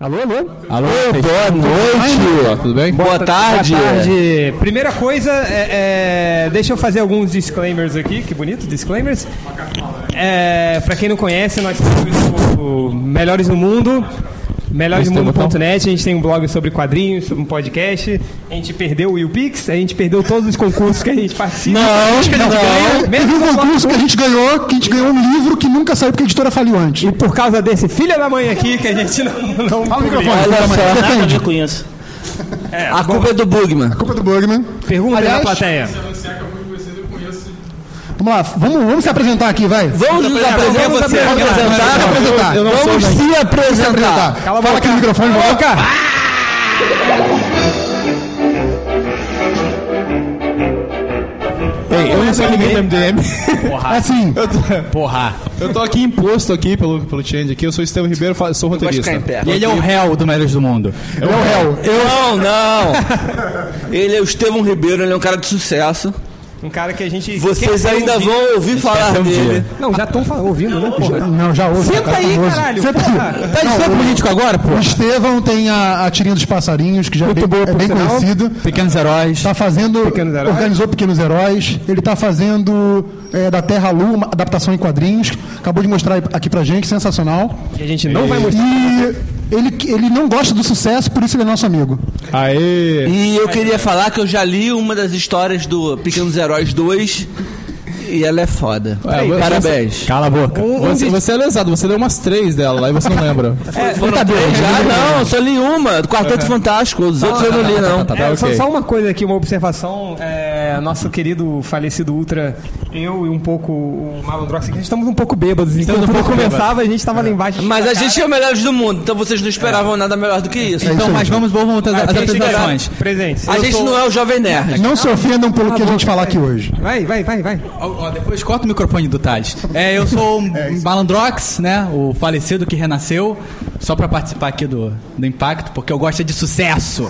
Alô, alô? Alô, boa noite. Tudo bem? Boa, tarde. Boa tarde. Primeira coisa, é, é, deixa eu fazer alguns disclaimers aqui. Que bonito, disclaimers. É, pra quem não conhece, nós somos o Melhores no Mundo. Melhoresmundo.net, a gente tem um blog sobre quadrinhos, sobre um podcast. A gente perdeu o Will Pix, a gente perdeu todos os concursos que a gente participa. Não, Acho que a gente ganha, não. Teve mesmo um só- concurso que a gente ganhou, que a gente ganhou um livro que nunca saiu porque a editora faliu antes. E por causa desse filho da mãe aqui que a gente não. não publica. Olha só. Nada Depende. eu conheço. A culpa é do Bugman. Culpa do Bugman. Pergunta aí na Aliás, plateia. Vamos lá, vamos, vamos se apresentar aqui, vai. Vamos nos apresentar. Vamos Vamos se apresentar. apresentar. Eu não sou Vamos se Tá. apresentar. Fala aqui no microfone, Ô, vamos lá. cara, Ei, é eu não sou ninguém do MDM. Assim, Eu tô aqui imposto aqui pelo, pelo Change aqui, eu sou Estevam Ribeiro, fa- sou roteirista. ficar em pé. E ele é o réu do Melhores do Mundo. eu é o Não, réu. não. Ele é o Estevão Ribeiro, ele é um cara de sucesso. um cara que a gente. Vocês quer ainda ouvir. vão ouvir falar um dele. Não, já estão ouvindo, né? é Porra. Não, já ouve. Senta aí, caralho, Senta porra. aí. Tá de ser político agora, pô? O Estevão tem a, a tirinha dos passarinhos, que já é bem, é bem conhecido. Pequenos heróis. Tá fazendo. Pequenos Heróis. Organizou Pequenos Heróis. Ele tá fazendo é, da Terra à Lua, uma adaptação em quadrinhos. Acabou de mostrar aqui pra gente, sensacional. E a gente não vai mostrar. E ele, ele não gosta do sucesso, por isso ele é nosso amigo. Aê! E eu queria falar que eu já li uma das histórias do Pequenos Heróis 2 e ela é foda. você- Parabéns. Cala a boca. Você, você é lesado, você deu umas três dela lá e você não lembra. É, já não, só li uma, do Quarteto Fantástico. Os outros eu não li, não. Tá, É, só, ok. só uma coisa aqui, uma observação. É, nosso querido falecido Ultra, eu e um pouco o Malandrox aqui, estamos um pouco bêbados. Então, quando tudo começava, a gente estava lá embaixo. Mas a gente é o melhores do mundo, então vocês não esperavam nada melhor do que isso. É isso Então, aí. mas vamos voltar às apresentações. Presente. a gente não é o Jovem Nerd. Não se ofendam pelo que a gente falar aqui hoje. Tá Vai, vai, vai, vai. Ó, ó, depois corta o microfone do Thales. É, eu sou o Malandrox, né? O falecido que renasceu. Só pra participar aqui do, do impacto, porque eu gosto é de sucesso.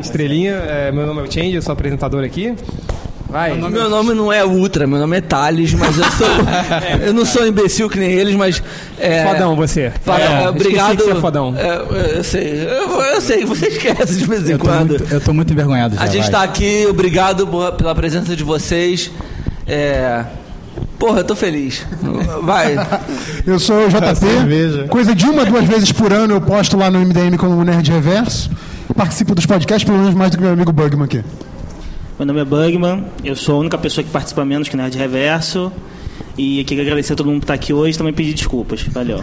Estrelinha, é, meu nome é o Change, eu sou apresentador aqui. Vai. Meu nome não é Ultra, meu nome é Thales, mas eu sou. eu não sou imbecil que nem eles, mas. É, É. Fodão, você. Para, É, obrigado. esqueci que você é fodão. É, eu sei, eu, eu sei, você esquece de vez em Eu tô quando. muito, eu tô muito envergonhado. A já, gente vai. tá aqui, obrigado boa, pela presença de vocês. É. Porra, eu tô feliz. Vai. Eu sou o cerveja. JP. Coisa de uma, duas vezes por ano eu posto lá no MDM como Nerd Reverso. Participo dos podcasts, pelo menos mais do que meu amigo Bugman aqui. Meu nome é Bugman, eu sou a única pessoa que participa menos que Nerd Reverso. E queria agradecer a todo mundo que está aqui hoje e também pedir desculpas. Valeu.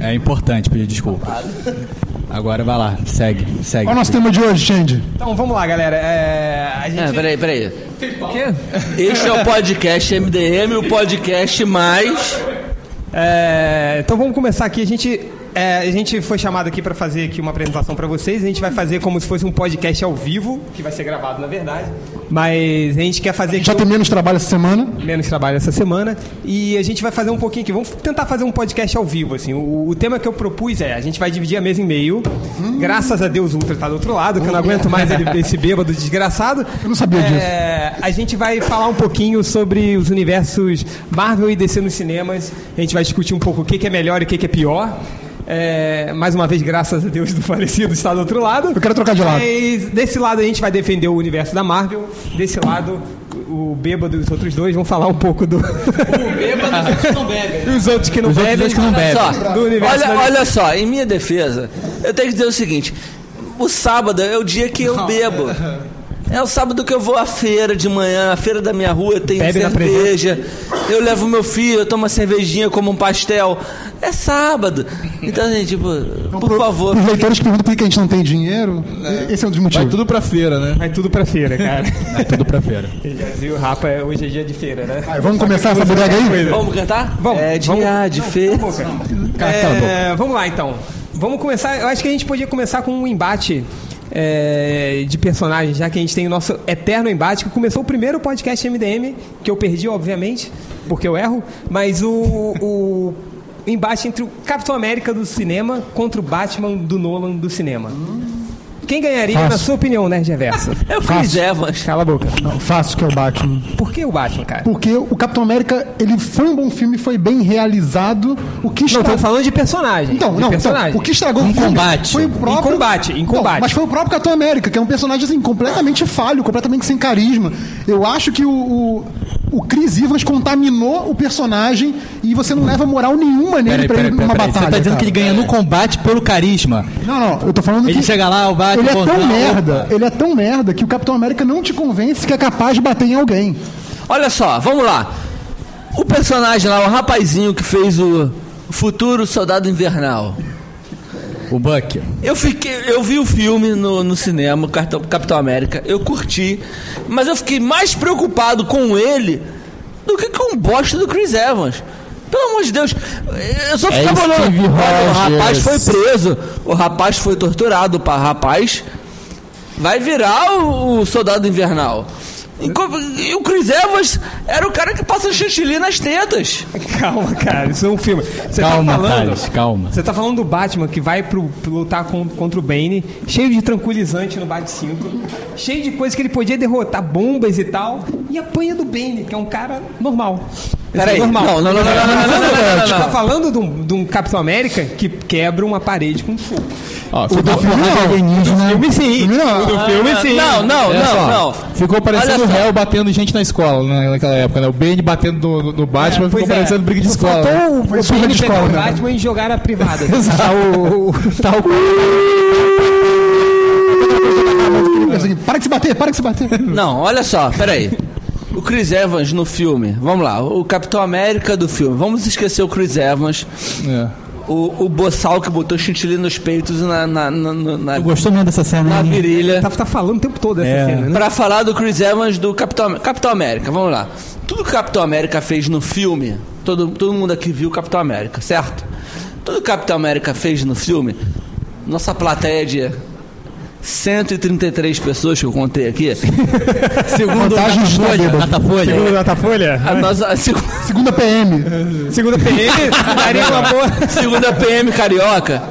É importante pedir desculpas. Agora vai lá, segue, segue. Qual é o nosso tema de hoje, Change? Então vamos lá, galera. É, a É, gente. peraí, peraí. O quê? Este é o podcast MDM, o podcast mais. É, então vamos começar aqui. A gente, é, a gente foi chamado aqui para fazer aqui uma apresentação para vocês. A gente vai fazer como se fosse um podcast ao vivo, que vai ser gravado na verdade. Mas a gente quer fazer Já aqui tem menos trabalho essa semana. menos trabalho essa semana e a gente vai fazer um pouquinho aqui. Vamos tentar fazer um podcast ao vivo, assim. O, o tema que eu propus é a gente vai dividir a mesa em meio. Graças a Deus o Ultra tá do outro lado, que eu não aguento mais ele, esse bêbado desgraçado. Eu não sabia disso. É, a gente vai falar um pouquinho sobre os universos Marvel e DC nos cinemas. A gente vai discutir um pouco o que, que é melhor e o que, que é pior. É, mais uma vez, graças a Deus do falecido está do outro lado. Eu quero trocar de lado. Mas desse lado a gente vai defender o universo da Marvel. Desse lado, o bêbado e os outros dois vão falar um pouco do. E os outros que não Os outros bebem. dois que não Olha bebem. só, Do universo olha, da- olha só, em minha defesa, eu tenho que dizer o seguinte: o sábado é o dia que eu bebo. É o sábado que eu vou à feira de manhã, a feira da minha rua tem Bebe na cerveja. Eu levo meu filho, eu tomo uma cervejinha, como um pastel. É sábado. Então, gente, tipo, por favor. Os leitores que perguntam por que a gente não tem dinheiro, esse é um dos Vai motivos. tudo pra feira, né? Vai tudo pra feira, cara. É tudo pra feira. Brasil, Rafa, é- hoje é dia de feira, né? Aí, vamos começar essa bodega aí? Vamos cantar? Vamos, É de vamos. A, de Não, Fê. cala a boca. É, tá vamos lá então. Vamos começar. Eu acho que a gente podia começar com um embate é, de personagens, já que a gente tem o nosso eterno embate, que começou o primeiro podcast MDM, que eu perdi, obviamente, porque eu erro, mas o. o embate entre o Capitão América do cinema contra o Batman do Nolan do cinema. Quem ganharia, Fácil. na sua opinião, Nerd Reverso? É o Chris Evans. Cala a boca. Não, fácil que é o Batman. Por que o Batman, cara? Porque o Capitão América, ele foi um bom filme, foi bem realizado. O que Não, está... estamos falando de personagem. Então, de não, então, personagem. o que estragou Em o filme combate. foi o próprio... Em combate, em combate. mas foi o próprio Capitão América, que é um personagem assim, completamente falho, completamente sem carisma. Eu acho que o, o, o Chris Evans contaminou o personagem e você não leva moral nenhuma Peraí, nele pra peraí, ele peraí, numa peraí. batalha. Você tá dizendo cara. que ele ganha no combate pelo carisma. Não, não, eu tô falando Ele que... chega lá, o Batman... Ele é botão, tão opa. merda, ele é tão merda que o Capitão América não te convence que é capaz de bater em alguém. Olha só, vamos lá. O personagem lá, o rapazinho que fez o futuro soldado invernal. O Buck. Eu fiquei, eu vi o filme no, no cinema, o Cartão- Capitão América, eu curti, mas eu fiquei mais preocupado com ele do que com o bosta do Chris Evans. Pelo amor de Deus, eu É só ficava olhando. Steve "Olha, O rapaz Rogers." foi preso, o rapaz foi torturado, o rapaz vai virar o, o soldado invernal. Enquanto- E o Chris Evans era o cara que passa chantilly nas tetas. Calma, cara, isso é um filme. Você Calma, tá falando, Thales, calma. Você tá falando do Batman que vai pro, pro lutar con- contra o Bane, cheio de tranquilizante no Bat-5, cheio de coisa que ele podia derrotar, bombas e tal, e apanha do Bane, que é um cara normal. é Peraí, normal. não, não, não, não, não, não, não, não, não, não, não, Você tá não. falando de um, de um Capitão América que quebra uma parede com fogo. Ó, tá tá ficou- do filme, O não. do filme, O filme não. Ah, Não, não, Olha não, só, não. Ficou parecendo Olha o só. réu batendo gente na escola né, naquela época, né? O Bane batendo no, no- no Batman, pois ficou é. parecendo briga de escola. né? Faltou o surra de Ele pegou escola, o né? Batman e jogar na privada. Tá o. Tá o. Para de se bater, para de se bater. Não, olha só, peraí. O Chris Evans no filme, vamos lá, o Capitão América do filme. Vamos esquecer o Chris Evans, É. o, o boçal que botou chantilly nos peitos e na, na, na, na, na- Gostou mesmo dessa cena, na hein? virilha. Tá, tá falando o tempo todo essa É. cena, né? Pra falar do Chris Evans do Capitão, Am- Capitão América, vamos lá. Tudo que o Capitão América fez no filme, todo, todo mundo aqui viu o Capitão América, certo? Tudo que o Capitão América fez no filme, nossa plateia de 133 pessoas que eu contei aqui, Segundo o Vantagens de Datafolha, bêbado. Datafolha. Datafolha? a nossa, a seg- Segunda PM. Segunda PM, daria uma boa. Segunda PM Carioca.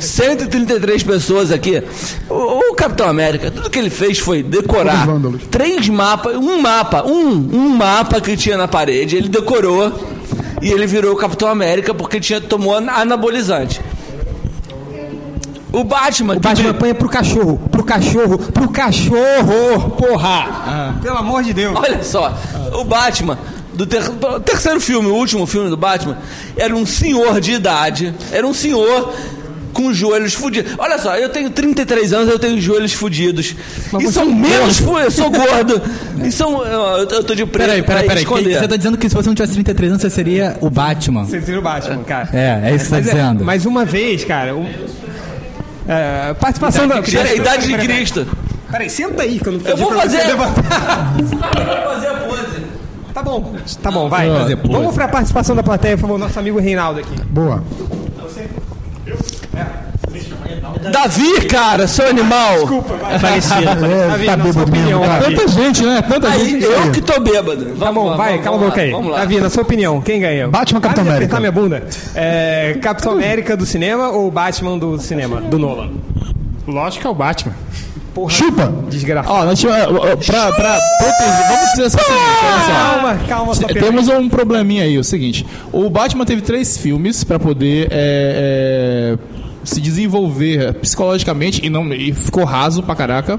133 pessoas aqui. O, o Capitão América, tudo que ele fez foi decorar Todos vândalos. três mapas, um mapa, um, um mapa que tinha na parede, ele decorou e ele virou o Capitão América porque tinha tomou ana- anabolizante. O Batman, O que Batman bri- apanha pro cachorro, pro cachorro, pro cachorro, porra! Pelo amor de Deus. Ah. olha só, o Batman do ter- do terceiro filme, o último filme do Batman, era um senhor de idade, era um senhor com os joelhos fudidos. Olha só, eu tenho 33 anos, eu tenho os joelhos fudidos. e é um são menos fudidos, eu sou gordo. e são. Eu, eu tô de preto Peraí, peraí, pra peraí. Quem- esconder. Você tá dizendo que se você não tivesse 33 anos, você seria o Batman. Você vira o Batman, cara. É, é isso que você Mas, tá é, dizendo. mais uma vez, cara. um- é, participação da. Peraí, idade de Peraí, peraí, Cristo. Peraí, senta aí que eu não pedi Eu vou pra você fazer- levantar. fazer a pose. Tá bom, tá bom, vai. Fazer pose. Vamos pra participação da plateia, por favor, nosso amigo Reinaldo aqui. Boa. Davi, cara, seu animal. Parecido. É, Davi, tá na sua bêbado mesmo, opinião, cara. Davi. Tanta gente, né? Tanta gente. Aí, eu que tô bêbado. Vamos, Tá bom, vai, cala a boca aí. Vamos lá. Davi, na sua opinião, quem ganha? Batman, Capitão Para de América. apertar minha bunda. É, Capitão América do cinema ou Batman do cinema? Do Nolan. Lógico que é o Batman. Chupa! Desgraçado. Ó, nós tivemos. ó, ó, Pra, pra proteger. Vamos dizer só o seguinte, olha só. Calma, calma, só peraí. Temos um probleminha aí, é o seguinte. O Batman teve três filmes pra poder é, é, se desenvolver psicologicamente e não e ficou raso pra caraca.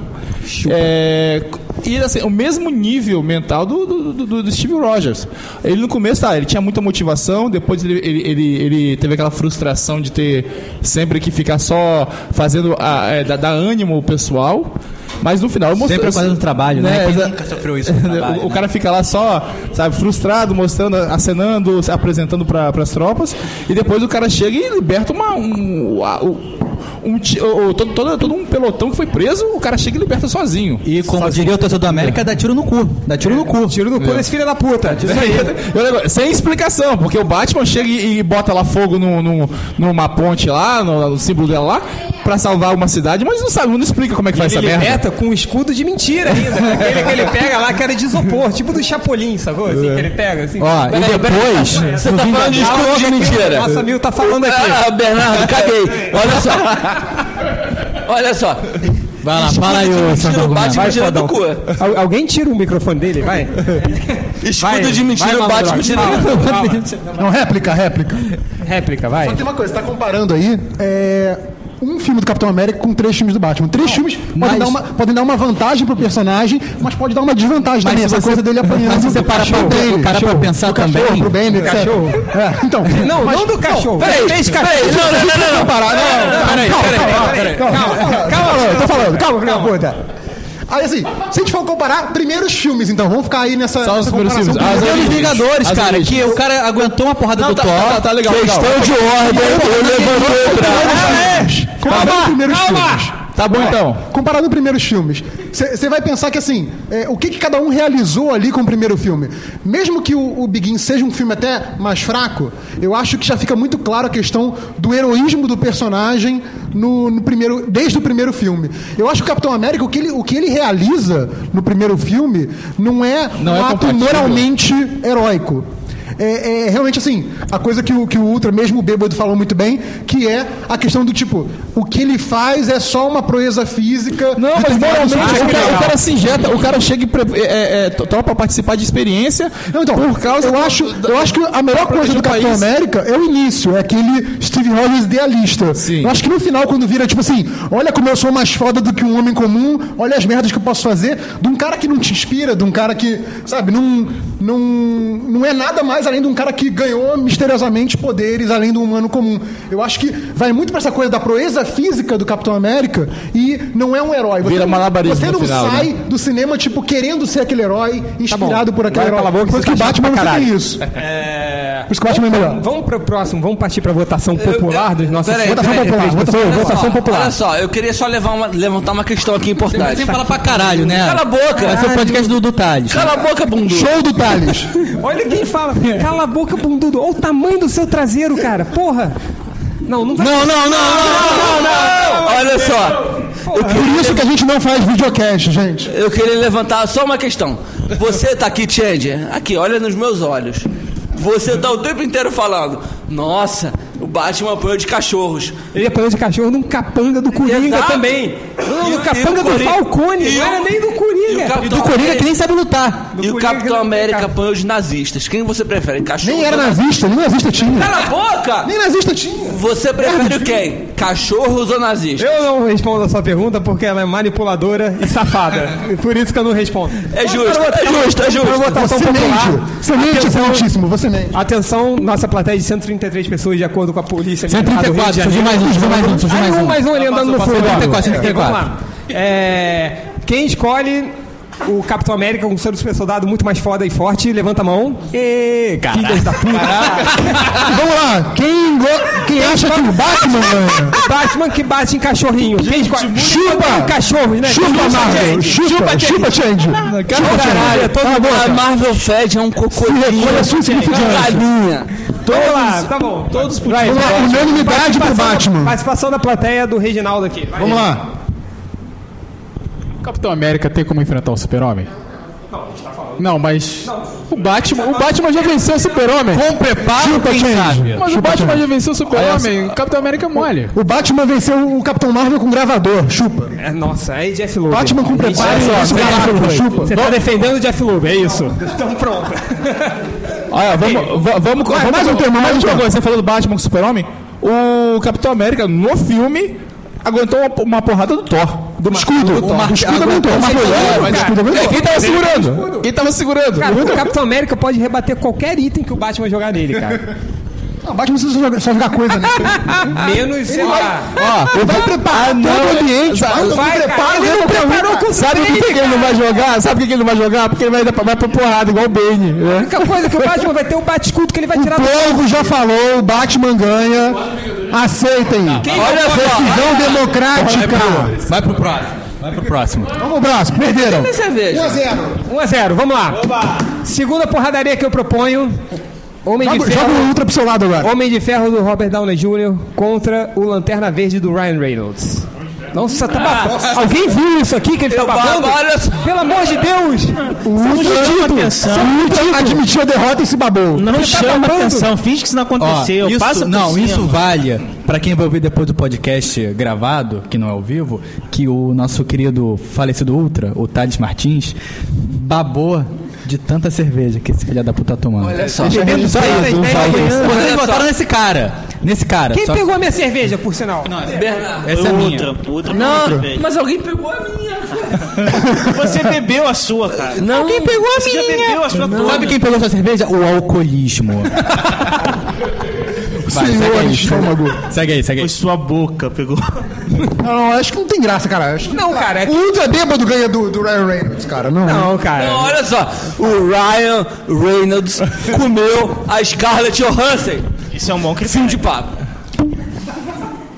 É, e assim, o mesmo nível mental do, do, do- do Steve Rogers. Ele no começo, tá, ele tinha muita motivação, depois ele, ele, ele, ele teve aquela frustração de ter sempre que ficar só fazendo a, é, dar, dar ânimo ao pessoal. Mas no final mostrou. É, Sempre fazendo trabalho, né? Quem exa- nunca sofreu isso no trabalho, o, o né? cara fica lá só, sabe, frustrado, mostrando, acenando, se apresentando para as tropas, e depois o cara chega e liberta uma um, um, um ti- o- o- todo, todo, todo um pelotão que foi preso, o cara chega e liberta sozinho. E como diria o torcedor do América, dá tiro no cu. Dá tiro no cu. Tiro no cu desse filho da puta. Diz aí. Eu lembro, sem explicação, porque o Batman chega e, e bota lá fogo num- num- numa ponte lá, no, no símbolo dela lá, pra salvar uma cidade, mas não sabe, não explica como é que faz Ele essa merda. liberta com um escudo de mentira ainda. né? Aquele que ele pega lá, que era de isopor, tipo do Chapolin, sacou? Assim, que ele pega, assim. Ó, e Peraí, peraí. depois. Você tá falando de escudo de mentira. Nosso amigo é tá falando aqui. Ah, Bernardo, caguei. Olha só. Olha só. Vai lá, fala aí o Tira Santo o Batman e Argumento. tira do cu. Al- alguém tira o microfone dele, vai. Escudo de mentira, o Batman tira do cu. Não, réplica, réplica. Réplica, vai. Só tem uma coisa, você tá comparando aí é, um filme do Capitão América com três filmes do Batman. Três filmes podem, mas- dar uma, podem dar uma vantagem pro personagem, mas pode dar uma desvantagem também. se Essa você- coisa dele apanhando. Mas se você do para pra, cachorro, para dele, pra pensar também. cachorro, pro Bane, etc. cachorro. É, então, Não, mas- não do cachorro. Peraí, Fez cachorro. peraí, não, não, não, não, não. Peraí, peraí. Calma, calma, tô falando, calma, calma. Aí assim, se a gente for comparar primeiros filmes, então, vamos ficar aí nessa. Só os nessa primeiros filmes. comparação. As Tem os origens. Vingadores, As cara, origens. que o cara aguentou uma porrada do tá, Thor. tá, tá legal, legal. Questão de ordem, eu levantei o braço. Comparando os primeiros filmes. É. Tá bom então. Comparado aos primeiros filmes, você vai pensar que assim, é, o que, que cada um realizou ali com o primeiro filme. Mesmo que o, o Begin seja um filme até mais fraco, eu acho que já fica muito claro a questão do heroísmo do personagem no, no primeiro, desde o primeiro filme. Eu acho que o Capitão América, o que ele, o que ele realiza no primeiro filme, não é Não um é ato compatível. moralmente heróico. É, é realmente assim, a coisa que o, que o Ultra, mesmo o Bêbado, falou muito bem, que é a questão do tipo, o que ele faz é só uma proeza física. Não, de mas terminar moralmente, é um o cara- cara, o cara se injeta, o cara chega e pre- é, é, to- topa participar de experiência Não, então, por causa eu do- acho, da- eu acho que a melhor coisa proteger do o Capitão país. América é o início, é aquele Steve Rogers idealista. Sim. Eu acho que no final, quando vira, tipo assim, olha como eu sou mais foda do que um homem comum, olha as merdas que eu posso fazer, de um cara que não te inspira, de um cara que, sabe, não, não, não é nada mais além de um cara que ganhou misteriosamente poderes além do humano comum. Eu acho que vai muito pra essa coisa da proeza física do Capitão América e não é um herói. Você Vira não- malabarismo Você no não final, né? sai do cinema, tipo, querendo ser aquele herói, inspirado por aquele Vai herói. Tá cala a boca, Enquanto você que o tá chato pra Batman não tem caralho. isso. Por isso que o Batman é melhor. Vamos pro próximo, vamos partir pra votação popular eu- dos nossos... peraí, Votação peraí, popular, votação, Olha votação só, popular. Olha só, eu queria só levar uma- levantar uma questão aqui importante. tá Sem falar pra caralho, né? Cala a boca. Vai ser o podcast do, do Tales. Cala a boca, bundu. Show do Thales. Olha quem fala. Cala a boca, bundudo. Olha o tamanho do seu traseiro, cara. Porra. Não, não vai... Não, não, não, não, não, não. Olha só. Eu Por queria, isso que a gente não faz videocast, gente. eu queria levantar só uma questão. Você tá aqui, Change? Aqui, olha nos meus olhos. Você tá o tempo inteiro falando: "Nossa, o Batman apanhou de cachorros". Ele apanhou de cachorro num capanga do Coringa Exato. também. Não, E no o- capanga e do o Coringa- Falcone. e Não o- era nem É, do e Coringa. o Capitão E do Coringa que nem sabe lutar. E o Coringa Capitão não- América apanhou os nazistas. Quem você prefere? Cachorro? Nem era nazista, nem nazista tinha. Cala a boca! Nem nazista tinha. Você prefere quem? Cachorros ou nazistas? Eu não respondo a sua pergunta porque ela é manipuladora e safada. E Por isso que eu não respondo. É justo, é justo, é Pra justo. votação Você popular. mente. Você mente, é excelentíssimo. Você mente. Atenção, nossa plateia de 133 pessoas, de acordo com a polícia. militar do Rio 134, de Janeiro. surgiu mais um, surgiu mais um, surgiu Ah, mais não, um. mais um ali andando no passou, fundo. 134, É, 134. vamos lá. É, quem escolhe o Capitão América, um ser super soldado muito mais foda e forte, levanta a mão. E, cara. Filhas da puta. Vamos lá. Quem, go- quem acha que o Batman ganha? Batman que bate em cachorrinho. Quem escolhe? Chupa! Cachorros, né? Chupa, Marvel. gente. Chupa, chupa, Change. Chupa, Caralho, Change. todo Cala a A boca. Marvel Fed é um cocodinho. Recolha a sua insignificância. Galinha. Vamos lá, tá bom. Todos Vamos lá, Unanimidade pro Batman. Participação da plateia do Reginaldo aqui. Vai. Vamos lá. Capitão América tem como enfrentar o Super-Homem? Não, mas o Batman, o Batman já venceu o Super-Homem. Com preparo, Chupa, quem sabe? Change. Mas o Chupa, Batman Change. já venceu o Super-Homem. O Capitão América é mole. O Batman venceu o Capitão Marvel com gravador. Chupa. É, nossa, aí Jeff Loeb. Batman com preparo. isso, gravador. Chupa. Você tá defendendo o Jeff Loeb, é isso. Então pronto. Olha, Ah, é, vamos, va- vamos, vamos mais um tema, mais um tema. Você falou do Batman com o Super-Homem? O Capitão América, no filme, aguentou uma, uma porrada do Thor. Do escudo. O Mar- escudo aguentou. aguentou, Mas mas é, mas- escudo aguentou. é, Quem tava segurando? Quem tava segurando? Cara, o Capitão América pode rebater qualquer item que o Batman jogar nele, cara. Ah, Batman precisa só jogar, só jogar coisa, né? Menos, sei lá. Ó, Ele vai preparar todo o ambiente. Sabe, vai- Ah, Vai, cara, ele não preparou com sabe o que, que ele não vai jogar? Sabe o que, que ele não vai jogar? Porque ele vai, dar pra- vai pra porrada, igual o Bane. A Né? única coisa que o Batman vai ter é o bate-escudo que ele vai O tirar do... povo já falou, o Batman ganha. Aceitem. Olha só. Decisão democrática. Vai pro próximo. Vai pro próximo. Vamos, braço. Perderam. Olha a cerveja. 1 a 0 vamos lá. Segunda porradaria que eu proponho. Homem de Joga, Ferro. joga o Ultra pro seu lado agora. Homem de Ferro do Robert Downey Jr. contra o Lanterna Verde do Ryan Reynolds. Nossa, tá babando. Alguém viu isso aqui que ele tá Eu babando? babo, olha só. Pelo amor de Deus! O Ultra, atenção. o Ultra admitiu a derrota e se babou. Não tá chama babando? atenção, finge que isso não Ó, aconteceu. isso, passa por não, cima. isso vale Pra quem vai ouvir depois do podcast gravado, que não é ao vivo, que o nosso querido falecido Ultra, o Thales Martins, babou de tanta cerveja que esse filho da puta tá tomando. Olha só. só isso, um não fala isso. Vocês Olha botaram só. nesse cara. Nesse cara. Quem só- pegou a minha cerveja, por sinal? Bernardo. Essa é a minha. Outra, outra Não, cerveja. mas alguém pegou a minha. Você bebeu a sua, cara. Não. Quem pegou a Você já bebeu a sua toda. Sabe quem pegou a sua cerveja? O alcoolismo. Vai, segue Senhor aí, estômago. Segue aí, segue aí. Foi sua boca, pegou. Não, não, acho que não tem graça, cara. Acho que- Não, cara, é O Ultra bêbado ganha do, do Ryan Reynolds, cara. Não. Não, cara. Não, olha só. O Ryan Reynolds comeu a Scarlett Johansson. Isso é um bom critério. Fim de papo.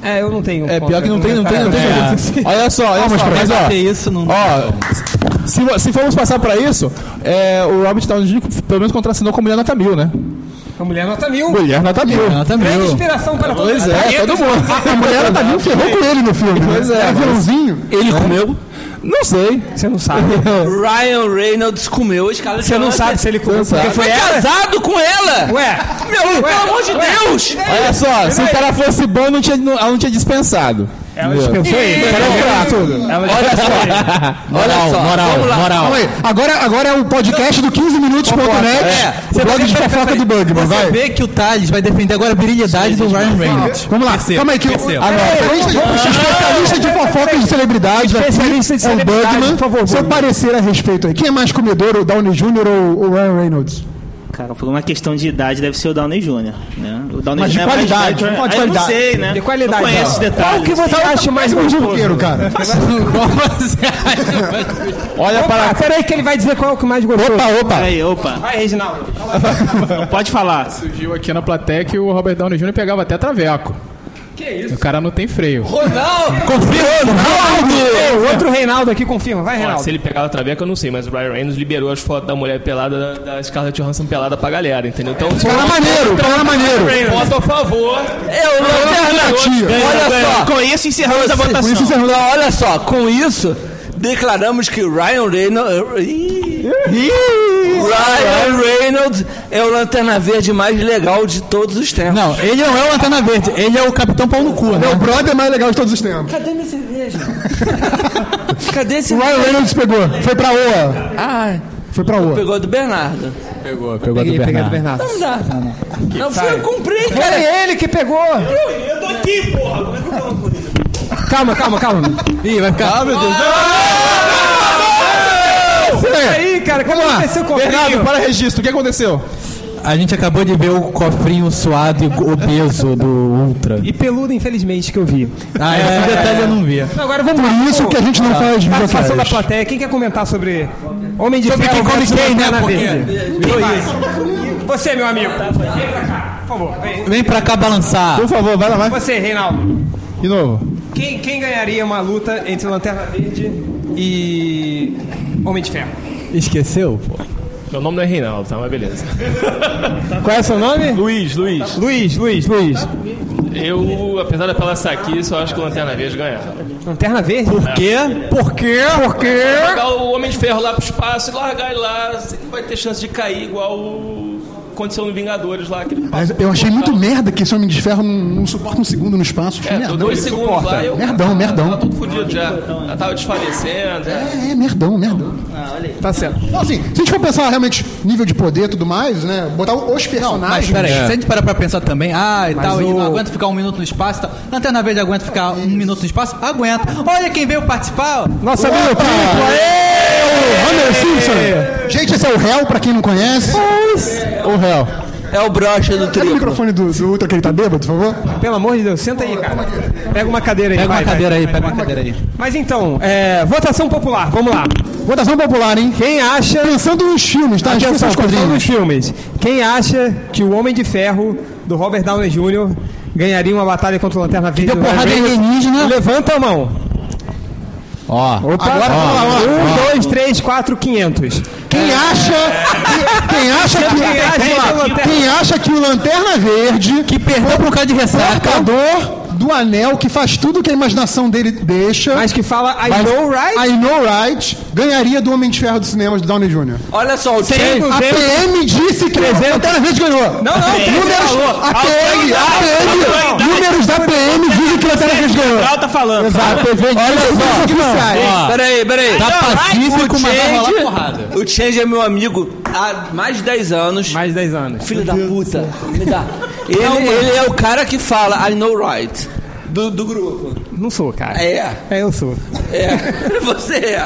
É, eu não tenho. É, pior que não tem, não tem, não tem. É. Olha só, Ah, olha só, mas ó. Ter isso não. Ó, se, vo- se formos passar pra isso, é, o Robert Downey Jr. pelo menos contracenou com a mulher nota mil, né? A mulher nota mil. Mulher nota mil. Nota Grande mil. inspiração para todos. Pois é, todo mundo. A mulher ela tá vindo ferrou com ele no filme. Pois é, Era mas- vilãozinho. Ele comeu? Não sei. Você não sabe. Ryan Reynolds comeu a Scarlett Você não Johansson. sabe se ele comeu Você não porque sabe. foi É ela. casado com ela. Ué, Meu, pelo amor de Deus. Olha só, se o cara fosse bom, não tinha, não, ela não tinha dispensado. ela Meu. dispensou ele. O cara é fraco. Ela Olha dispensou ele. só. Olha só. moral, Vamos lá. moral. Calma aí. Agora, agora é o podcast do 15minutos.net. É. O blog de fofoca do Bugman, Você vai. vê que o Thales vai defender agora a brilhidade do Ryan Reynolds. Vamos lá. Perceba, Calma aí que eu... perceba. Agora, vamos- vamos- especialista de fofocas de celebridades aqui. É, Especialista de é o celebridade, Bugman. por favor, Seu Bugman. parecer a respeito aí. Quem é mais comedor, o Downey Jr. ou o Ryan Reynolds? Cara, por uma questão de idade, deve ser o Downey Jr. Né? O Downey Mas de Jr. é mais qualidade, velho, vamos falar de aí eu qualidade. Não sei, né? De qualidade, Não conheço ó. os detalhes. Qual que você acha mais gostoso? Primeiro, cara. Qual você acha? Olha Opa, para. peraí que ele vai dizer qual é o que mais gostoso. Opa, opa. Aí, opa, Vai, Reginaldo. não pode falar. Surgiu aqui na plateia que o Robert Downey Jr. pegava até traveco. Que isso? O cara não tem freio. Ronaldo. É, o outro Reinaldo aqui confirma. É, Vai, Ó, se Reinaldo. ele pegava traveco, eu não sei, mas o Ryan Reynolds liberou as fotos da mulher pelada, da, da Scarlett Johansson pelada pra galera, entendeu? Então, é Cara maneiro, cara maneiro. voto a favor. Eu Tia. É Olha só. Conheço e encerramos a votação. Por isso você Não, olha só, com isso, declaramos que Ryan Reynolds. Ih! Ryan Reynolds é o lanterna verde mais legal de todos os tempos. Não, ele não é o Lanterna Verde, ele é o Capitão Pau no Cu, né? Meu brother mais legal de todos os tempos. Cadê minha cerveja? Cadê esse. O Ryan Reynolds pegou. Foi pra Oa. Ah, Foi pra Oa. pegou do Bernardo. Pegou, pegou Peguei, peguei do Bernardo. Não dá. Não, foi eu comprei, Foi cara. ele que pegou. Eu tô aqui, porra. Calma, calma, calma. Ih, vai ficar. Ah, meu Deus. Ah! Aí, cara, como é aconteceu com o Bernardo, Fernando? para registro, o que aconteceu? A gente acabou de ver o cofrinho suado e obeso do Ultra. E peludo, infelizmente, que eu vi. Ah, É. esse detalhe eu não vi. Agora vamos Por isso que a gente não faz Participação da videocast. plateia. Quem quer comentar sobre Homem de Sobre Ferro quem come versus quem, né, Lanterna porque- Verde? Quem vai? Você, meu amigo. Vem pra cá, por favor. Vem. Vem pra cá balançar. Por favor, vai lá, vai. Você, Reinaldo. De novo. Quem, quem ganharia uma luta entre Lanterna Verde e Homem de Ferro? Esqueceu? pô? Meu nome não é Reinaldo, tá? Mas beleza. Qual é seu nome? Luiz, Luiz. Luiz, Luiz, Luz. Eu, apesar da pela saquice, eu acho que o Lanterna Verde ganhava. Lanterna Verde? Por quê? Por quê? Por quê? Jogar o Homem de Ferro lá pro espaço e largar ele lá, ele vai ter chance de cair igual o... aconteceu no Vingadores lá. Aquele Mas eu achei muito merda que esse Homem de Ferro não, não suporta um segundo no espaço. Acho É, merda. deu dois segundos lá, eu Merdão, tava merdão. todo fudido já. Já tava desfalecendo, já. É, Ah, merdão, merdão. Tá certo. Não, assim, se a gente for pensar realmente nível de poder e tudo mais, né? Botar os Mas personagens. peraí, se a é. gente parar pra pensar também, ah, e tal, e o- não aguenta ficar um minuto no espaço e tal. Lanterna Verde aguenta ficar um minuto no espaço? Aguenta. Olha quem veio participar. Nossa, meu Homer Simpson! Gente, esse é o réu, pra quem não conhece. O réu. É o brocha do Pega o trio. microfone do, do Ultra que ele tá bêbado, por favor. Pelo amor de Deus, senta aí, cara. Pega uma cadeira aí, Pega vai, uma vai. cadeira aí, pega uma cadeira aí. Mas então, é, votação popular, vamos lá. Votação popular, hein? Quem acha. Pensando nos filmes, tá? Esqueça Atenção, os atenção quadrinhos. nos filmes. Quem acha que o Homem de Ferro, do Robert Downey Jr., ganharia uma batalha contra o Lanterna Verde? do Ryan Reynolds? Levanta a mão. Ó, Agora, vamos lá, vamos lá. Um, dois, três, quatro, quinhentos. É. Quem acha. que- Quem Quem acha acha que o que. Lanterna- Quem acha que o Lanterna Verde. que perdeu por causa de ressaca. Marcador do Anel, que faz tudo que a imaginação dele deixa. Mas que fala I Mas know right? I know right. Ganharia do Homem de Ferro dos cinemas do Downey Jr. Olha só, o James, A PM disse que o Lanterna Verde Não, ganhou. não, tem Números, a PM, a PM, números da PM dizem que o é Lanterna Verde ganhou. Cal tá falando. Exato. tá Olha só. Peraí, peraí. Tá pacífico, mas vai rolar porrada. O Change é meu amigo há mais de 10 anos. Mais 10 anos. Filho da puta. Me dá. Ele, ele é o cara que fala I know right. Do, do grupo. Não sou, cara. É, É, eu sou. é. Você é.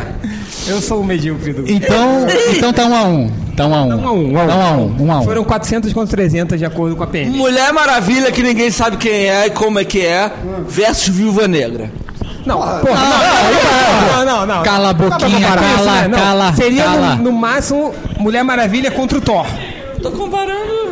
Eu sou o medíocre do grupo. Então, então tá um a um. Tá um a um. um a um, um a um. Tá um a um. um a um. Foram 400 contra 300, de acordo com a PM. Mulher Maravilha, que ninguém sabe quem é e como é que é, versus Viúva Negra. Não, Ah. porra, não, não, não, não, não. Cala a boquinha, Não dá pra comparar cala, isso, né? Não. cala, Seria no- cala. No, máximo Mulher Maravilha contra o Thor. Tô comparando.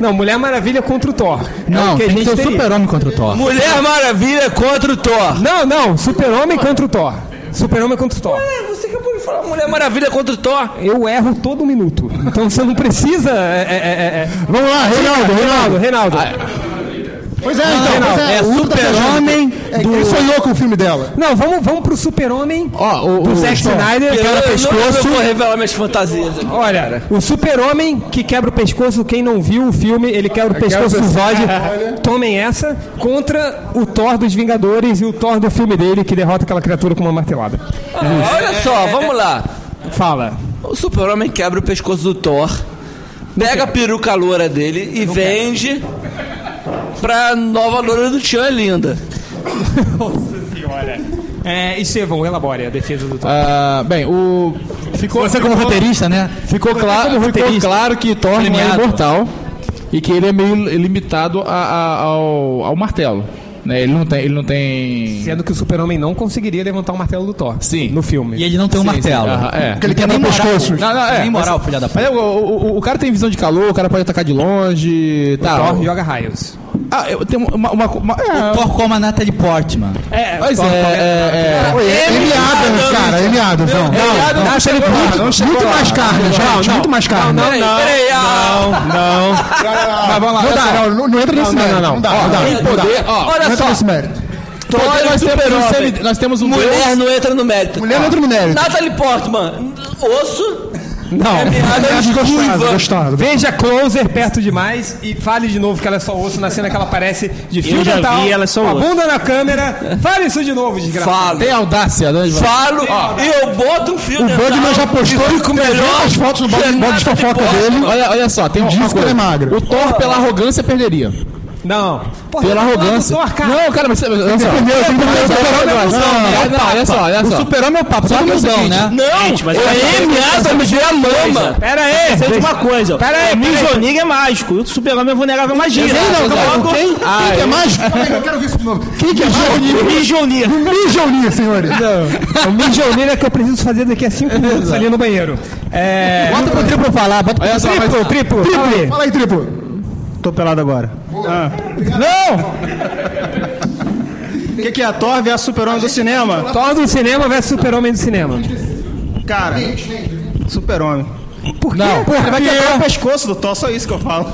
Não, Mulher Maravilha contra o Thor. É Não, o que a tem que gente ser o teria. super-homem contra o Thor. Mulher Maravilha contra o Thor. Não, não, Super-Homem contra o Thor. Super-Homem contra o Thor. É, Você acabou de falar Mulher Maravilha contra o Thor. Eu erro todo minuto. Então você não precisa. é, é, é, é. Vamos lá, Reinaldo, Reinaldo, Reinaldo. Reinaldo. Ah, Ah, Pois é, então. Reinaldo, pois é o Ultra super-homem Viajante. É, Ele sonhou com o filme dela. Não, vamos, vamos pro Super-Homem Ó, o, do o- Zack Snyder. Eu, eu, não eu vou revelar minhas fantasias. aqui. Olha, o super-homem que quebra o pescoço, quem não viu o filme, ele quebra o pescoço do Zod, tomem essa, contra o Thor dos Vingadores e o Thor do filme dele, que derrota aquela criatura com uma martelada. Ah, olha só, vamos lá. Fala. O super-homem quebra o pescoço do Thor, pega a peruca loura dele e vende pra nova loura do Tchan linda. É, Estevão, elabore a defesa do Thor. Ah, bem, o. Ficou, Você como roteirista, né? Ficou claro, ficou claro que Thor não é Premiado. imortal e que ele é meio limitado a- a- ao, ao martelo. Né? Ele não tem. Ele não tem... Sendo que o super-homem não conseguiria levantar o martelo do Thor. Sim. No filme. E ele não tem um Sim, martelo. sim, aham, é. Porque ele quebra pescoço. Não, não, é. Tem moral, filha da Mas, é, o, o- o- o cara tem visão de calor, o cara pode atacar de longe. O Tá. Thor joga raios. Ah, eu tenho uma. uma, uma- é, Thor como a Natalie Portman. É, mas é, é, é. Ele Adams, cara. Ele Adams, não. Não, não chegou lá, não chegou Muito lá. mais carne, gente. Muito mais né? carne. Peraí, peraí, ah, Não. Mas vamos lá. Não olha dá, só. não, não entra nesse Não, não, mérito. não, não. dá, não dá. Ó, não dá. poder, ó, Não olha entra só. é nesse mérito. Poder, nós, temos um semi- nós temos um Mulher Deus- não entra no mérito. Mulher não entra no mérito. Natalie Portman, osso, Não. piada Gostosa, gostosa. Veja Closer perto demais e fale de novo que ela é só osso na cena que ela aparece de fio já dental. vi, ela é só com a osso. bunda na câmera. Fale isso de novo, desgraçado. Falo, Tem audácia, né? Ivan? falo e eu boto um fio O dental Bugman já postou e fico melhor. as fotos no que blog blog de Natalie fofoca Portman. dele. Olha, olha só, tem um Diz que disco. ele é magro. O Thor, pela arrogância, perderia. Não. Porra, Pela eu tô falando arrogância. do Thor, cara. Não, cara, mas você. Olha só. Entendeu? Tem que Olha só, entender. olha só, olha só, olha só, olha O só. super-homem é o papo, só que que é o mudão, seguinte, né? Não, Gente, mas eu peraí, é miada, me vê a é. lama. Pera aí. Sei de uma coisa. Pera aí, o pera aí. Mijonir é mágico. E o super-homem é vulnerável à magia. Não, Então, não, logo, não. Quem quem que é mágico? Eu quero ver isso de novo. Quem que é o mágico? Mijonir. O Mijonir, senhores. O mijoneiro Um é que eu preciso fazer daqui a cinco minutos ali no banheiro. É. Bota pro triplo falar, bota pro Olha só, mas- Triplo, triplo. Fala aí. Fala aí, triplo. Tô pelado agora. Ah. Não! O que, que é a Thor versus Super-Homem do cinema? Thor do cinema versus super-homem do cinema. Cara, Super-Homem. Não, Ele vai quebrar é o pescoço do Thor, só isso que eu falo.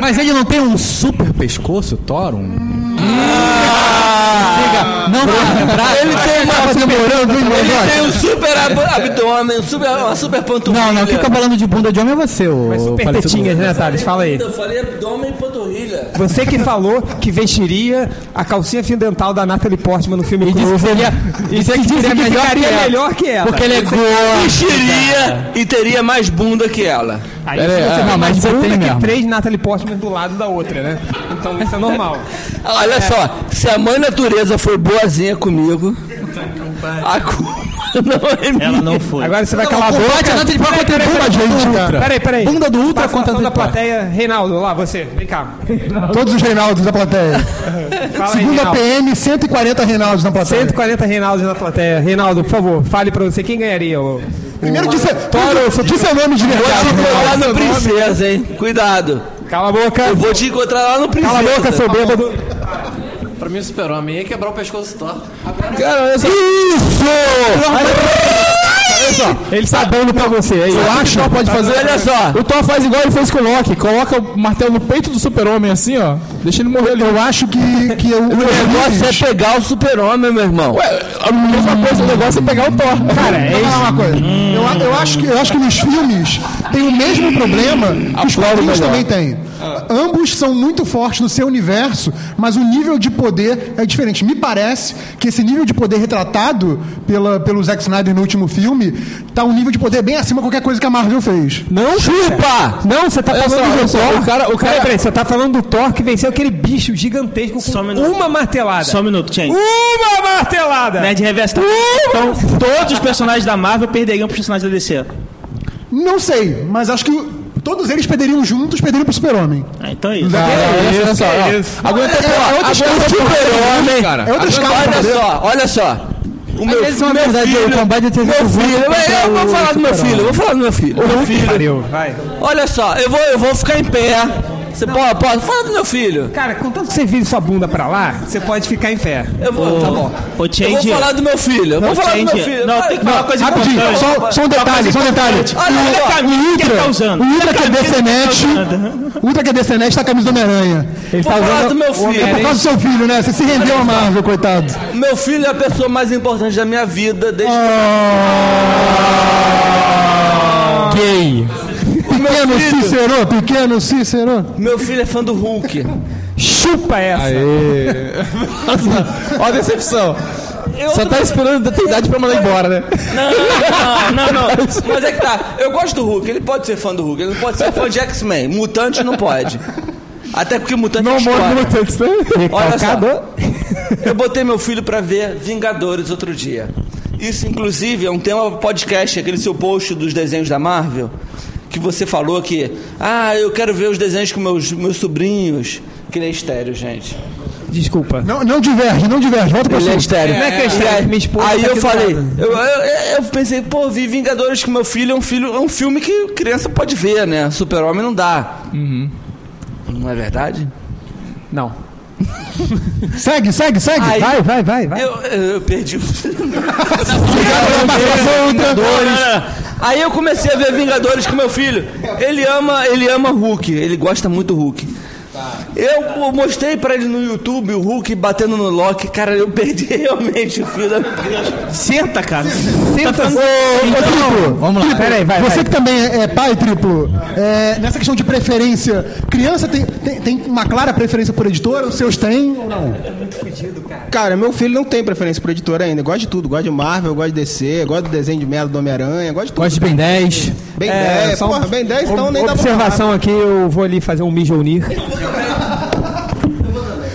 mas ele não tem um super pescoço, Thor? Um... Diga, não vai lembrar. Ah! Ele tem uma Tá demorando, hein, Ele negócio? tem um super ab- abdômen, um super, uma super panturrilha. Não, não, quem tá falando de bunda de homem é você, ô. Mas super falecido- tetinhas, né, Thales? Fala aí. Eu falei abdômen e panturrilha. Você que falou que vestiria a calcinha fio dental da Natalie Portman no filme E disse que Clover. seria, e é disse que seria que melhor que ficaria ela. melhor que ela. Porque ele é gordo. Vestiria e teria mais bunda que ela. Aí Pera aí, você ah, vê é, não, mais mas você bunda tem que mesmo. três Natalie Portman do lado da outra, né? Então isso é normal. Olha só, se a mãe natureza for boazinha comigo, a culpa não é minha. Ela não foi. Agora você vai Cala a calar a boca. boca, Natalie Portman tem bunda de Ultra. Peraí, peraí. Bunda do Ultra Passa contra a a da Natalie Portman. plateia. Reinaldo, lá, você. Vem cá. Todos os Reinaldos da plateia. Fala aí, Segunda Reinaldo. PM, 140 Reinaldos na plateia. 140 Reinaldos na plateia. Reinaldo, por favor, fale pra você quem ganharia. O... Primeiro disse, Toro, disse seu nome de Vou te verdade. encontrar no Princesa, hein? Cuidado. Cala a boca. Eu vou te encontrar lá no Princesa. Cala a boca, seu bêbado. Pra mim, o super-homem ia quebrar o pescoço do Thor. Cara, olha só. Ele tá está dando pra você. é Aí. Eu acho. Thor tá pode fazer. Olha só. O Thor faz igual ele fez com o Loki. Coloca o martelo no peito do super-homem assim, ó. Deixa ele morrer ali. Eu acho que, que eu, o negócio é pegar o super-homem, meu irmão. Ué, a mesma coisa, o negócio é pegar o Thor. Cara, é isso. uma coisa. Eu, eu, acho que, eu acho que nos filmes tem o mesmo problema que os quadrinhos também têm. Ambos são muito fortes no seu universo, mas o nível de poder é diferente. Me parece que esse nível de poder retratado pela, pelo Zack Snyder no último filme tá um nível de poder bem acima de qualquer coisa que a Marvel fez. Não, chupa! Não, você tá Olha só, falando olha do só, Thor. o cara- o cara- é É. Peraí, peraí, você tá falando do Thor que venceu aquele bicho gigantesco com Só um minuto. uma martelada. Só um minuto, Chen. Uh! Uma martelada! Nerd Reverso tá... Então, todos os personagens da Marvel perderiam pros personagens da DC. Não sei, mas acho que todos eles perderiam juntos, perderiam pro Super-Homem. Ah, então é isso. Olha só, é olha só. ó. Aguenta Ó, é outra escala de super-homem. cara. É outra escala de Olha poder. só, olha só. O meu, vezes, na meu verdade, filho, o combate entre meu os filho, contra eu- eu o vou falar do meu filho, eu vou falar do meu filho. Meu filho. Vai. Olha só, eu vou, eu vou ficar em pé. Você pode, pode, fala do meu filho. Cara, contanto que você vire sua bunda pra lá, você pode ficar em pé. Eu vou, tá bom. Ô, Eu vou Change. falar do meu filho. Eu vou Não, falar do meu change. filho. Não, Vai, tem que vai. falar coisa Rapidinho, importante. só, só um detalhe, só um detalhe. Olha, olha, O Quem Ultra, tá usando? o Ultra que é DCNet, o Ultra que é DCNet tá com a camisa do Homem-Aranha. Ele Vou tá falar usando do meu É por filho. causa do seu filho, né? Você se rendeu a Marvel, coitado. Meu filho é a pessoa mais importante da minha vida desde gay. Ah! Pequeno Cícero, pequeno Cícero. Meu filho é fã do Hulk. é Chupa essa. Ó a decepção. Eu Só tá esperando ter idade pra mandar embora, né? Não, não, não. Mas é que tá. Eu gosto do Hulk. Ele pode ser fã do Hulk. Ele não pode ser fã de X-Men. Mutante não pode. Até porque mutante é não Não tanto, né? Olha só. Eu botei meu filho pra ver Vingadores outro dia. Isso, inclusive, é um tema podcast, aquele seu post dos desenhos da Marvel, que você falou que, ah, eu quero ver os desenhos com meus, meus sobrinhos. Que ele é estéreo, gente. Desculpa. Não, não diverge, não diverge. Volta pra Ele é você. estéreo. Não é que é estéreo, E aí- minha esposa Aí tá eu aqui do falei, lado. eu, eu- eu pensei, pô, vi Vingadores com meu filho, é um, filho, é um filme que criança pode ver, né? Super-Homem não dá. Não é verdade? Não. Segue, segue, segue. Ai. Vai, vai, vai. vai. Eu, eu perdi o. Vingadores. Aí eu comecei a ver Vingadores com meu filho. Ele ama, ele ama Hulk, ele gosta muito do Hulk. Eu mostrei pra ele no YouTube o Hulk batendo no Loki, cara, eu perdi realmente o fio da. Senta, cara. Tá Então, Ô, Triplo, vamos lá. Triplo, Peraí, vai, você vai. que também é é pai, Triplo, é, nessa questão de preferência, criança tem, tem, tem uma clara preferência por editora? Os seus têm ou não? Tá Cara, meu filho não tem preferência por editora ainda. Gosta de tudo. Gosta de Marvel, gosta de DC, gosta do desenho de merda do Homem-Aranha, gosta de tudo. Gosta de Ben 10. Bem É, 10, só um- porra, bem 10, então nem dá pra falar. Observação aqui, eu vou ali fazer um mijonir.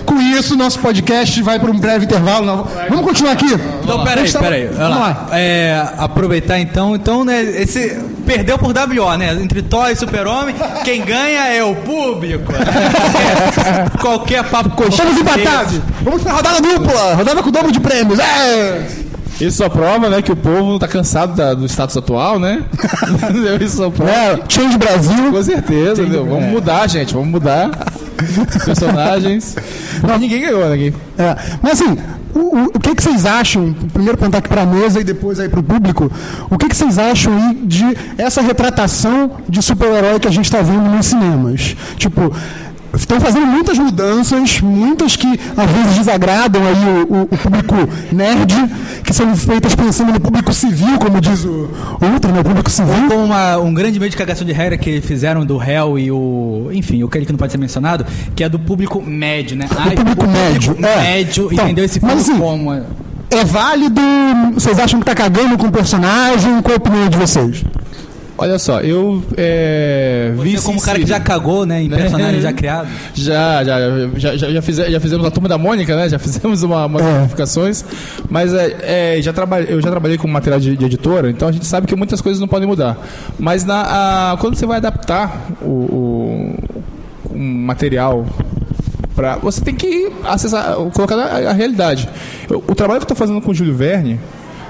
Com isso, nosso podcast vai para um breve intervalo. Não- Vamos continuar aqui? Então, peraí, peraí. Olha Vamos lá. lá. É, aproveitar então, então, né, esse perdeu por WO, né? Entre Thor e Super-Homem, quem ganha é o público. Qualquer, qualquer papo coxinha. Estamos empatados. Vamos para a rodada dupla, rodada com o dobro de prêmios. É! Isso só prova, né, que o povo não tá cansado da- do status atual, né? Entendeu? Isso só prova. É, Change Brasil. É. Com certeza, entendeu? Vamos mudar, gente, vamos mudar. Os Personagens. Não, ninguém ganhou, né? Gui? É, mas assim, o, o- o que, que vocês acham? Primeiro perguntar aqui para a mesa e depois aí para o público. O que, que vocês acham aí de essa retratação de super-herói que a gente está vendo nos cinemas? Tipo, estão fazendo muitas mudanças, muitas que às vezes desagradam aí o, o- o público nerd, que são feitas pensando no público civil, como diz o outro, né? O público civil. Com uma- um grande meio de cagação de regra que fizeram do réu e o. Enfim, o que que não pode ser mencionado, que é do público médio, né? O público médio, é. médio, Então, entendeu? Esse filme mas assim, como. é. É válido? Vocês acham que tá cagando com o personagem? Qual a opinião de vocês? Olha só, eu assim, é, vi. Você como o cara que Sin já cagou, né? Em personagem já criado. É. Já, já, já, já, já, fize- já fizemos a turma da Mônica, né? Já fizemos uma, umas modificações. Mas é, é, já traba, eu já trabalhei com material de, de editora, então a gente sabe que muitas coisas não podem mudar. Mas na, a- quando você vai adaptar o, o- um material. Pra, você tem que acessar, colocar a, a realidade. Eu- o trabalho que eu estou fazendo com o Júlio Verne,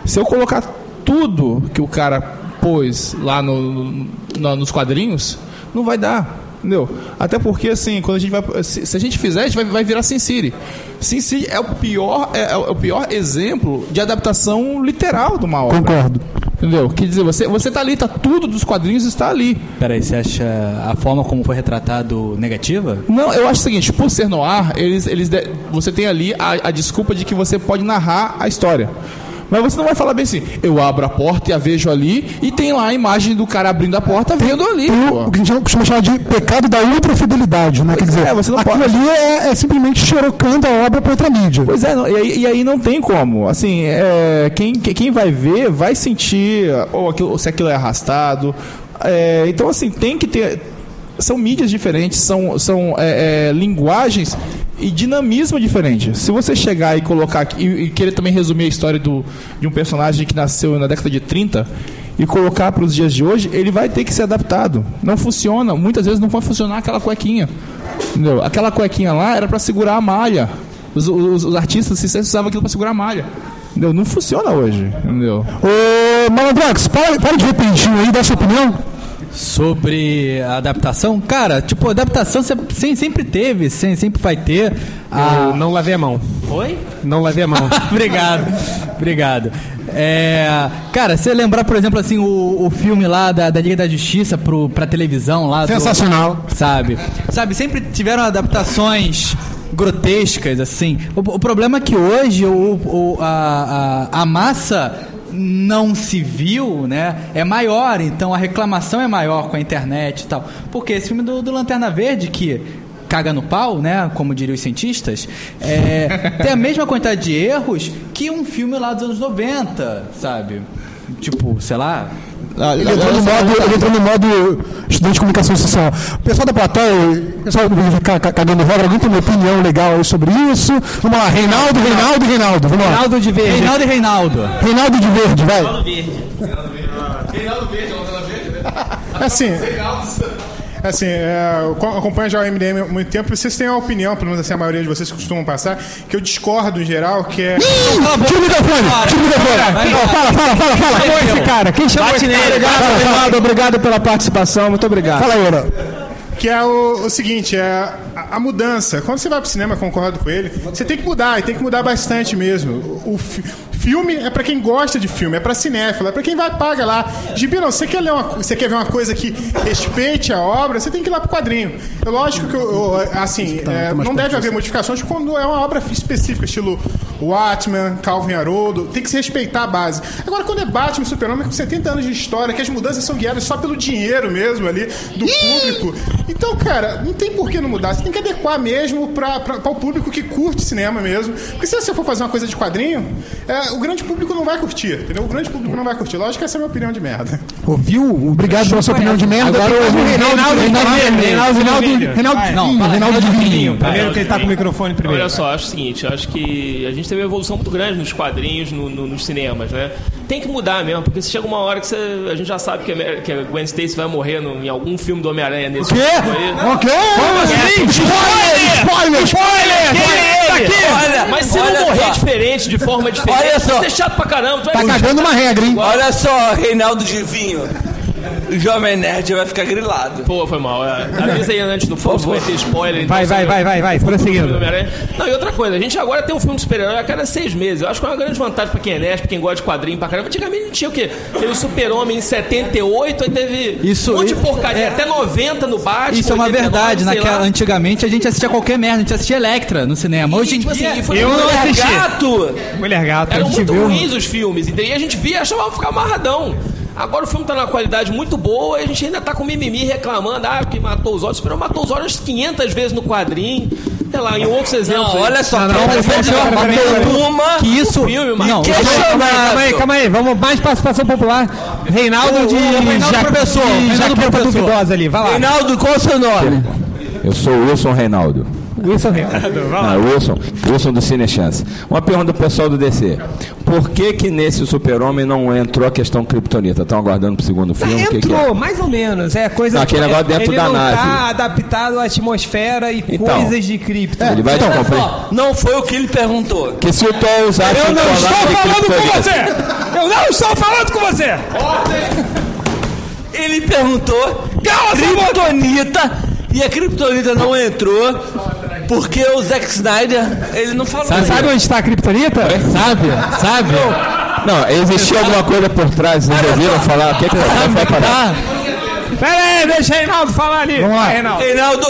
se eu colocar tudo que o cara pôs lá no- no- na- nos quadrinhos, não vai dar. Entendeu? Até porque, assim, quando a gente vai. Se, se a gente fizer, a gente vai, vai virar Sin City. Sin City é o pior, é, é o é o pior exemplo de adaptação literal de uma obra. Concordo. Entendeu? Quer dizer, você, você tá ali, tá tudo dos quadrinhos está ali. Peraí, você acha a forma como foi retratado negativa? Não, eu acho o seguinte, por ser no ar, eles, eles de- você tem ali a, a desculpa de que você pode narrar a história. Mas você não vai falar bem assim, eu abro a porta e a vejo ali, e tem lá a imagem do cara abrindo a porta vendo ali. Então, o que a gente costuma chamar de pecado da ultrafidelidade, né? Quer dizer, é, você não aquilo pode- ali é, é simplesmente xerocando a obra para outra mídia. Pois é, não- e, aí, e aí não tem como. Assim, é, quem, que- quem vai ver vai sentir ou aquilo- se aquilo é arrastado. É, então, assim, tem que ter. São mídias diferentes, são, são é, é, linguagens e dinamismo diferente. Se você chegar e colocar aqui- e, e querer também resumir a história do, de um personagem que nasceu na década de 30 e colocar para os dias de hoje, ele vai ter que ser adaptado. Não funciona, muitas vezes não vai funcionar aquela cuequinha. Entendeu? Aquela cuequinha lá era para segurar a malha. Os, os- os artistas se usavam aquilo pra segurar a malha. Entendeu? Não funciona hoje. Entendeu? Ô, Malandrox, para, para de repetir aí dessa opinião. Sobre a adaptação? Cara, tipo, adaptação se- se- sempre teve, se- sempre vai ter. A... Eu não lavei a mão. Oi? Não lavei a mão. obrigado, obrigado. É, cara, você lembrar, por exemplo, assim, o, o filme lá da, da Liga da Justiça pro, pra televisão lá. do- Sensacional. sabe? Sabe, sempre tiveram adaptações grotescas, assim. O, o problema é que hoje o, o- a, a, a massa não civil, né, é maior, então a reclamação é maior com a internet e tal. Porque esse filme do, do Lanterna Verde, que caga no pau, né, como diriam os cientistas, é, tem a mesma quantidade de erros que um filme lá dos anos 90, sabe? Tipo, sei lá... Ele entrou, no modo, ele entrou no modo estudante de comunicação social. O pessoal da plateia, o pessoal que fica ca- cagando regra, alguém tem uma opinião legal aí sobre isso? Vamos lá, Reinaldo, Reinaldo, Reinaldo. Vamos lá. Reinaldo de Verde. Reinaldo e Reinaldo. Reinaldo de Verde, vai. Assim, assim é, eu co- acompanho já o MDM há muito tempo e vocês têm uma opinião, pelo menos assim a maioria de vocês costumam passar, que eu discordo em geral, que é. Tira o microfone, tira o microfone. Ó, Fala, fala, fala, fala. é Quem chamou esse cara? Quem chamou esse cara? Obrigado, Reinaldo. Obrigado pela participação. Muito obrigado. Fala aí, Ana. Que é o, o seguinte, é a, a mudança. Quando você vai pro cinema, concordo com ele, você tem que mudar, e tem que mudar bastante mesmo. O, o fi- filme é pra quem gosta de filme, é pra cinéfilo, é pra quem vai paga lá. Gibi, não, você quer, ler uma, co- você quer ver uma coisa que respeite a obra, você tem que ir lá pro quadrinho. É lógico que, eu, eu, assim, é, não deve haver modificações quando é uma obra específica, estilo Watchmen, Calvin Haroldo, tem que se respeitar a base. Agora, quando é Batman, Super-Homem, com 70 anos de história, que as mudanças são guiadas só pelo dinheiro mesmo ali, do público. Então, cara, não tem por que não mudar. Você tem que adequar mesmo pra, pra, pra o público que curte cinema mesmo. Porque se você for fazer uma coisa de quadrinho, é, o grande público não vai curtir, entendeu? O grande público não vai curtir. Lógico que essa é a minha opinião de merda. Ouviu? Obrigado pela sua opinião de merda. Agora Depois eu ouvi. Reinaldo, Reinaldo, Reinaldo, Reinaldo, Reinaldo, Reinaldo, Não, Reinaldo, fala, Reinaldo de Vinho. Primeiro que ele tá com o microfone primeiro. Olha só, acho o seguinte, acho que a gente teve uma evolução muito grande nos quadrinhos, no- no- nos cinemas, né? Tem que mudar mesmo, porque se chega uma hora que você, a gente já sabe que a, Mer- que a Gwen Stacy vai morrer no- em algum filme do Homem-Aranha nesse O quê? filme aí. é? O quê? Como assim? Spoiler! Spoiler! Spoiler! Tá aqui! Olha, Mas se olha não morrer só. diferente, de forma diferente, Olha só. você é chato pra caramba. tu vai- Tá cagando uma regra, hein? Olha só, Reinaldo de Vinho. O Jovem Nerd vai ficar grilado. Pô, foi mal. é. Avisa aí antes do post, vai ter spoiler. Vai, então, vai, vai, vai, vai, do prosseguindo. Homem-Aranha. Não, e outra coisa, a gente agora tem um filme de super-herói a cada seis meses. Eu acho que é uma grande vantagem pra quem é nerd, pra quem gosta de quadrinho pra caramba. Antigamente não tinha o quê? Teve o Super-Homem em 78, aí teve Isso, um monte de isso- porcaria, até 90 no Batman. Isso é uma 89, verdade. sei Naquela, lá. antigamente a gente assistia qualquer merda, a gente assistia Electra no cinema. Hoje em Tipo assim, dia. e foi eu muito não assisti. gato. Mulher gata, a Eram gente muito um- viu. ruins os filmes. E daí a gente via e achava ficar amarradão. Agora o filme tá numa qualidade muito boa e a gente ainda tá com mimimi reclamando. Ah, porque matou os olhos. O Superman matou os olhos 500 vezes no quadrinho. Sei lá, em outros exemplos. Não, aí. olha só, não, mas não, não, não, peraí, peraí. matou uma Que isso. filme, não, que isso- chamado. Calma aí, calma aí, calma aí. Vamos mais participação popular. Reinaldo de. o Reinaldo Professor, o De Reinaldo jaqueta Professor. duvidosa ali, vai lá. Reinaldo, qual o seu nome? Eu sou o Wilson Reinaldo. Wilson Reinaldo, vai lá. Ah, Wilson, Wilson do Cine Chance. Uma pergunta pro pessoal do DC. Por que que nesse Super-Homem não entrou a questão kryptonita? Estão aguardando pro segundo filme? O que que é? Entrou, mais ou menos. É coisa Não, aquele negócio dentro ele da não nave. tá adaptado à atmosfera e Então. coisas de cripto. Então, Ele vai Olha comprar. só, não foi o que ele perguntou. Que se o Thor usasse Eu um não colar estou de falando com kryptonita- você! Eu não estou falando com você! Ele perguntou Cala essa boca! Kryptonita e a Kryptonita não entrou porque o Zack Snyder, ele não falou. Sabe onde está a criptonita? Sabe? Sabe? Não, existia alguma coisa por trás, vocês ouviram falar? O que que foi? Como foi parar? tá. Pera aí, deixa o Reinaldo falar ali. Vamos lá. Reinaldo. Reinaldo,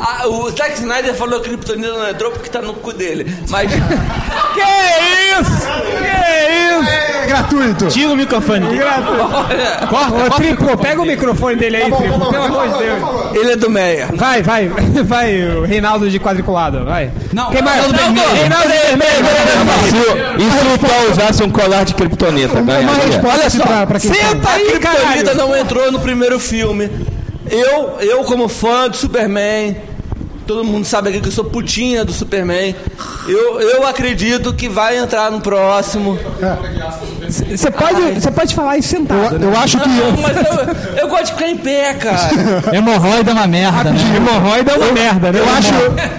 a- o Zack Snyder falou que a Kryptonita não entrou porque tá no cu dele. Mas. que isso? Que isso? É gratuito. Tira o microfone. Olha. Corta, corta Triplo, pega o microfone dele aí, Triplo, pelo amor de Deus. Ele é do Meia. Vai, vai, vai, o Reinaldo de quadriculado, vai. Não, Quem mais? Reinaldo Vermelho. Reinaldo Vermelho. Isso pra usasse um colar de criptonita, ganharia. Olha só, senta a tá aí, Kryptonita caralho. não entrou no primeiro filme. Eu, eu como fã de Superman, todo mundo sabe aqui que eu sou putinha do Superman. Eu, eu acredito que vai entrar no próximo. Você pode, você pode falar isso sentado. né? Eu acho que. Não, mas eu, eu gosto de ficar em pé, cara. Hemorroida é uma merda. Né? Hemorroida é uma merda, né? Eu acho,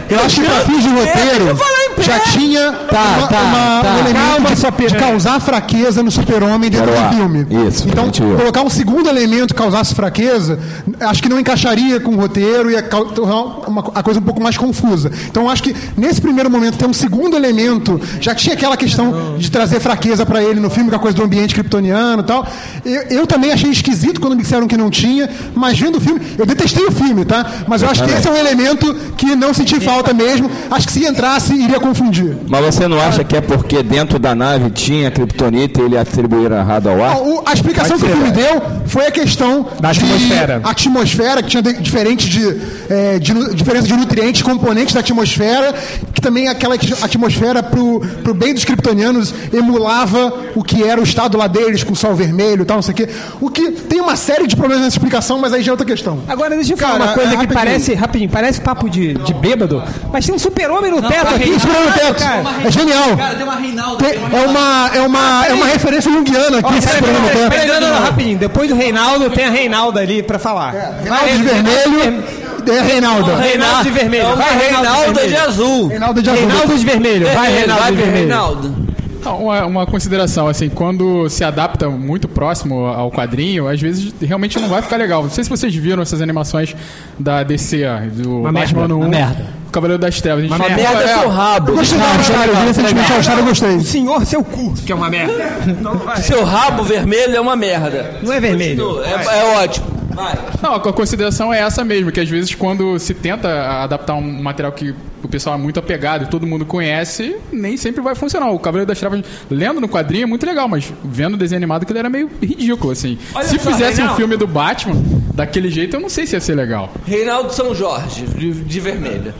eu acho que pra fins de roteiro já tinha uma, tá, uma- tá. um elemento Calma, de- sua de, piranha. causar fraqueza no super-homem dentro Quero ar. do filme. Isso, Então, gente, eu. colocar um segundo elemento que causasse fraqueza, acho que não encaixaria com o roteiro e ia cau- tornar uma- a coisa um pouco mais confusa. Então, acho que nesse primeiro momento ter um segundo elemento, já tinha aquela questão de trazer fraqueza pra ele no filme, com a coisa do ambiente kryptoniano e tal. Eu, eu também achei esquisito quando me disseram que não tinha, mas vendo o filme, eu detestei o filme, tá? Mas eu acho que esse é um elemento que não senti falta mesmo. Acho que se entrasse, iria confundir. Mas você não acha que é porque dentro da nave tinha criptonita e ele atribuíram errado ao ar? Não, o- a explicação que Tá. Pode ser, o né? filme deu foi a questão da atmosfera. A atmosfera, que tinha de- diferente de, é, de nu- diferença de nutrientes, componentes da atmosfera, que também aquela que- atmosfera pro, pro bem dos kryptonianos emulava o que era o estado lá deles, com sol vermelho e tal, não sei o quê. O que tem uma série de problemas nessa explicação, mas aí já é outra questão. Agora deixa eu falar Cara, uma coisa que rapidinho. parece, rapidinho, parece papo de, de bêbado, mas tem um super-homem no teto tá aqui. Reinaldo, Super-homem no cara, teto. tem uma Reinaldo. É genial. Cara, tem uma Reinaldo. Tem- tem uma é Reinaldo. uma, é uma, é uma referência junguiana aqui, Ah, Ó, esse peraí, programa peraí, todo. peraí, não, não, não, rapidinho. Depois do Reinaldo, tem a Reinalda ali pra falar. Vai, É, Reinaldo de vermelho, é Reinaldo. Reinaldo de vermelho. Vai, É uma Reinaldo de Reinalda de vermelho. azul. Reinaldo de azul. Reinaldo de vermelho. Vai, Reinaldo de vermelho. É, Reinaldo. Não, Uma, uma consideração, assim, quando se adapta muito próximo ao quadrinho, às vezes realmente não vai ficar legal. Não sei se vocês viram essas animações da DC, ó, do Uma merda, Batman 1, uma merda. o Cavaleiro das Trevas. A gente Uma não- Merda é seu rabo. Eu gostei da Rochelle, eu vi tá recentemente a Rochelle, eu gostei. Senhor, seu cu, que é uma merda. Então vai. Seu rabo vermelho é uma merda. Não é vermelho. Continua, É, é ótimo. Vai. Não, a consideração é essa mesmo, que às vezes quando se tenta adaptar um material que o pessoal é muito apegado e todo mundo conhece, nem sempre vai funcionar. O Cavaleiro das Trevas, lendo no quadrinho, é muito legal, mas vendo o desenho animado que ele era meio ridículo, assim. Olha se só, fizesse um Reinaldo. filme do Batman, daquele jeito, eu não sei se ia ser legal. Reinaldo São Jorge, de, de vermelho.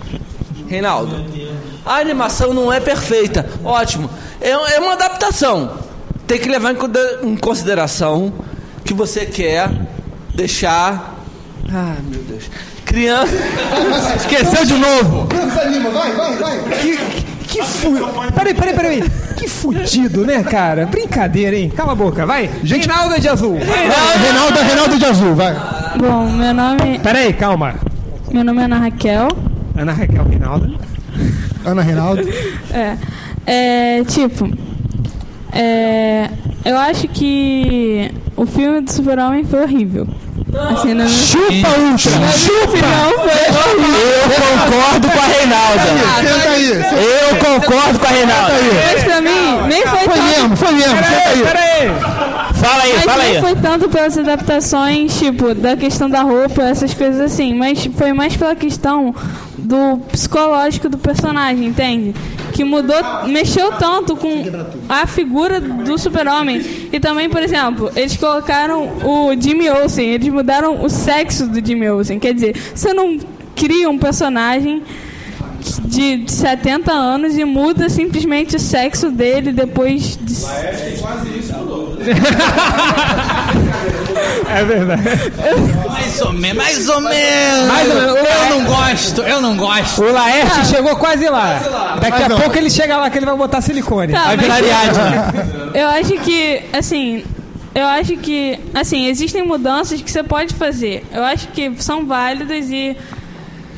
Reinaldo, a animação não é perfeita. Ótimo. É, é uma adaptação. Tem que levar em conde- em consideração que você quer deixar. Ah, meu Deus. Criança. Esqueceu de novo! Desanima, vai, vai, vai. Que, que fu... Peraí, peraí, peraí. Que fudido, né, cara? Brincadeira, hein? Cala a boca, vai. Reinaldo é de azul. Reinaldo, é Reinaldo de azul, vai. Bom, meu nome, Peraí, calma. meu nome é Ana Raquel. Ana Raquel Reinaldo. Ana Reinaldo. É, é, tipo, é, eu acho que o filme do Super-Homem foi horrível. Assim, não, Chupa Ultra! Concordo com a Reinalda. Senta aí! senta aí. Eu concordo com a Reinalda. mas pra mim, nem foi Foi tanto, mesmo, foi mesmo! Senta aí! Peraí. Fala aí, mas fala nem aí. foi tanto pelas adaptações, tipo, da questão da roupa, essas coisas assim, mas foi mais pela questão do psicológico do personagem, entende? Que mudou, mexeu tanto com a figura do super-homem. E também, por exemplo, eles colocaram o Jimmy Olsen, eles mudaram o sexo do Jimmy Olsen. Quer dizer, você não cria um personagem de 70 anos e muda simplesmente o sexo dele depois de É verdade. Mais ou menos, mais ou menos. Mais ou menos. Eu não gosto, eu não gosto. O Laerte chegou quase lá. Daqui a pouco ele chega lá que ele vai botar silicone. Tá, Vai mas- virar Ariadne. Eu acho que, assim, eu acho que, assim, existem mudanças que você pode fazer. Eu acho que são válidas e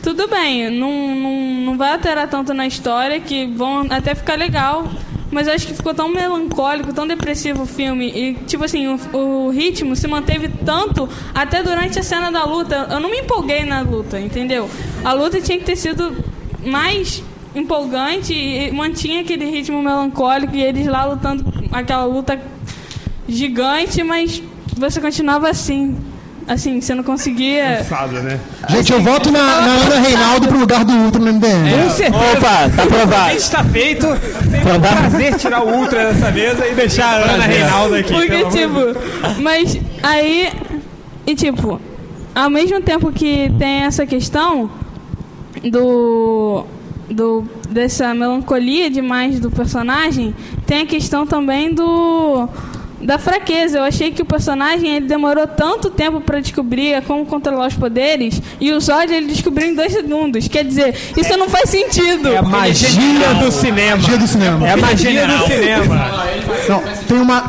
tudo bem, não, não, não vai alterar tanto na história que vão até ficar legal. Mas eu acho que ficou tão melancólico, tão depressivo o filme. E, tipo assim, o, o ritmo se manteve tanto até durante a cena da luta. Eu não me empolguei na luta, entendeu? A luta tinha que ter sido mais empolgante e mantinha aquele ritmo melancólico e eles lá lutando aquela luta gigante, mas você continuava assim. Assim, você não conseguia. Fada, né? Gente, eu voto na, na Ana Reinaldo pro lugar do Ultra no MDM. É. Com certeza. O convite tá feito. Tem um prazer tirar o Ultra dessa mesa e deixar a Ana Reinaldo aqui. Porque, pelo amor de Deus. tipo, mas aí. E tipo, ao mesmo tempo que tem essa questão do. do dessa melancolia demais do personagem, tem a questão também do. Da fraqueza, eu achei que o personagem ele demorou tanto tempo para descobrir como controlar os poderes e o Zod ele descobriu em dois segundos. Quer dizer, isso não faz sentido. É a magia do cinema. Magia do cinema. É a magia do cinema. Não, tem uma.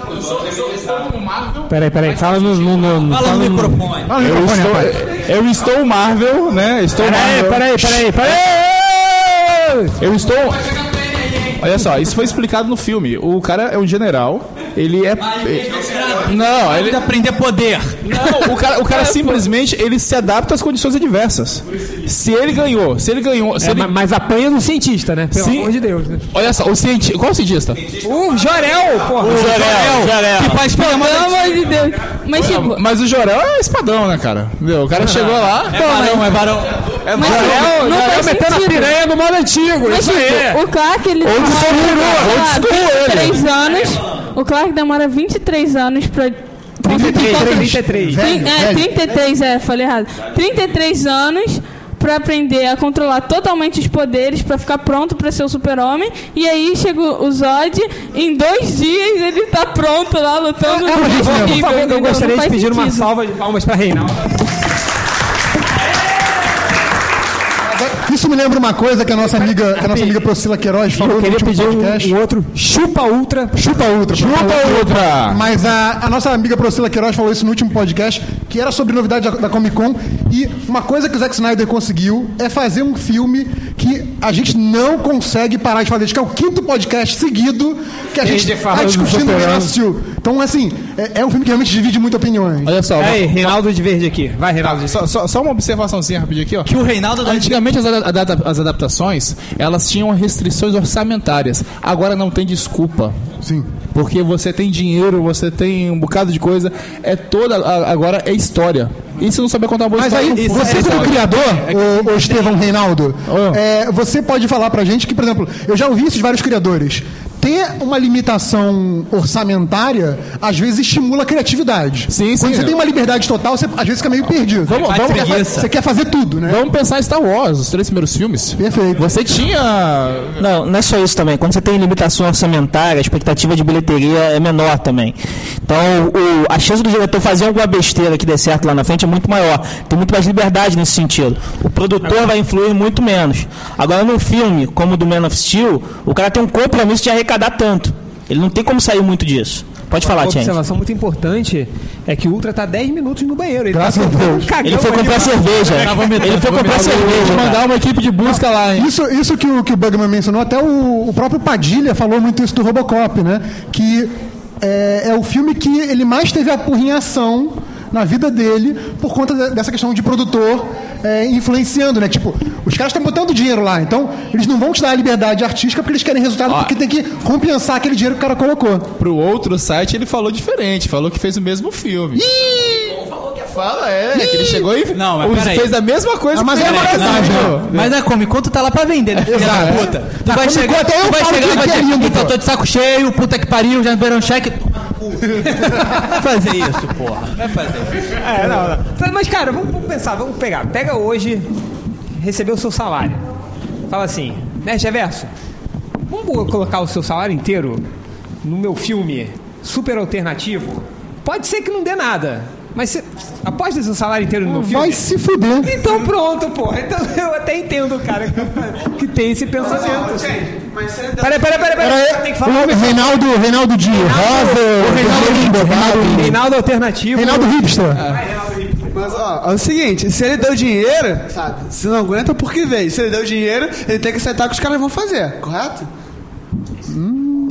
Peraí, peraí, fala no, no, no, fala no microfone. Eu estou, eu estou Marvel, né? Estou Marvel. peraí, peraí, peraí. Eu estou. Olha só, isso foi explicado no filme. O cara é um general, ele é. Não, ele aprender poder. Não, o cara, o cara simplesmente ele se adapta às condições adversas. Se ele ganhou, se ele ganhou. Se É, ele... ma- Mas apanha do cientista, né? Pelo Sim. amor de Deus. né? Olha só, o cientista. Qual cientista? O Jorel, porra. O Jorel, Jorel. Que faz Pelo amor de Deus. Mas tipo, Mas o Jorel é espadão, né, cara? Entendeu? O cara chegou lá. É barão, é barão. É Mas Jorel, não Jorel faz metendo a sentido. piranha no modo antigo. Mas, Isso aí. tipo, o Clark, ele Ou desconfigurou, ou desconfigurou ele. 23 anos. O Clark demora 23 anos pra... 33, 33. Trin- é, Velho. 33, é, falei errado. 33 anos pra aprender a controlar totalmente os poderes, pra ficar pronto pra ser o super-homem. E aí chega o Zod, em dois dias ele tá pronto lá lutando. É, mas, com o por Evil, favor, eu entendeu? gostaria Não de faz pedir uma sentido. salva de palmas pra Reinaldo. Isso me lembra uma coisa que a nossa amiga, que a nossa amiga Priscila Queiroz Eu falou no queria último pedir podcast. um, um outro chupa ultra. Chupa outra. Chupa outra. Mas a, a nossa amiga Priscila Queiroz falou isso no último podcast, que era sobre novidade da, da Comic Con. E uma coisa que o Zack Snyder conseguiu é fazer um filme que a gente não consegue parar de fazer. Acho que é o quinto podcast seguido que a Desde gente falando está do discutindo Superman. e não assistiu. Então, assim, é, é um filme que realmente divide muito opiniões. Olha só, Aí, Reinaldo de Verde aqui. Vai, Reinaldo. Só, só- só uma observaçãozinha rapidinho aqui, ó. Que o Reinaldo da- Antigamente as, ada- ada- as adaptações, elas tinham restrições orçamentárias. Agora não tem desculpa. Sim. Porque você tem dinheiro, você tem um bocado de coisa. É toda. a- agora é história. E se não saber contar uma boa Mas história. aí, não- você não como sabe. criador, é, ô, ô Estevão Reinaldo, é, você pode falar pra gente que, por exemplo, eu já ouvi isso de vários criadores. Ter uma limitação orçamentária, às vezes, estimula a criatividade. Sim, sim. é. Quando você tem uma liberdade total, você às vezes fica meio perdido. Vamos- você, vamos- quer, fa- preguiça. você quer fazer tudo, né? Vamos pensar em Star Wars, os três primeiros filmes. Perfeito. Você tinha. Não, não é só isso também. Quando você tem limitação orçamentária, a expectativa de bilheteria é menor também. Então, o- a chance do diretor fazer alguma besteira que dê certo lá na frente é muito maior. Tem muito mais liberdade nesse sentido. O produtor vai influir muito menos. Agora, num filme como o do Man of Steel, o cara tem um compromisso de arrecadar tanto. Ele não tem como sair muito disso. Pode falar, Uma Tiago. observação muito importante é que o Ultra tá 10 minutos no banheiro. Ele Graças tá a tomando Deus. um cagão Ele foi ali, comprar ó. cerveja. Ele foi comprar cerveja. cara. Mandar uma equipe de busca lá, hein? Isso, isso que, o, que o Bugman mencionou, até o, o próprio Padilha falou muito isso do Robocop, né? Que é, é o filme que ele mais teve apurrinhação na vida dele por conta de- dessa questão de produtor é, influenciando, né? Tipo, os caras estão botando dinheiro lá, então eles não vão te dar a liberdade artística porque eles querem resultado, porque tem que compensar aquele dinheiro que o cara colocou. Pro outro site ele falou diferente, falou que fez o mesmo filme. Fala, é, que ele chegou e Não, mas os- peraí. fez a mesma coisa Ah, mas que é fez no verdade, Brasil. Mas na Comic Con tu tá lá pra vender, né? Filha da Exato. Tá puta. Tu Na vai Comic Con chegar, até eu tu vai falo chegar e que vai é dizer, lindo, então pô." tô de saco cheio, puta que pariu, já liberou um cheque. Toma no cu. Vai fazer isso, porra. Vai fazer isso. É, não, não. Mas, cara, vamos, vamos pensar, vamos pegar. Pega hoje, recebeu o seu salário. Fala assim, né, Reverso? Vamos colocar o seu salário inteiro no meu filme super alternativo? Pode ser que não dê nada, mas você aposta o seu salário inteiro no meu filme? Vai se fuder. Então pronto, porra. Então eu até entendo o cara que tem esse pensamento. Peraí, peraí, peraí, peraí. Tem que falar O Reinaldo, Reinaldo de Rosa, Reinaldo, Reinaldo, Reinaldo alternativo. Reinaldo Hipster. Mas ó, é o seguinte, se ele deu dinheiro, sabe? Se não aguenta, por que vem? Se ele deu dinheiro, ele tem que aceitar o que os caras vão fazer, correto? Hum.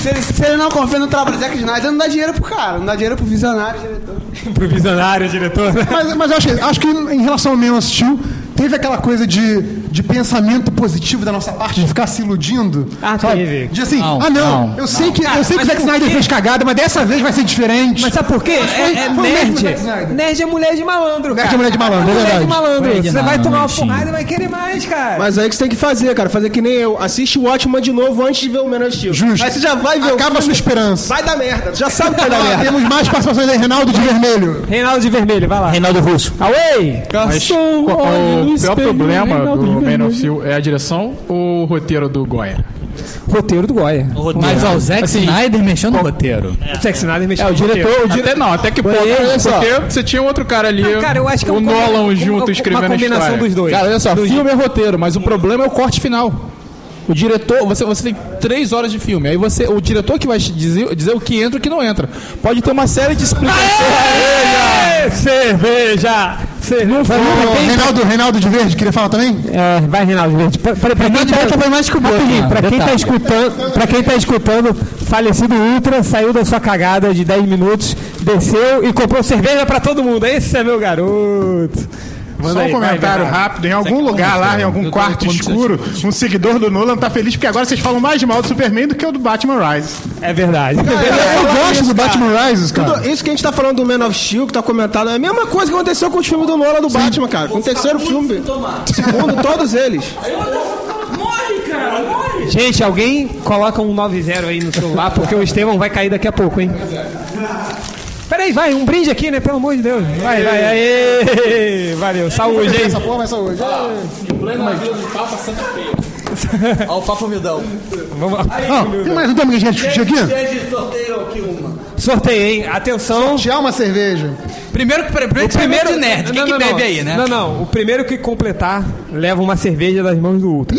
Se ele, se ele não confia no trabalho do Zack Snyder, não dá dinheiro pro cara, não dá dinheiro pro visionário, diretor. pro visionário, diretor. Mas, mas eu acho, que- acho que em relação ao Man of Steel, teve aquela coisa de de pensamento positivo da nossa parte, de ficar se iludindo. Ah, teve. De assim, Não, ah, não, não, eu sei não. que, Cara, eu sei que o mas Zack por Snyder quê? fez cagada, mas dessa vez vai ser diferente. Mas sabe por quê? Foi, É, é foi o mesmo Zack nerd. Snyder. Nerd é mulher de malandro, Nerd cara. é mulher de malandro, é mulher verdade. de malandro. Mulher de Você vai tomar uma malandro, porrada e vai querer mais, cara. Mas aí que você tem que fazer, cara. Fazer que nem eu. Assiste o Watchman de novo antes de ver o Man of Steel. Justo. Aí você já vai ver o Acaba a sua esperança. Vai dar merda. Tu Já sabe que vai dar Ó, merda. Temos mais participações aí, Reinaldo de Vermelho. Reinaldo de Vermelho, vai lá. Reinaldo Russo. Away! Mas o é o pior problema do Man of Steel é a direção ou o roteiro do Goya? Roteiro do Goya. Mas ó, o Zack Assim, Snyder mexendo no roteiro. O Zack Snyder mexeu É, o no roteiro. diretor, o diretor. Não, até que Foi ponto. ele, Olha só. porque Porque você tinha outro cara ali. Não, cara, eu acho que é o um combi- Nolan um- junto uma escrevendo a combinação história. dos dois. Cara, olha só, Dos- filme é roteiro, mas o problema é o corte final. O diretor, você, você tem três horas de filme, aí você, o diretor que vai te dizer, dizer o que entra e o que não entra. Pode ter uma série de explicações. Cerveja! Cerveja! Ô, Reinaldo, Reinaldo de Verde, queria falar também? É, vai, Reinaldo, gente. Pra, pra- pra quem tá, é Rapidinho, pra quem tá escutando, pra quem tá escutando, falecido Ultra saiu da sua cagada de 10 minutos, desceu e comprou cerveja pra todo mundo. Esse é meu garoto. Só um comentário rápido. Em é algum lugar lá, em algum quarto escuro, um seguidor do Nolan tá feliz porque agora vocês falam mais mal do Superman do que o do Batman Rise. É verdade. eu gosto do Batman Rises, cara. Tudo- isso que a gente tá falando do Man of Steel, que tá comentado, é a mesma coisa que aconteceu com os filmes do Nolan do Batman, cara. Com o terceiro filme. Segundo, todos eles. Gente, alguém coloca um 9-0 aí no celular, porque o Estevão vai cair daqui a pouco, hein? Peraí, vai, um brinde aqui, né? Pelo amor de Deus. Vai, vai, aê! Valeu, saúde, hein? Essa porra, mas saúde. Ó, o papo humildão. Vamos lá. Ah, tem mais um tema que a gente discutir aqui? sorteio aqui uma. Sorteio, hein? Atenção. Sortear uma cerveja. Primeiro, que- primeiro, que primeiro de nerd. Quem Não, que não, bebe não. aí, né? Não, não. O primeiro que completar leva uma cerveja das mãos do Ultra.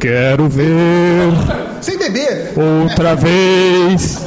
Quero ver Sem beber. outra vez.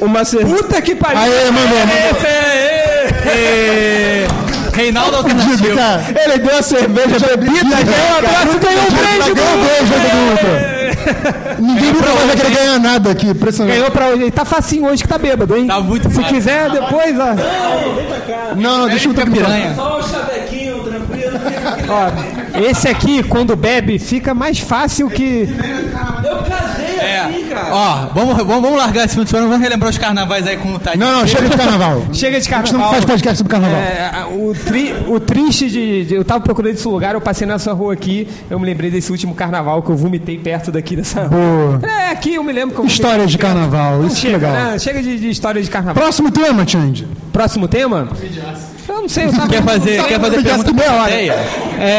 Uma cerveja. Puta que pariu! Aê, mandou, mandou. Esse é- é- é, Reinaldo Tá Fudido, Alternativo. cara. Tá Ele deu a cerveja bebida, ganhou um abraço, ganhou um brinde, Ganhou um mano. beijo É. aí do Ultra. Ninguém nunca mais vai querer ganhar nada aqui. Impressionante. Ganhou pra hoje. Ele tá facinho hoje que tá bêbado, hein? Tá muito Se quiser, depois, ó. Não, não, deixa o Ultra aqui no piranha. Só o chavequinho, tranquilo. Ó, esse aqui, quando bebe, fica mais fácil que. Eu casei É. assim, cara. Ó, vamos, vamos, vamos largar esse fim de semana, vamos relembrar os carnavais aí com o Tadinho. Não, não, chega de carnaval. Chega de A gente não carnaval. faz podcast sobre carnaval. É, a- o, tri- o triste de, de- Eu tava procurando esse lugar, eu passei nessa rua aqui, eu me lembrei desse último carnaval que eu vomitei perto daqui dessa rua. É, aqui eu me lembro como. né? Histórias de carnaval, Não isso que é chega, legal. né? Chega de, de história de carnaval. Próximo tema, Change. Próximo tema? Eu não sei, eu tava. Quer fazer, tava- quer fazer Podcast pergunta de meia pra hora. plateia?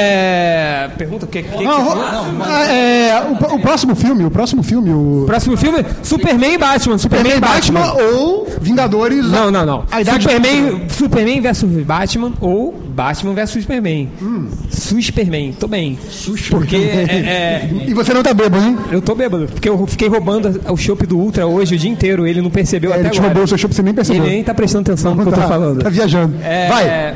É. Pergunta o que, que, que Não, ro- Ah, é, o, o próximo filme, o próximo filme, o Próximo filme? Superman e Batman. Superman e Superman Batman. Batman ou Vingadores. Não, não, não. A idade Superman, Superman versus Batman ou Batman versus Superman. Hum. Superman, tô bem. Porque é, é, E você não tá bêbado, hein? eu tô bêbado, porque eu fiquei roubando o chopp do Ultra hoje o dia inteiro, ele não percebeu É, até ele te agora. roubou o seu chopp, você nem percebeu. Ele nem tá prestando atenção no que eu tá, tô falando. Tá viajando. É, Vai. é,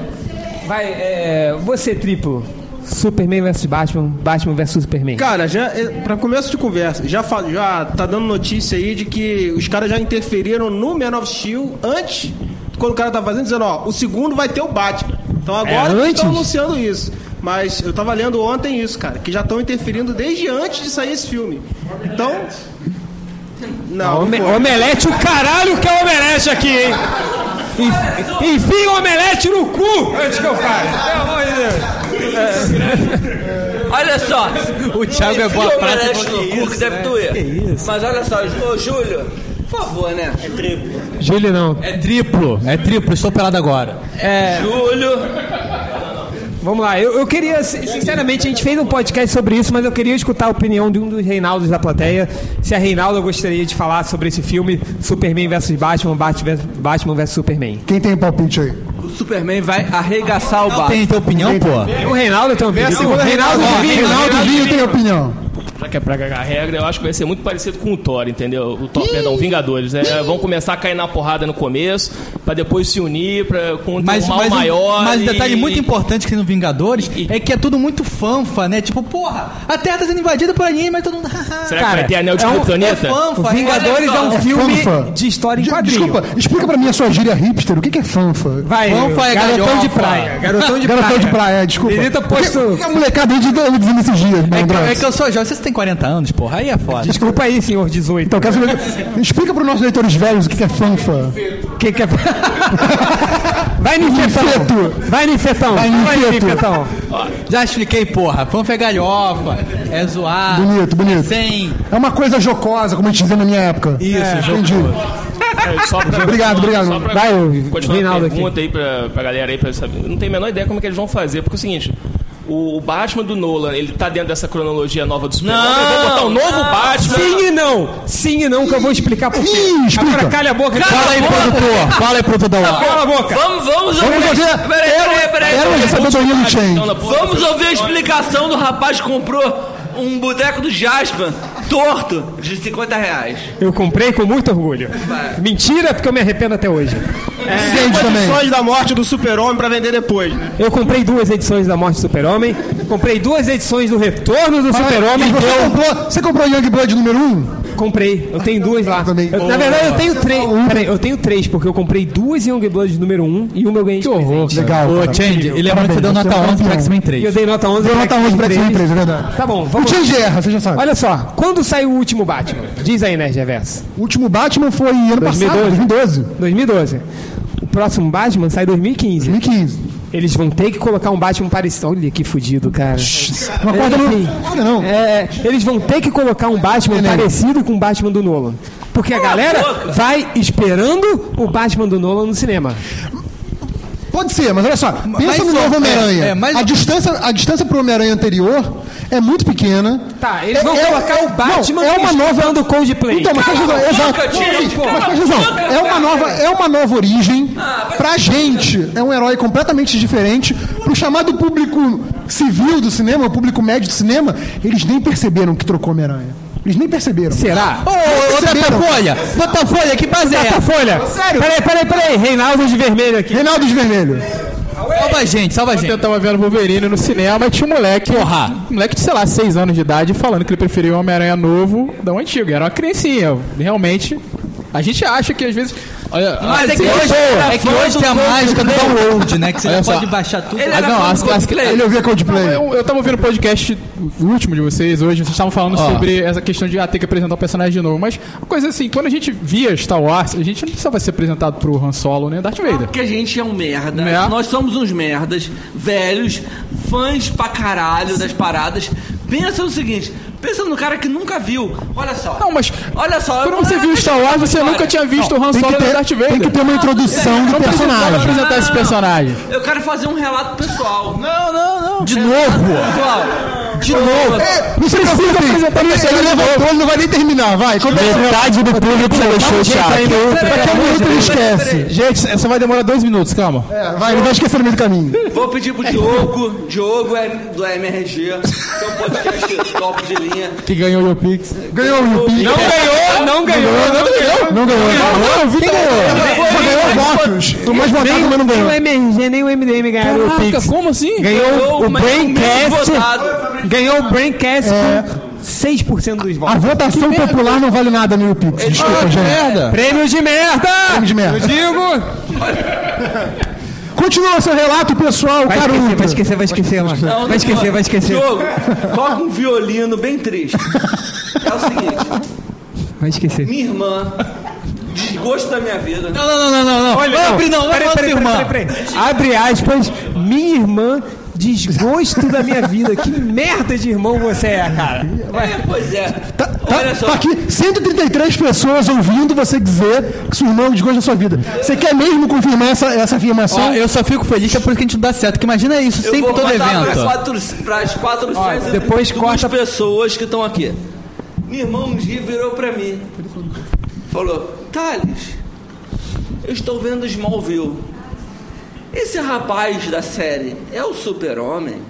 vai, é, você triplo. Superman versus Batman, Batman versus Superman. Cara, já eh, pra começo de conversa, já fa- já tá dando notícia aí de que os caras já interferiram no Man of Steel antes, quando o cara tá fazendo dizendo, ó, o segundo vai ter o Batman. Então agora É, antes? estão anunciando isso. Mas eu tava lendo ontem isso, cara, que já estão interferindo desde antes de sair esse filme. Então Não, Ome- não foi. omelete, o caralho que é omelete aqui, hein? Enf- Enfim, omelete no cu! Antes que eu fale. Pelo amor de Deus. É. Olha só. O Thiago é Enfia boa o prata, omelete que no cu que deve doer. Mas olha só, ô Júlio, por favor, né? É triplo. Júlio não. É triplo, é triplo, estou pelado agora. É, Júlio. vamos lá. Eu, eu queria, si- sinceramente, a gente fez um podcast sobre isso, mas eu queria escutar a opinião de um dos Reinaldos da plateia. Se a Reinaldo gostaria de falar sobre esse filme, Superman versus Batman, Bat- Batman versus Superman. Quem tem palpite aí? O Superman vai arregaçar o Tem, Batman. tem opinião, pô? O Reinaldo tem um vídeo. Ó, Reinaldo Vinho tem opinião. já que é pra cagar a regra, eu acho que vai ser muito parecido com o Thor, entendeu? O Thor, perdão, Vingadores. É, vão começar a cair na porrada no começo, pra depois se unir pra, contra Mas, um mal mas, um- maior. mas um e- detalhe muito importante que tem no Vingadores é que é tudo muito fanfa, né? Tipo, porra, a Terra tá sendo invadida por alienígena, mas todo mundo... Será que vai ter anel de é um- criptonita? É fanfa. O olha Vingadores só. é um filme Fanfa. de história De- Desculpa, explica pra mim a sua gíria hipster. O que, que é fanfa? Vai, fanfa é garotão galhofa. de praia, garotão de Garotão praia. de praia, desculpa. Benedita O que- posto- O que a molecada aí de me dizendo esses dias, É que, malandro? é que eu sou jovem, vocês têm 40 anos, porra, aí é foda. Desculpa aí, senhor né? 18. Então, quero saber- explica para os nossos leitores velhos o que que é fanfa. O que, que é Vai, Ninfetão! Vai, Ninfetão! Vai, Ninfetão! Já expliquei, porra, fanfa é galhofa, é zoar... Bonito, bonito. Sem... É uma coisa jocosa, como a gente dizia na minha época. Isso, Entendi. É, só pra- Obrigado, obrigado. Só pra Vai, o continuar Reinaldo a pergunta aí pra, pra galera aí, pra saber. Eu Não tenho a menor ideia como é que eles vão fazer, porque é o seguinte. O o Batman do Nolan, ele tá dentro dessa cronologia nova do Superman. Não, Eu vou botar um novo Ah, Batman. Sim e não! Sim e não, que eu vou explicar por quê. Agora calha a boca. Fala aí, produtor. Fala aí, produtor. Cala a boca. Vamos, vamos Vamos ouvir. fazer- Peraí, peraí, peraí. Era peraí. essa sabedoria do Chen. Vamos ouvir a explicação do rapaz que comprou um boteco do Jasper torto de 50 reais. Eu comprei com muito orgulho. Mentira, porque eu me arrependo até hoje. Edições da morte do super-homem pra vender depois, né? Eu comprei duas edições da Morte do Super-Homem, comprei duas edições do Retorno do Mas, Super-Homem. e você Eu comprou- Você comprou Young Blood número 1? Um? comprei, eu tenho duas lá. Eu- na verdade, eu tenho três. Peraí, eu tenho três, porque eu comprei duas Youngblood número um, e uma eu ganhei de presente. Legal, Ô, cara. Change, Incrível. e lembra que você deu Parabéns, nota você é um 11 pro campeão. X-Men 3. E eu dei nota 11 Deu nota 11 pra X-Men 3, é verdade. Tá bom, vamos O Change lá. erra, você já sabe. Olha só, quando saiu o último Batman? Diz aí, Nerd Reverso. O último Batman foi ano passado, 2012. 2012. O próximo Batman sai em 2015. 2015. Eles vão ter que colocar um Batman parecido. Olha que fudido, cara. Tá Não acorda não. Enfim, Acorda não. é, eles vão ter que colocar um Batman parecido com o Batman do Nolan. Porque a galera vai esperando o Batman do Nolan no cinema. Pode ser, mas olha só. Pensa mas no só- novo é, Homem-Aranha. é, mas- a, distância, a distância pro Homem-Aranha anterior é muito pequena. Tá, eles É- vão é- colocar é- o Batman não, é uma nova... do Coldplay. Então, mas faz Cala razão, a exato. boca, Mas, Tio, assim, pô. mas faz razão, é uma nova, é uma nova origem. Ah, pra gente, é um herói completamente diferente. Pro chamado público civil do cinema, o público médio do cinema, eles nem perceberam que trocou Homem-Aranha. Eles nem perceberam. Será? Ô, ô, ô, Datafolha! Datafolha, que base é essa? Folha! Sério? Peraí, peraí, peraí. Reinaldo de Vermelho aqui. Reinaldo de Vermelho. Salva a gente, salva a gente. Eu tava vendo Wolverine no cinema e tinha um moleque. Porra. Um moleque de, sei lá, 6 anos de idade falando que ele preferia o Homem-Aranha novo da um antigo. Era uma criancinha. Realmente. A gente acha que às vezes. Olha, Mas é que assim, hoje, boa. é que hoje tem a mágica do download, né? Que você já Olha só. pode baixar tudo. Ah, não, as- as- é Ele ouvia Coldplay. Não, eu, eu tava ouvindo o podcast o último de vocês hoje, vocês estavam falando Ó. sobre essa questão de ah, ter que apresentar o personagem de novo. Mas uma coisa assim, quando a gente via Star Wars, a gente não precisava ser apresentado pro Han Solo, né? Darth Vader. Porque a gente é um merda. Né? Nós somos uns merdas, velhos, fãs pra caralho das paradas. Pensa no seguinte, pensa no cara que nunca viu. Olha só. Não, mas Olha só. Quando eu- você viu Star Wars, você nunca tinha visto o Han Tem que Solo ter- e o Darth Vader. tem que ter uma introdução do Não precisava personagem. apresentar esse personagem. Eu quero fazer um relato pessoal. Não, não, não. De novo? Pessoal. De novo. É, não precisa apresentar ele. Ele levantou, ele não vai nem terminar, vai. Metade do público é um já deixou o tá é Daqui a teatro. pouco ele esquece. Gente, só vai demorar dois minutos, calma. É, vai, ele vai esquecer no meio do caminho. Vou pedir pro Diogo, Diogo é do MRG, que é um podcast top de linha. Que ganhou o Yopix. Ganhou o Yupi. Não ganhou, não ganhou, não ganhou. Não ganhou. Não, o Vitor ganhou. Só ganhou votos. Tu mais votado, mas não ganhou. Nem o MRG, nem o MDM ganharam o Pix. como assim? Ganhou o mas menos Braincast. votado. Ganhou o Braincast com 6% dos É. A votos. votação popular não vale nada no Yupix. Desculpa, gente. merda. Prêmio de merda! Prêmio de merda. Eu digo! Continua seu relato, pessoal, Vai Caruso. esquecer, vai esquecer, vai esquecer, mano. Não, Vai esquecer, não. vai esquecer. Diogo, toca um violino bem triste. É o seguinte, Vai esquecer. minha irmã, desgosto da minha vida. Não, não, não, não, não. Olha, abre não, Peraí, abre outra peraí, irmã. peraí, peraí, peraí. Abre aspas, minha irmã, desgosto da minha vida. Que merda de irmão você é, cara. É, pois é. Olha Tá, só. tá aqui 133 pessoas ouvindo você dizer que seu irmão desgosta da sua vida. Você quer mesmo confirmar essa, essa afirmação? Ó, eu só fico feliz, que é por isso que a gente não dá certo. Que imagina isso, Eu sempre vou tá todo mandar evento. para as 400 e depois duas corta- pessoas que estão aqui. Minha irmã um dia virou para mim. Falou, Thales, eu estou vendo Smallville. Esse rapaz da série é o super-homem?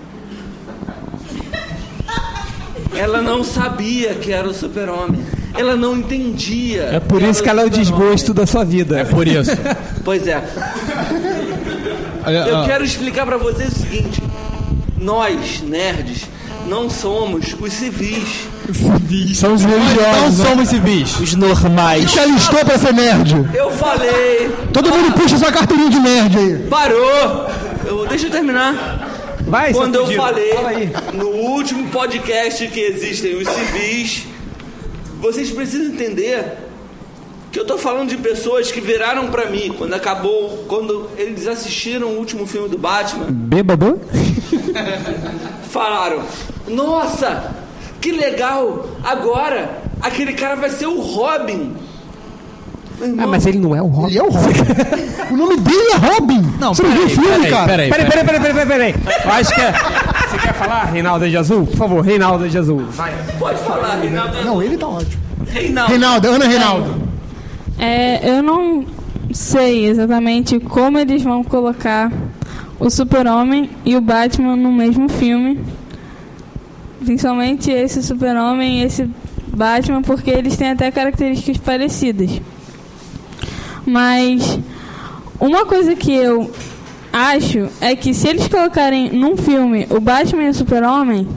Ela não sabia que era o super-homem. Ela não entendia. É por isso que ela é o desgosto da sua vida. É por isso. Pois é. Ah, Eu quero explicar pra vocês o seguinte: nós, nerds, não somos os civis. São os religiosos, Não né? somos civis. Os normais. Se alistou pra ser nerd. Eu falei. Todo mundo puxa sua carteirinha de nerd aí. Parou! Eu- deixa eu terminar. Vai, Quando eu Sacudinho. falei Fala aí. no último podcast que existem os civis, vocês precisam entender que eu tô falando de pessoas que viraram pra mim quando acabou, quando eles assistiram o último filme do Batman, Bêbado? falaram: "Nossa, que legal! Agora aquele cara vai ser o Robin". Ah, mas ele não é o Robin. Ele é o Robin. o nome dele é Robin. Não, Você não viu o filme, cara? Peraí, peraí, peraí, peraí, peraí, peraí. Eu acho que é... Você quer falar, Reinaldo de Azul? Por favor, Reinaldo de Azul. Vai. Pode falar, Reinaldo. Não, ele tá ótimo. Reinaldo. Reinaldo, Ana Reinaldo. É, eu não sei exatamente como eles vão colocar o Super-Homem e o Batman no mesmo filme. Principalmente esse Super-Homem e esse Batman, porque eles têm até características parecidas. Mas uma coisa que eu acho é que se eles colocarem num filme o Batman e o Super-Homem,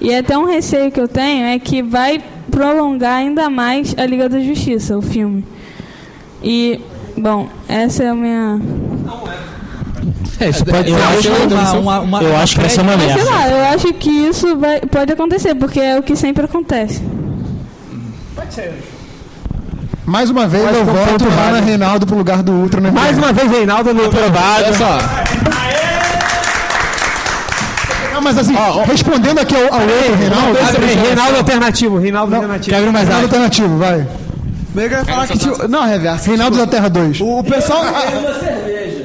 e até um receio que eu tenho é que vai prolongar ainda mais a Liga da Justiça, o filme. E, bom, essa é a minha. É, isso pode ser uma- é uma- uma- Eu acho que vai ser uma Mas, sei merda. lá, eu acho que isso vai, pode acontecer, porque é o que sempre acontece. Mais uma vez eu voto Ana Reinaldo pro lugar do outro, né? Mais uma vez, Reinaldo no provado. Olha só. Não, mas assim, respondendo aqui ao, ao outro, Reinaldo. Reinaldo alternativo, Reinaldo alternativo. Quebra mais Reinaldo alternativo, vai. Meio que eu ia falar que tinha. Não, reverso. Reinaldo da Terra 2. O pessoal.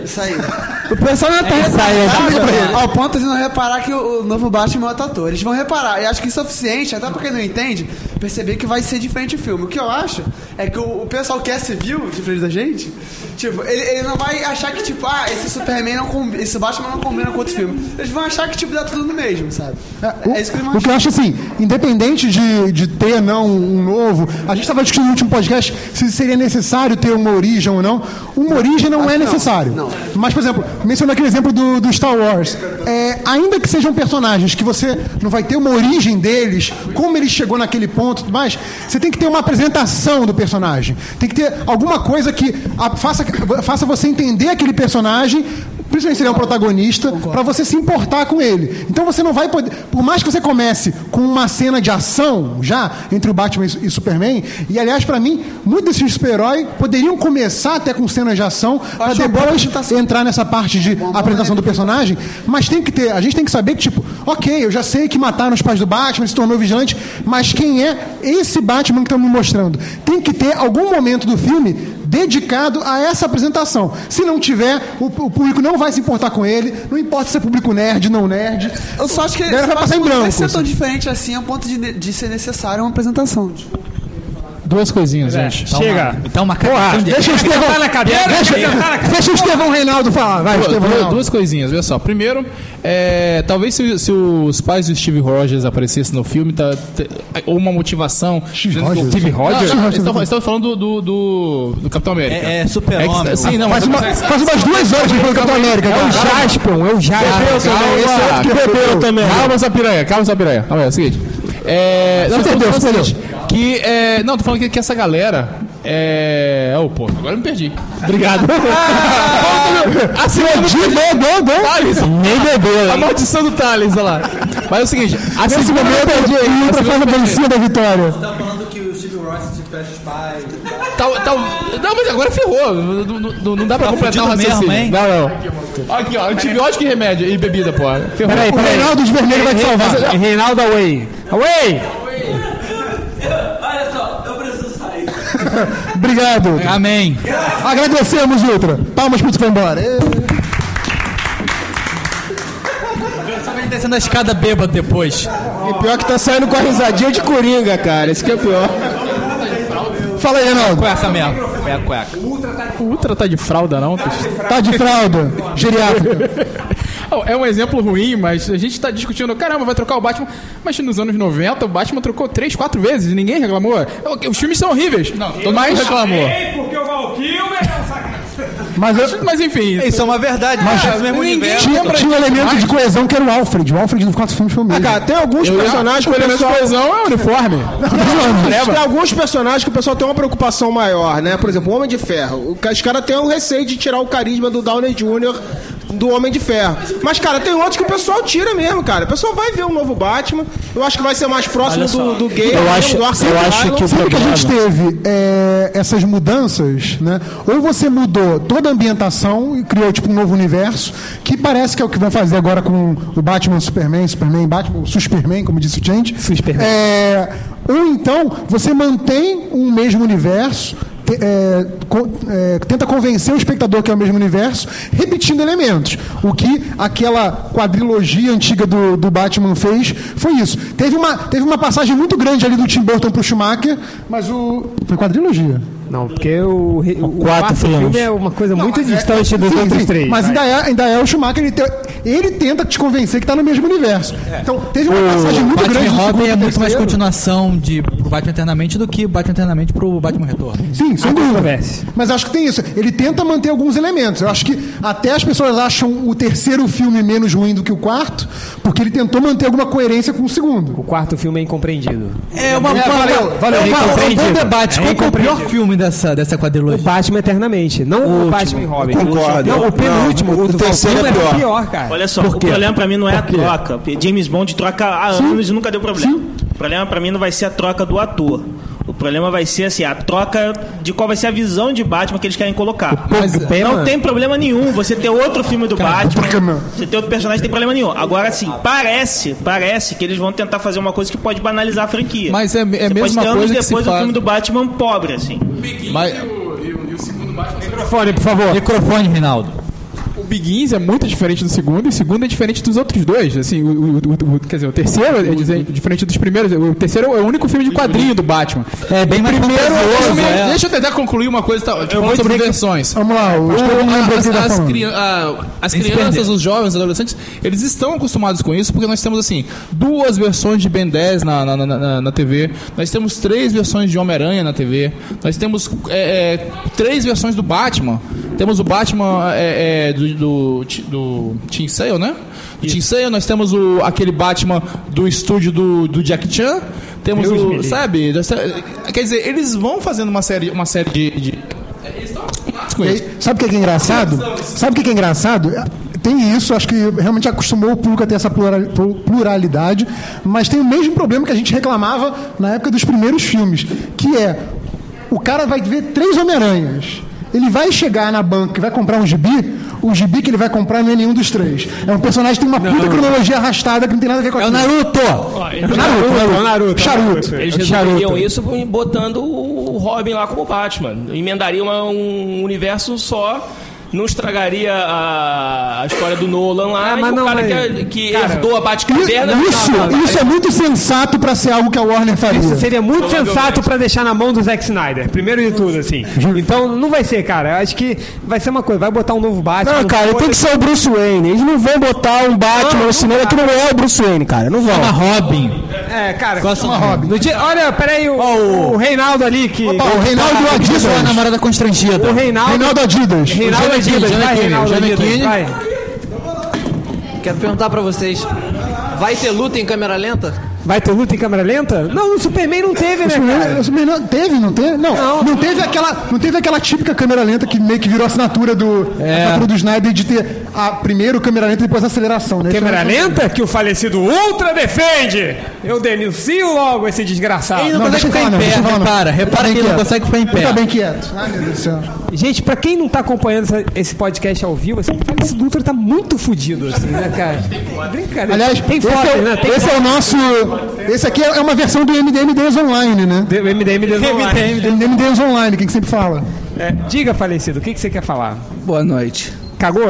Isso aí. O pessoal não tá é reparando. Ao ponto é de não reparar que o o novo Batman é outro ator. Eles vão reparar. E acho que isso é suficiente, até pra quem não entende, perceber que vai ser diferente o filme. O que eu acho é que o, o pessoal que é civil, diferente da gente, tipo, ele, ele não vai achar que, tipo, ah, esse Superman não combina, esse Batman não combina com outro filme. Eles vão achar que, tipo, dá tudo no mesmo, sabe? É isso que eles vão O que eu achar. acho assim, independente de, de ter não um novo, a gente estava discutindo no último podcast se seria necessário ter uma origem ou não. Uma origem não é necessário. Mas, por exemplo, mencionando aquele exemplo do, do Star Wars. É, ainda que sejam personagens que você não vai ter uma origem deles, como ele chegou naquele ponto e tudo mais, você tem que ter uma apresentação do personagem. Tem que ter alguma coisa que a- faça, faça você entender aquele personagem Principalmente se ele é o protagonista, pra você se importar com ele. Então você não vai poder. Por mais que você comece com uma cena de ação já entre o Batman e e Superman, e aliás, pra mim, muitos desses super-heróis poderiam começar até com cenas de ação, pra depois entrar nessa parte de apresentação do personagem, mas tem que ter. A gente tem que saber que, tipo, ok, eu já sei que mataram os pais do Batman, se tornou vigilante, mas quem é esse Batman que estão me mostrando? Tem que ter algum momento do filme dedicado a essa apresentação. Se não tiver, o, o público não vai se importar com ele, não importa se é público nerd, não nerd. Eu só acho que A galera vai eu acho passar em que não branco. vai ser tão assim. diferente assim a ponto de, de ser necessário uma apresentação. Duas coisinhas, É, gente. chega. Tá Então uma Porra, deixa o Estevão- Tá na cadeira, deixa- tá na cadeira. deixa o Estevão Reinaldo falar. Vai, duas, Estevão duas- Reinaldo. duas coisinhas, olha só. Primeiro, é, talvez se, se os pais do Steve Rogers aparecessem no filme, tá, te- ou uma motivação. Steve Rogers? Steve Não, Rogers? Steve Rogers. Estamos falando do, do, do- do Capitão América. É- é super-homem. que- tá- né? sim, não, Faz mas- uma- faz umas duas horas que falou do Capitão América, É o cara. Jaspion, é o Jaspion. Bebeu também, esse é outro que bebeu também. Calma essa piranha, calma essa piranha. Calma aí, é o seguinte. É, não, Você tô perdeu, falando você o seguinte, Que, é, não, tô falando que, que essa galera é... Oh, pô, agora eu me perdi. Obrigado. Ah, Assim, eu não perdi. Thales. A maldição do Thales, olha lá. Mas é o seguinte, a Assim Nesse segunda- momento, a eu outra segunda- forma vencida da vitória. Tá Tal, tal... Não, mas agora ferrou. Não, não- não dá pra Tá completar o fudido raciocínio. mesmo, hein? Não, não. Aqui, ó, antibiótico e remédio. E bebida, pô. Ferrou. Peraí, peraí. Re- Então é, Re- Reinaldo Away. Away! Olha só, eu preciso sair. Obrigado. Ultra. Amém. Agradecemos, Ultra. Palmas pro Ultra É. embora. Só vem descendo a escada bêbado depois. E pior que tá saindo com a risadinha de Coringa, cara. Isso que é pior. Fala aí, Reinaldo. Foi essa mesmo. Foi a cueca. O Ultra tá de fralda, não? Tá de fralda, geriátrica. É um exemplo ruim, mas a gente tá discutindo, caramba, vai trocar o Batman. Mas nos anos 90, o Batman trocou três, quatro vezes e ninguém reclamou. Os filmes são horríveis. Não, todo mundo reclamou. porque o Val Kilmer é um sacanagem. Mas, mas enfim. Isso é uma verdade. mas é o mesmo ninguém universo. Tinha, tinha um elemento de coesão que era o Alfred. O Alfred dos quatro filmes foi o mesmo. Ah, Cara, tem alguns personagens que o pessoal... uniforme. Tem alguns personagens que o pessoal tem uma preocupação maior, né? Por exemplo, o Homem de Ferro. O ca- Os caras têm um receio de tirar o carisma do Downey Jr. do Homem de Ferro. Mas, cara, tem outros que o pessoal tira mesmo, cara. O pessoal vai ver o novo Batman. Eu acho que vai ser mais próximo do, do gay, Eu acho, do Arthur Dillon. Sabe que a gente teve é, essas mudanças, né? Ou você mudou toda a ambientação e criou tipo um novo universo, que parece que é o que vão fazer agora com o Batman, Superman, Superman, Batman, Superman, como disse o gente. Superman. ou então você mantém um mesmo universo. te- é, co- é, tenta convencer o espectador que é o mesmo universo, repetindo elementos. O que aquela quadrilogia antiga do, do Batman fez foi isso. Teve uma, teve uma passagem muito grande ali do Tim Burton pro Schumacher, mas o. Foi quadrilogia. Não, porque o, re- o quarto filmes. filme é uma coisa muito é- distante dos sim, outros sim, três. Mas vai. ainda é, ainda é o Schumacher, ele, te- ele tenta te convencer que tá no mesmo universo. Então, teve uma passagem muito Batman grande. e do Robin segundo é pro muito mais terceiro. continuação de pro Batman Eternamente do que Batman Eternamente pro Batman Retorno. Sim, sem dúvida. Mas acho que tem isso. Ele tenta manter alguns elementos. Eu acho que até as pessoas acham o terceiro filme menos ruim do que o quarto, porque ele tentou manter alguma coerência com o segundo. O quarto filme é incompreendido. É uma É, valeu, valeu. é uma- é um Incompreendido. bom debate. É Qual que é o pior incompreendido. filme dessa, dessa quadrilogia? O Batman Eternamente, não o, Batman e Robin. Concordo. Não, o é penúltimo, o, do Val Kilmer é pior, cara. Olha só, Por o quê? problema pra mim não é a Por quê? troca. James Bond troca há anos e nunca deu problema. O problema pra mim não vai ser a troca do ator. O problema vai ser assim, a troca de qual vai ser a visão de Batman que eles querem colocar. Mas não tem problema nenhum você ter outro filme do Batman, você ter outro personagem, não tem problema nenhum. Agora sim, parece, parece que eles vão tentar fazer uma coisa que pode banalizar a franquia. Mas é, é Você pode mesma ter anos coisa que depois se um faz. filme do Batman pobre, assim. Mas- Microfone, por favor. Microfone, Rinaldo. O Begins é muito diferente do segundo, e o segundo é diferente dos outros dois. Assim, o, o- o- o- quer dizer, o terceiro é dizer- diferente dos primeiros. O terceiro é o único filme de quadrinho do Batman. É bem né? mais fantasioso, é. Deixa eu tentar concluir uma coisa tá, de falar Eu vou sobre dizer que- versões. Vamos lá, o Tipo, eu não lembro o as, que ele tá as falando. cri- a- as Eles crianças, perderam. os jovens, os adolescentes, eles estão acostumados com isso porque nós temos, assim, duas versões de Ben 10 na, na, na- na- na TV, nós temos três versões de Homem-Aranha na TV, nós temos é, é, três versões do Batman. Temos o Batman é, é, do, do, Ti- do Tim Sale, né? Do Tim Sale, nós temos o, aquele Batman do estúdio do, do Jack Chan. Temos Deus o. me livre. Sabe? Nós te- Quer dizer, eles vão fazendo uma série, uma série de- de E aí, Sabe o que é que é engraçado? Sabe o que é que é engraçado? Tem isso, acho que realmente acostumou o público a ter essa plural- plu- pluralidade, mas tem o mesmo problema que a gente reclamava na época dos primeiros filmes, que é o cara vai ver três Homem-Aranhas. Ele vai chegar na banca e vai comprar um gibi, o gibi que ele vai comprar não é nenhum dos três. É um personagem que tem uma puta cronologia arrastada que não tem nada a ver com É o Naruto! eles- é Naruto, Naruto, Charuto. Eles resolveriam isso botando o Robin lá como Batman. Emendariam uma- um universo só. Não estragaria a, a história do Nolan lá. É, Ah, mas e o não, cara mas- que, que cara, herdou a Batcaverna... Isso, isso é muito sensato pra ser algo que a Warner faria. Isso seria muito sensato pra deixar na mão do Zack Snyder, primeiro de tudo, assim. Então, não vai ser, cara. Eu acho que vai ser uma coisa, vai botar um novo Batman. Não, cara, tem que ser o Bruce Wayne. Eles não vão botar um Ah, Batman no cinema que não é o Bruce Wayne, cara. Não vão. Chama Robin. É, cara, Gosta uma do Robin. No dia- olha, peraí, o, o Reinaldo ali que. Opa, o Reinaldo que Adidas. foi a namorada constrangida. O Reinaldo. Reinaldo Adidas. Reinaldo Janequine, Adidas, vai, Janequine, Reinaldo Adidas. Janequine. Vai. Quero perguntar pra vocês: vai ter luta em câmera lenta? Vai ter luta em câmera lenta? Não, o Superman não teve, né, cara? Mas melhor- teve, não teve? Não, não, teve aquela, não teve aquela típica câmera lenta que meio que virou assinatura do, É. assinatura do Snyder de ter a primeiro câmera lenta e depois a aceleração, né? Câmera Isso é uma- lenta que o falecido Ultra defende! Eu denuncio logo esse desgraçado. Não, deixa eu falar, não, deixa eu falar, não. Fica bem quieto. Fica bem quieto. Ai, meu Deus do céu. Gente, pra quem não tá acompanhando essa- esse podcast ao vivo, assim, cara, esse Dutra tá muito fudido, assim, né, cara? Brincadeira. Aliás, tem esse, foto, é, né? Tem esse é foto. o nosso. Esse aqui é uma versão do MDM Deus Online, né? MDM Deus Online. MDM Deus Online, quem que sempre fala. É, diga, falecido, o que, que você quer falar? Boa noite. Cagou?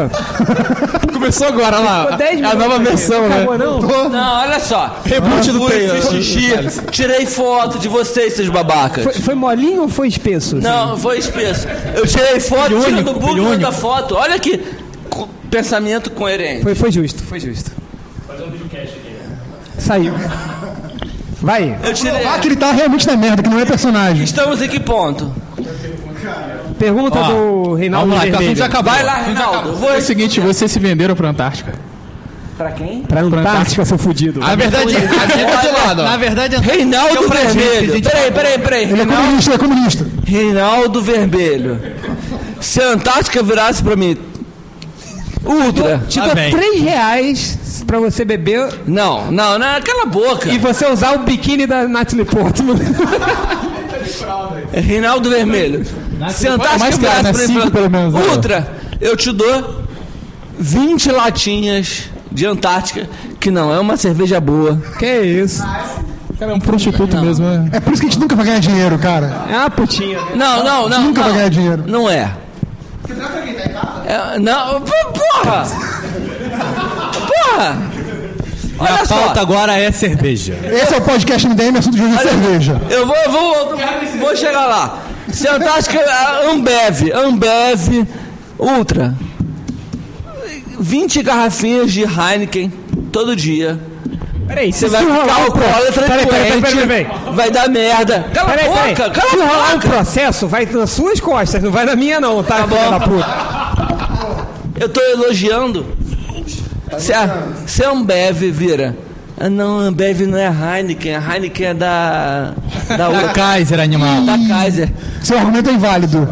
Começou agora lá. É a nova versão, né? não? Não, olha só. Reboot do Fui, Taylor. fiz xixi, tirei foto de vocês, seus babacas. Foi, foi molinho ou foi espesso? assim? é Não, foi espesso. Eu tirei foto, tira do bug da foto. Olha aqui. Co- pensamento coerente. Foi, foi justo, foi justo. Fazer um videocast aqui. Saiu. Vai. Eu tirei. Ah, que ele tá realmente na merda, que não é personagem. Estamos em que ponto? Pergunta Ó, do Reinaldo vamos lá, que o assunto Vermelho. já acabou. Vai lá, O assunto Reinaldo, acabou. vou- É o seguinte, vocês se venderam pra Antártica. Pra quem? Pra Antártica, seu fudido. Na verdade, é Na é um verdade, Reinaldo Vermelho. Peraí, peraí, peraí. Ele é comunista, ele é comunista. Reinaldo Vermelho. Se a Antártica virasse pra mim. Ultra. Te Tá dou três reais pra você beber. Não, não, não, cala a boca. E você usar o biquíni da Natalie Portman. É Reinaldo Vermelho. Se a Antártica Mais caro, virasse né? pra mim. Cinco, pra- pelo menos, né? Ultra, eu te dou 20 latinhas de Antártica, que não é uma cerveja boa. Que isso? Cara, é um prostituto mesmo, né? É por isso que a gente nunca vai ganhar dinheiro, cara. É uma putinha. Ah, Não, não, não. Nunca não. vai ganhar dinheiro. Não é. É, não, pô, porra! Porra! Olha a só. pauta agora é cerveja. Esse é o podcast MDM, assunto de hoje é cerveja. Eu vou, eu vou, eu vou chegar lá. Se a Antártica, a Ambev, Ambev, Ultra. 20 garrafinhas de Heineken todo dia. Peraí, você se vai rolar ficar um pro- alcoólatra Peraí, peraí, peraí, doente, peraí, peraí. Vai dar merda. Cala a boca, cala Se a boca. rolar um processo, vai nas suas costas, não vai na minha não, tá, filha da puta? Eu tô elogiando. Tá Se a, se a Ambev vira. Ah, não, a Ambev não é a Heineken, a Heineken é da. Da, outra." Kaiser, animal. Da Kaiser. É Seu argumento é inválido.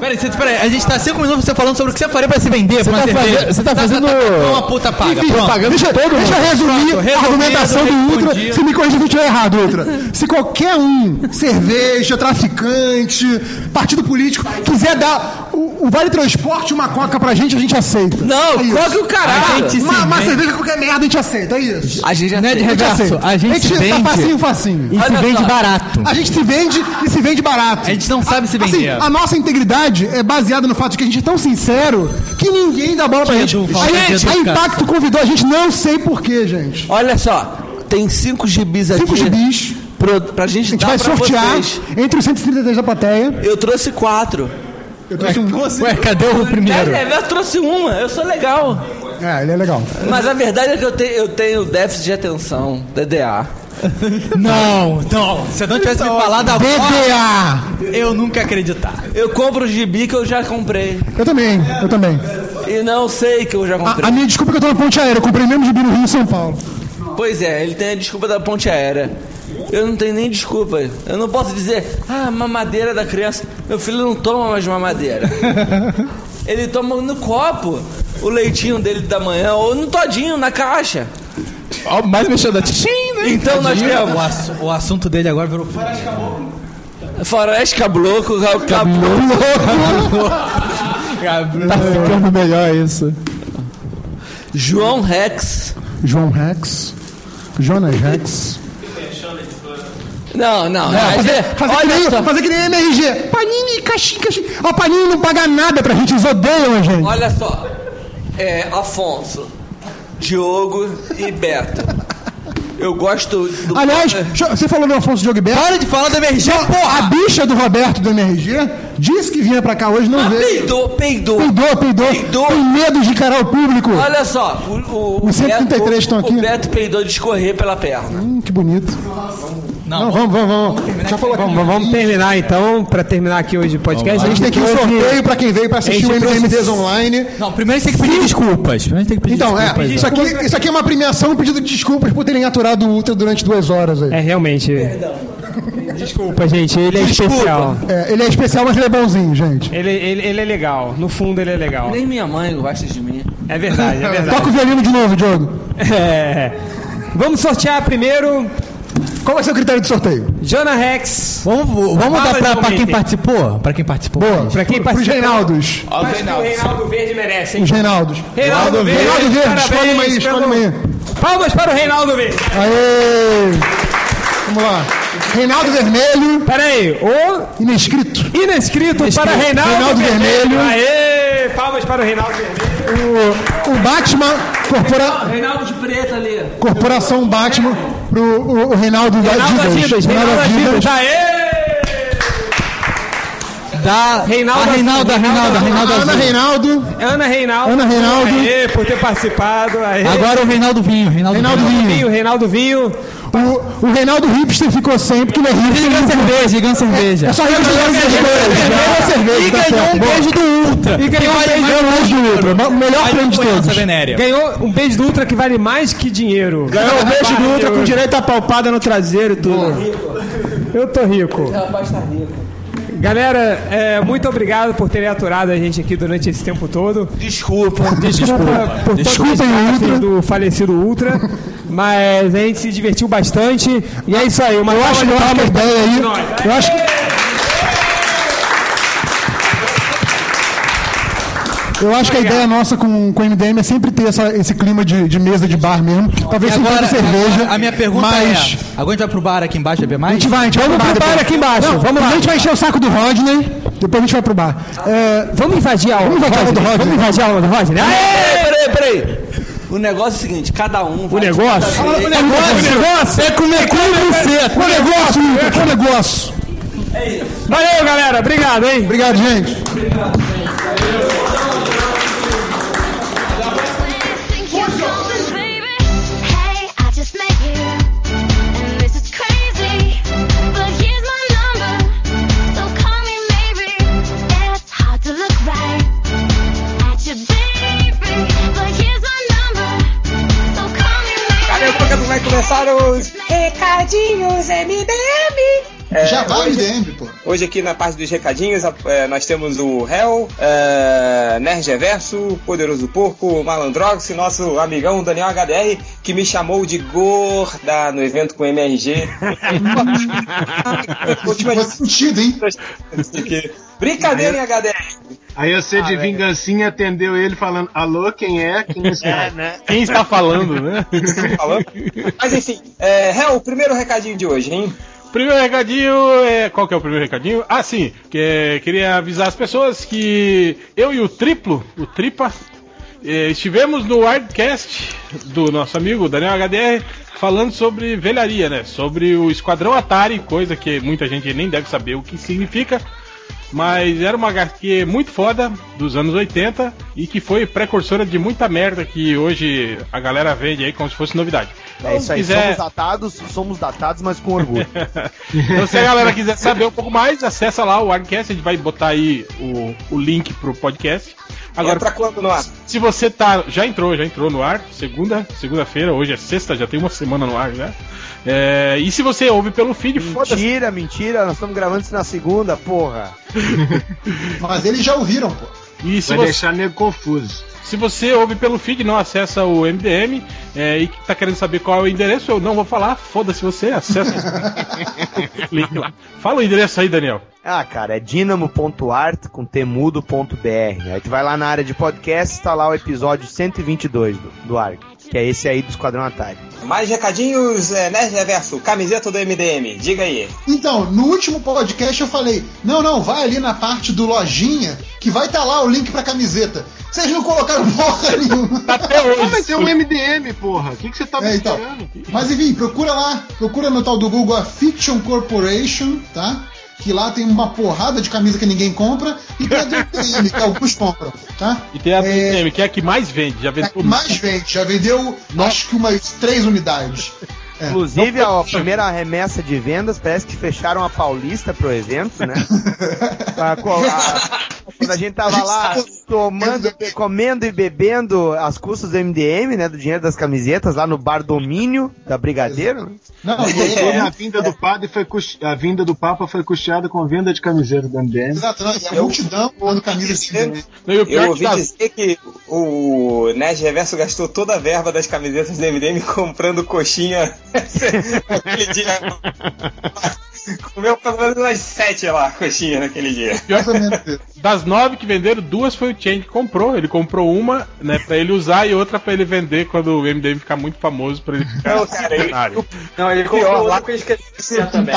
Peraí, você- peraí, a gente tá cinco minutos você falando sobre o que você faria pra se vender Você pra uma tá cerveja. fazendo- você tá fazendo- tá uma puta paga. Enfim, pronto. pagando deixa, deixa eu resumir Pronto, a resumido, argumentação do Ultra. respondido. Se me corrija se eu estiver errado, Ultra. Se qualquer um, cerveja, traficante, partido político, quiser dar o, o Vale Transporte uma coca pra gente, a gente aceita. É Não, isso. coca o caralho. A gente se Uma, uma vende. cerveja qualquer merda, a gente né? aceita, é isso. A gente Não é de aceita. reverso, a gente tá se vende e se vende barato. A gente se vende e se vende barato. A gente não sabe se Assim, vender. a nossa integridade é baseada no fato de que a gente é tão sincero que ninguém dá bola pra Que gente. educado, A, gente, que a educado. Impacto convidou a gente, não sei porquê, gente. Olha só, tem cinco gibis aqui. Cinco gibis. Pro, pra gente, A gente dar vai pra sortear vocês. entre os 133 da plateia. Eu trouxe quatro. Eu trouxe um. Ué, cadê o primeiro? É, eu trouxe uma, eu sou legal. É, ele é legal. Mas a verdade é que eu, te, eu tenho déficit de atenção, DDA. Não, não. Se eu não tivesse me falado agora. DDA. Eu nunca ia acreditar. Eu compro o gibi que eu já comprei. Eu também, eu também. E não sei que eu já comprei. A, a minha desculpa é que eu tô na ponte aérea, eu comprei mesmo de Bino Rio em São Paulo. Pois é, ele tem a desculpa da ponte aérea. Eu não tenho nem desculpa. Eu não posso dizer, ah, mamadeira da criança. Meu filho não toma mais mamadeira. ele toma no copo o leitinho dele da manhã ou no todinho, na caixa. Ó, mais mexendo a tchim, né? Então nós Tadinho. temos. O, ass- o assunto dele agora virou. Faroeste Cabloco, ca- Cabloco. Tá ficando melhor isso. João Rex. João Rex. Jonas Rex. Não, não. É, mas fazer, é- fazer, que nem, fazer que nem MRG. Panini, caixinha, caixinha. Ó, Panini não paga nada pra gente, eles odeiam a gente. Olha só. É, Afonso, Diogo e Beto. Eu gosto do. Aliás, deixa eu- você falou do Afonso Diogo Beto. Para de falar do MRG, porra! A bicha do Roberto do MRG disse que vinha pra cá hoje, não veio. Peidou, peidou. Peidou, peidou. Tem medo de encarar o público. Olha só, o, o, Os 133 estão o, aqui. o Beto peidou de escorrer pela perna. Hum, que bonito. Não, vamos, vamos, vamos. Já falou aqui. Vamos, vamos terminar então, pra terminar aqui hoje o podcast. A gente tem aqui um trouxe- sorteio pra quem veio pra assistir a o gente MDMDs trouxe- online. Não, primeiro você tem que pedir desculpas. Primeiro tem que pedir Então, desculpas. é, isso aqui, isso aqui é uma premiação um pedido de desculpas por terem aturado o Ultra durante duas horas aí. É, realmente. Desculpa, gente, ele é especial. É, ele é especial, mas ele é bonzinho, gente. Ele, ele, ele é legal, no fundo ele é legal. Nem minha mãe gosta de mim. É verdade, é verdade. Toca o violino de novo, Diogo. É. Vamos sortear primeiro. Qual vai ser o critério de sorteio? Jana Rex. Vamos, Vamos dar pra, pra quem participou. participou? Pra quem participou. Boa. Pra quem Pro- pros participou. Reinaldos. Acho que o Reinaldo Verde merece, hein? Os Reinaldos. Reinaldo Verde, Reinaldo Verde, parabéns escolhe uma aí, escolhe uma aí. Palmas para o Reinaldo Verde. Aê! Vamos lá. Reinaldo Vermelho. Peraí, o. Inescrito. Inescrito, para Reinaldo, Vermelho. Aê, palmas para o Reinaldo Vermelho. O, o Batman, corpora- Reinaldo de Preta ali. Corporação Batman, pro o, o Reinaldo da Reinaldo Adidas. Adidas, Reinaldo Reinaldo Adidas. Adidas. Aê! Da Reinaldo. a Reinaldo, a Reinaldo, a Reinaldo Ana Azul. Reinaldo. Ana Reinaldo. Ana Reinaldo. Aê, por ter participado. aê. Agora o Reinaldo Vinho, Reinaldo, Vinho. Reinaldo Vinho. O, o Reinaldo Hipster ficou sempre que ele é hipster. Gigante cerveja, gigante cerveja. É, só hipster gigante cerveja. tá cerveja. tá E ganhou um beijo do Ultra. E ganhou um beijo do Ultra. Ultra. Melhor prêmio de todos. Ganhou um beijo do Ultra que vale mais que dinheiro. Ganhou um beijo do Ultra com direito à palpada no traseiro e tudo. Eu tô rico. tá Galera, é, muito obrigado por terem aturado a gente aqui durante esse tempo todo. Desculpa. Desculpa por Desculpa Ultra. do falecido Ultra. Mas a gente se divertiu bastante. E é isso aí. Uma Eu acho que tá uma ideia aí. Eu acho que. é Eu acho que a ideia nossa com, com o MDM é sempre ter essa- esse clima de, de mesa de bar mesmo. Talvez E sem tanta cerveja. a minha pergunta mas... é: agora a gente vai pro bar aqui embaixo beber mais? A gente vai, a gente vai pro bar depois. Não, A gente vai encher o saco do Rodney, depois a gente vai pro bar. É, vamos invadir a Vamos invadir a aula do Rodney. Vamos invadir a aula do Roger? Peraí, peraí, peraí. O negócio é o seguinte, cada um. O negócio? Fala do negócio. É comer É cu e buceta. O negócio, Lucas, o negócio. Valeu, galera. Obrigado, hein? Obrigado, gente. Cadê o programa? Vai começar os recadinhos MDM. Já vai É, né? hoje- MDM, Hoje aqui na parte dos recadinhos a- é, nós temos o Hell, é, Nerd Reverso, Poderoso Porco, Malandrox e nosso amigão Daniel HDR, que me chamou de gorda no evento com o MRG. Última sentido, hein? Brincadeira, hein, Ah, HDR? É. Aí você de vingancinha atendeu ele falando, alô, quem é? Quem está, É, né? quem está falando, né? falando. Mas enfim, é, Hel, o primeiro recadinho de hoje, hein? Primeiro recadinho é. Qual que é o primeiro recadinho? Ah, sim. Que é- queria avisar as pessoas que eu e o Triplo, o Tripa, eh, estivemos no Wildcast do nosso amigo Daniel HDR falando sobre velharia, né? Sobre o Esquadrão Atari, coisa que muita gente nem deve saber o que significa. Mas era uma HQ muito foda dos anos 80 e que foi precursora de muita merda que hoje a galera vende aí como se fosse novidade. Então, É isso Se aí, quiser- somos datados, somos datados, mas com orgulho. então, se a galera quiser saber um pouco mais, acessa lá o Arncast, a gente vai botar aí o, o link pro podcast. Agora, Entra quando no ar? Se você tá. Já entrou, já entrou no ar, segunda, segunda-feira, hoje é sexta, já tem uma semana no ar já. É, e se você ouve pelo feed, foda-se. Mentira, mentira, nós estamos gravando isso na segunda, porra. Mas eles já ouviram, pô. E se Vai você... deixar nego confuso. Se você ouve pelo feed, não acessa o MDM é, e tá querendo saber qual é o endereço, eu não vou falar, foda-se você, acessa o link lá. Fala o endereço aí, Daniel. Ah, cara, é dinamo.art com temudo.br. Aí tu vai lá na área de podcast, tá lá o episódio 122 do, do ARC, que é esse aí do Esquadrão Atari. Mais recadinhos, é, Nerd Reverso, camiseta do MDM, diga aí. Então, no último podcast eu falei: não, não, vai ali na parte do lojinha que vai estar lá o link pra camiseta. Vocês não colocaram porra nenhuma. Até hoje. Ah, mas é um MDM, porra. O que, você tá é, então. Mas enfim, procura lá, procura no tal do Google a Fiction Corporation, tá? Que lá tem uma porrada de camisa que ninguém compra e tem a do MDM, que alguns compram, tá? E tem a do MDM, que é a que mais vende, já vendeu. Mais vende, já vendeu acho que umas três unidades. É. Inclusive, a primeira remessa de vendas parece que fecharam a Paulista pro evento, né? Pra co- a- quando a gente tava lá tomando, comendo e bebendo as custas do MDM, né? Do dinheiro das camisetas, lá no bar Domínio da Brigadeiro. né? Não, É. é. a a vinda do padre foi a vinda do Papa foi custeada com venda de camiseta do MDM. Exato, não, e a multidão quando camisa assim. é Eu ouvi tá- dizer é que tá- o Nerd Reverso gastou toda a verba das camisetas do MDM comprando coxinha naquele dia. Comeu pelo menos umas sete lá, coxinha naquele dia. Pior que- das nove que venderam, duas foi o Chen que comprou. Ele comprou uma, né, pra ele usar e outra pra ele vender quando o MDM ficar muito famoso pra ele ficar. Não, cara, ele- milionário. É um Não, ele comprou comprou lá lá com esquecimento também.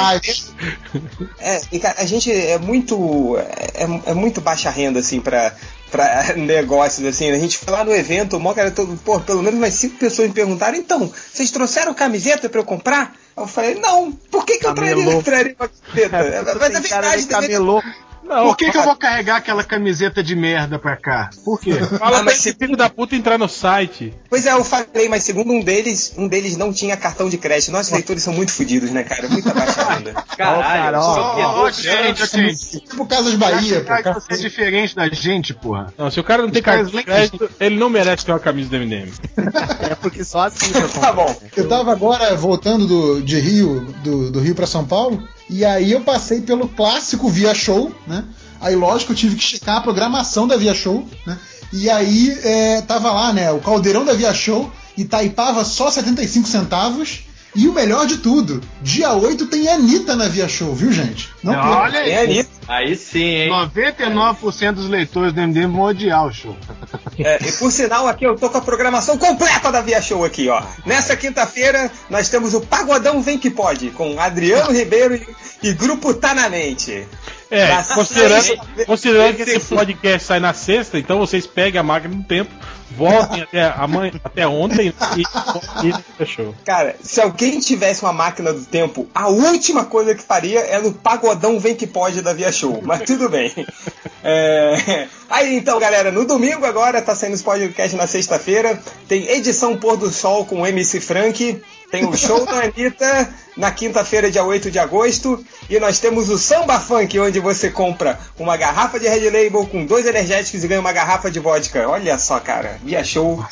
É, e cara, a gente é muito. É, é muito baixa renda, assim, pra, pra negócios, assim. A gente foi lá no evento, o maior cara, todo, pô, pelo menos mais cinco pessoas me perguntaram, então, vocês trouxeram camiseta pra eu comprar? Eu falei, não, por que, que eu traria, traria uma camiseta? Mas a cara verdade de camelô. Por que, que eu vou carregar aquela camiseta de merda pra cá? Por quê? Ah, Fala pra mas esse filho da puta entrar no site. Pois é, eu falei, mas segundo um deles, um deles não tinha cartão de crédito. Nossos leitores são muito fodidos, né, cara? Muita baixa renda. Caralho, só que é ó, ó, doce, gente, né? assim, tipo Casas Bahia, Cara, pô. você é diferente da gente, porra. Não, se o cara não tem tem cartão cara de crédito, ele não merece ter uma camisa do MDM. É porque só assim tá bom. Eu tava agora voltando do, de Rio, do, do Rio pra São Paulo, e aí eu passei pelo clássico Via Show, né? Aí, lógico, eu tive que checar a programação da Via Show, né? E aí é, tava lá, né? O caldeirão da Via Show, Itaipava só 75 centavos. E o melhor de tudo, dia 8 tem Anitta na Via Show, viu, gente? perca. Olha É aí. Aí sim, hein? 99% dos leitores do MDM vão odiar o show. É, e por sinal, aqui eu tô com a programação completa da Via Show aqui, ó. Nessa quinta-feira, nós temos o Pagodão Vem Que Pode, com Adriano Ribeiro e, e Grupo Tá Na Mente. É, Na considerando, sexta- considerando que esse podcast sai na sexta, então vocês peguem a máquina do tempo, voltem até, amanhã, até ontem e, e fechou. Cara, se alguém tivesse uma máquina do tempo, a última coisa que faria era o pagodão Vem Que Pode da Via Show. Mas tudo bem. É, Aí então, galera, no domingo agora tá saindo os podcast na sexta-feira. Tem edição Pôr do Sol com o MC Frank. Tem o show da Anitta na quinta-feira, dia 8 de agosto. E nós temos o Samba Funk, onde você compra uma garrafa de Red Label com dois energéticos e ganha uma garrafa de vodka. Olha só, cara. Via Show.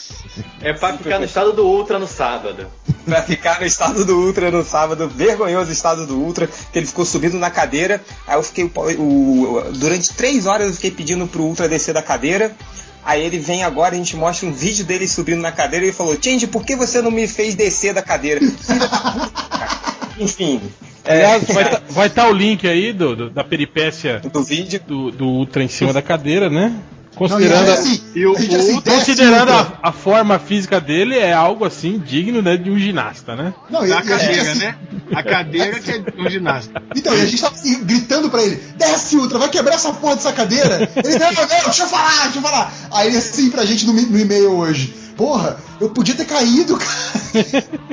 É pra ficar no estado do Ultra no sábado. Pra ficar no estado do Ultra no sábado, vergonhoso estado do Ultra, que ele ficou subindo na cadeira. Aí eu fiquei. o- o- durante três horas eu fiquei pedindo pro Ultra descer da cadeira. Aí ele vem agora, a gente mostra um vídeo dele subindo na cadeira e ele falou: Change, por que você não me fez descer da cadeira? Filho da puta, cara. Enfim. é. Aliás, vai estar o link aí do, do- da peripécia do vídeo do, Ultra em cima da cadeira, né? Não, Considerando, e a- assim, é e o- a gente, assim, o- desce considerando o a, a forma física dele, é algo assim digno né, de um ginasta, né? Não, e- Da e- assim- né? A cadeira que é de um ginasta. Então, e a gente tava assim, gritando pra ele: desce, Ultra, vai quebrar essa porra dessa cadeira. Ele, não, não, deixa eu falar, deixa eu falar. Aí ele assim pra gente no, mi- no e-mail hoje: porra, eu podia ter caído, cara.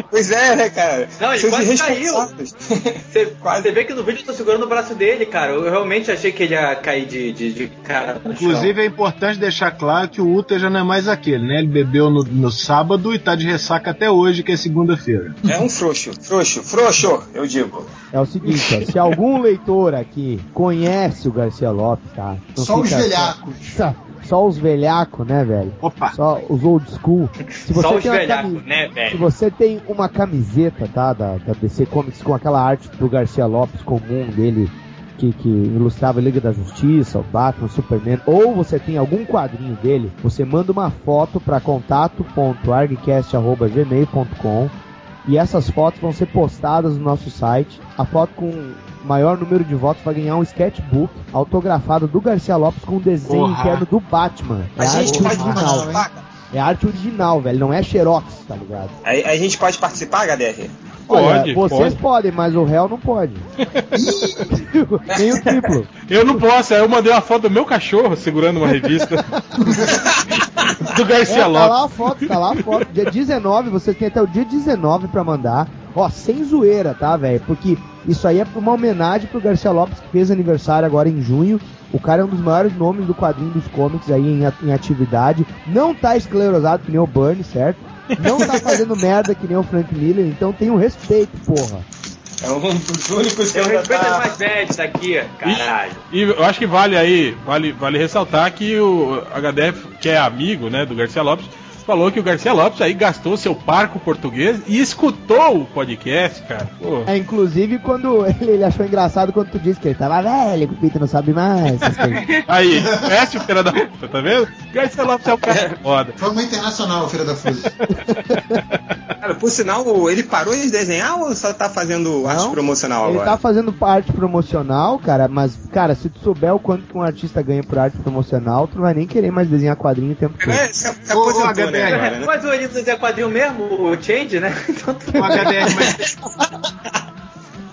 Pois é, né, cara? Não, ele Seus quase caiu. irresponsáveis. Você, você vê que no vídeo eu tô segurando o braço dele, cara. Eu realmente achei que ele ia cair de, de, de cara. no chão. Inclusive é importante deixar claro que o Ultra já não é mais aquele, né? Ele bebeu no, no sábado e tá de ressaca até hoje, que é segunda-feira. É um frouxo, frouxo, frouxo, eu digo. É o seguinte, ó, se algum leitor aqui conhece o Garcia Lopes, tá? Só os fica- velhacos. Só, só os velhacos, né, velho? Opa! Só os old school. Se você Só os tem uma velhacos, cami- né, Se velho? você tem uma camiseta, tá, da, da DC Comics com aquela arte do Garcia Lopes comum dele, que, que ilustrava a Liga da Justiça, o Batman, o Superman, ou você tem algum quadrinho dele, você manda uma foto para contato.argcast.gmail.com e essas fotos vão ser postadas no nosso site. A foto com o maior número de votos vai ganhar um sketchbook autografado do Garcia Lopes com o desenho Porra. interno do Batman. É A gente arte pode original. participar. É arte original, velho, não é xerox, tá ligado? A, a gente pode participar, HDR? Olha, vocês podem, mas o réu não pode. Nem o triplo. Eu não posso, aí eu mandei uma foto do meu cachorro segurando uma revista. do Garcia É, tá lá a Lopes. foto, tá lá a foto. Dia 19, vocês têm até o dia 19 pra mandar. Ó, sem zoeira, tá, velho? Porque isso aí é uma homenagem pro Garcia Lopes, que fez aniversário agora em junho. O cara é um dos maiores nomes do quadrinho dos comics aí em, a- em atividade. Não tá esclerosado que nem o Bernie, certo? Não tá fazendo merda que nem o Frank Miller, então tem um respeito, porra. É um dos únicos que Eu ainda respeito tá- os mais velhos daqui, caralho. E eu acho que vale aí, vale, vale ressaltar que o HDF, que é amigo né, do Garcia Lopes, falou que o Garcia Lopes aí gastou seu parco português e escutou o podcast, cara. Pô. É, inclusive, quando ele, ele achou engraçado quando tu disse que ele tava velho, que o Peter não sabe mais, essas coisas. Aí, conhece o Feira da Fruta, tá vendo? Garcia Lopes é o cara foda. Foi uma internacional, Feira da Fruta. Cara, por sinal, ele parou de desenhar ou só tá fazendo arte promocional Ele agora? tá fazendo parte promocional, cara, mas, cara, se tu souber o quanto que um artista ganha por arte promocional, tu não vai nem querer mais desenhar quadrinho o tempo todo. é Se aposentou, né, agora, né? Mas o Elito é quadril mesmo, o Change, né? Então tu... O HDR, mas...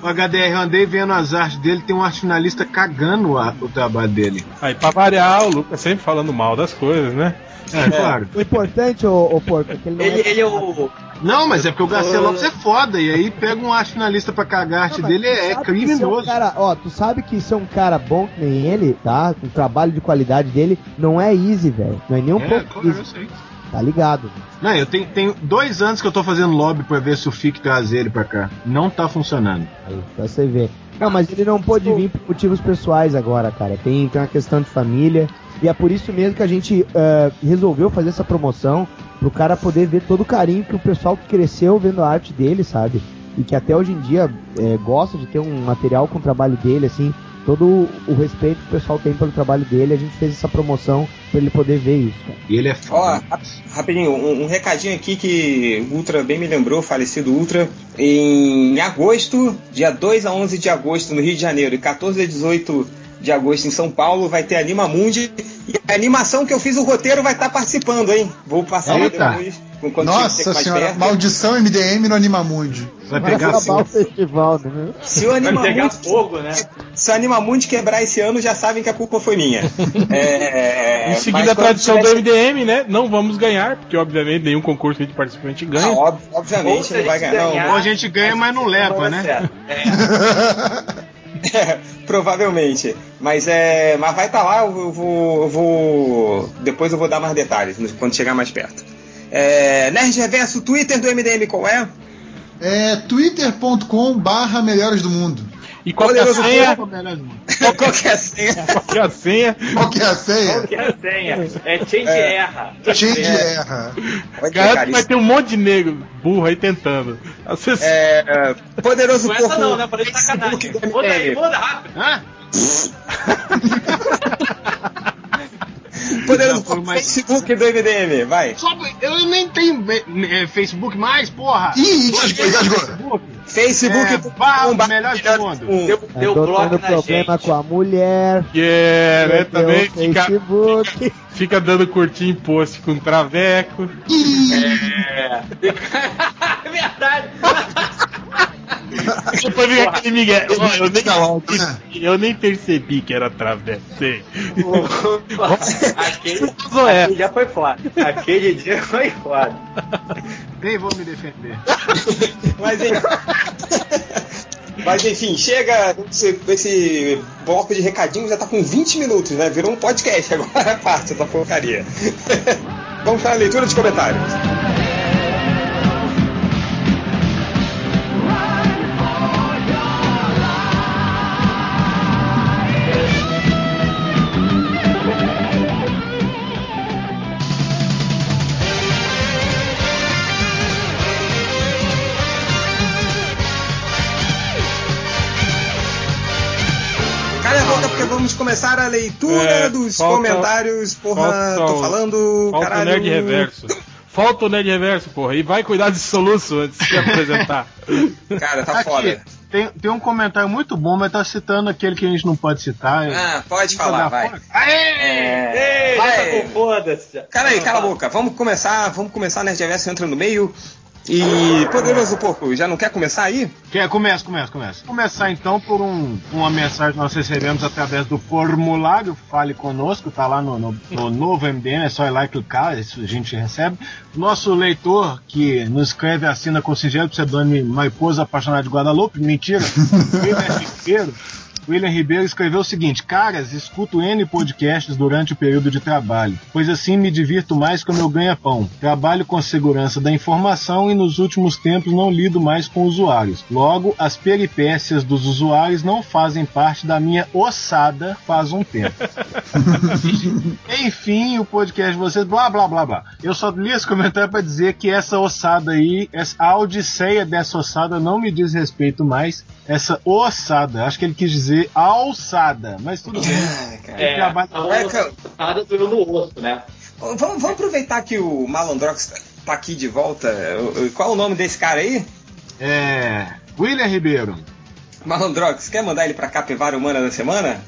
O HDR, eu andei vendo as artes dele, tem um arte finalista cagando a- o trabalho dele. Aí, pra variar, o Lucas sempre falando mal das coisas, né? É, claro. O importante, ô, ô porco, é que ele não é... é o. Não, mas é porque o Garcia Lopes é foda. E aí pega um arte finalista pra cagar a arte dele, é, Sabe que é isso é um criminoso. cara, ó, tu sabe que isso é um cara bom que nem ele, tá? O trabalho de qualidade dele não é easy, velho. Não é nem um É, pouco claro, easy. eu sei. Tá ligado? Não, eu tenho, tenho dois anos que eu tô fazendo lobby pra ver se o FIC traz ele pra cá. Não tá funcionando. Pra você ver. Não, mas ele não pôde vir por motivos pessoais agora, cara. Tem, tem uma questão de família. E é por isso mesmo que a gente eh, resolveu fazer essa promoção pro cara poder ver todo o carinho que o pessoal que cresceu vendo a arte dele, sabe? E que até hoje em dia eh, gosta de ter um material com o trabalho dele, assim. Todo o respeito que o pessoal tem pelo trabalho dele, a gente fez essa promoção pra ele poder ver isso. cara. E ele é Ó, rap- rapidinho, um, um recadinho aqui que Ultra bem me lembrou, falecido Ultra. Em agosto, dia 2 a 11 de agosto no Rio de Janeiro e 14 a 18 de agosto em São Paulo, vai ter Anima Mundi. E a animação que eu fiz o roteiro vai estar participando, hein? Vou passar lá Eita. depois. quando Nossa chegar mais senhora, perto. maldição MDM no Animamundi. Vai pegar assim. acabar fogo. o festival, né? Se o Anima Mundi- Se o Anima Mundi quebrar esse ano, já sabem que a culpa foi minha. É, Em mas seguida a quando tradição do tiver- MDM, né? Não vamos ganhar, porque obviamente nenhum concurso que a gente participa a gente ganha. Ah, ob- obviamente, Ou se não a vai gente ganhar, não. ganhar, Ou a gente ganha, mas não leva, não vai né? certo. É, provavelmente. Mas é. Mas vai estar lá, eu vou, eu vou. Depois eu vou dar mais detalhes no- quando chegar mais perto. É, Nerd Reverso, Twitter do MDM qual é? É twitter.com barra melhores do mundo. E qual que é a senha? Qual que é a senha? Qual que é a senha? Qual que é a senha? Que é a senha. É change É. erra. Change É. erra. Garanto que vai ter um monte de negro burro aí tentando. Acess... É, poderoso Não é essa não, né? Falei de sacanagem. Muda aí, muda rápido. Poderoso Corpo, Facebook do MDM, vai. Só, eu nem tenho eh, eh, Facebook mais, porra! Ih, engasgou, engasgou! Facebook é, barra melhores do mundo. Deu bloco problema com a mulher. Que é, né? Perdeu Também o fica, fica, fica dando curtir em post com traveco. É. É Depois vem aquele Miguel. "Ó, Eu nem, né? eu nem percebi que era traveco. Sei. Aquele, aquele dia foi foda. Aquele dia foi foda. Nem vou me defender. Mas enfim. Mas enfim, chega esse, esse bloco de recadinho já tá com 20 minutos, né? Virou um podcast agora, é parte da porcaria. Vamos para a leitura de comentários. Cala a boca porque vamos começar a leitura É, dos falta- comentários. Porra, falta tô o- falando, Falta caralho. o Nerd Reverso. Falta o Nerd Reverso, porra. E vai cuidar de soluço antes de se apresentar. Cara, tá Aqui, foda. Tem, tem um comentário muito bom, mas tá citando aquele que a gente não pode citar. Ah, pode Vamos falar, dar vai. fora? É, Ei, já tá com foda-se. Cara aí, cala a boca. Vamos começar, vamos começar, Nerd Reverso entra no meio. E poderoso porco, já não quer começar aí? Quer, começa, começa, começa. Começar então por um, uma mensagem que nós recebemos através do formulário Fale Conosco, tá lá no, no- no novo MDM, é só ir lá e clicar, isso a gente recebe. Nosso leitor que nos escreve e assina com sigilo pseudônimo Maiposa Apaixonado de Guadalupe, mentira, é William Ribeiro. William Ribeiro escreveu o seguinte: Caras, escuto N podcasts durante o período de trabalho, pois assim me divirto mais com o meu ganha-pão. Trabalho com a segurança da informação e nos últimos tempos não lido mais com usuários. Logo, as peripécias dos usuários não fazem parte da minha ossada faz um tempo. Enfim, o podcast de vocês, blá blá blá blá. Eu só li esse comentário pra dizer que essa ossada aí, essa, a odisseia dessa ossada não me diz respeito mais. Essa ossada, acho que ele quis dizer alçada, mas tudo bem. É, a tá moçada doeu no osso, né? Vamos, vamos aproveitar que o Malandrox tá- tá aqui de volta. O- o- Qual é o nome desse cara aí? É. William Ribeiro. Malandrox, quer mandar ele pra capivara humana da semana?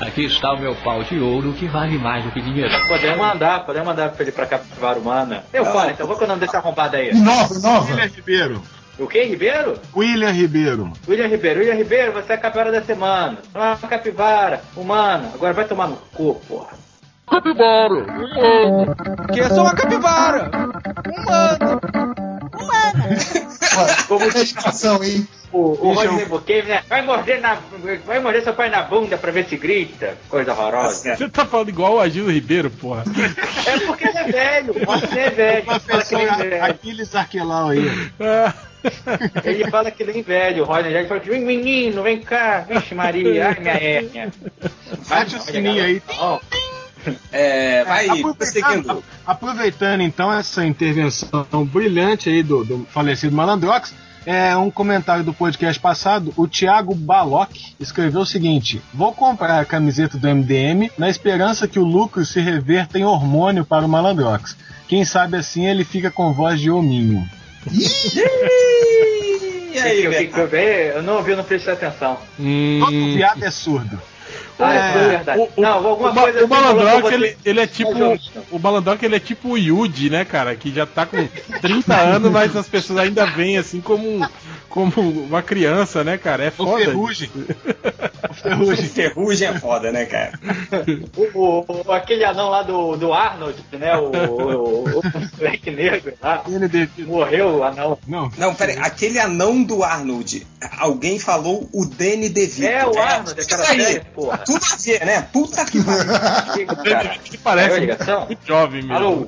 Aqui está o meu pau de ouro que vale mais do que dinheiro. Podemos mandar, podemos mandar pra ele pra capivara humana. Eu Não. falo, então vou que o nome desse arrombado aí. Inova, inova. Ribeiro. O que, Ribeiro? William Ribeiro. William Ribeiro, William Ribeiro, você é a capivara da semana. Ah, capivara, humano. Agora vai tomar no cu, porra. Capibara! Que é só uma capivara! Humano! Como dedicação, hein? O, o Rodney Buquet, né? Vai morder, na, vai morder seu pai na bunda pra ver se grita. Coisa horrorosa. Você tá falando igual o Agil Ribeiro, porra. É porque ele é velho. Você é velho. Ele fala que ele é Professor velho. Aquiles Arquelau aí. Ele fala que ele é velho. O Rodney já fala que vem menino, vem cá. Vixe Maria, ai minha tá hérnia. Bate o sininho aí. Ó, É, vai Tá aproveitando, aproveitando, então essa intervenção brilhante aí do, do falecido Malandrox, é um comentário do podcast passado, o Thiago Baloc escreveu o seguinte: Vou comprar a camiseta do MDM na esperança que o lucro se reverta em hormônio para o Malandrox. Quem sabe assim ele fica com voz de hominho. E aí, eu, eu, eu não ouvi, eu não prestei atenção. Todo piada é surdo. Ah, isso é verdade. o, o, Não, alguma o, ba- coisa o assim falou que eu Malandrox, vou ele, ele é tipo. O Malandrox, ele é tipo o Yudi, né, cara? Que já tá com 30 anos, mas as pessoas ainda veem assim como, um- como uma criança, né, cara? É foda. Ferrugem. Ferrugem. Ferrugem é foda, né, cara? O, o- aquele anão lá do, do Arnold, né? O, o, o, o moleque negro lá. Morreu o anão. Não. Não, peraí, aquele anão do Arnold. Alguém falou o Danny DeVito. É, o cara. Arnold, é Isso cara aí, dele, porra. Tudo a ver, né? Puta que pariu. Que parece muito jovem mesmo. Alô?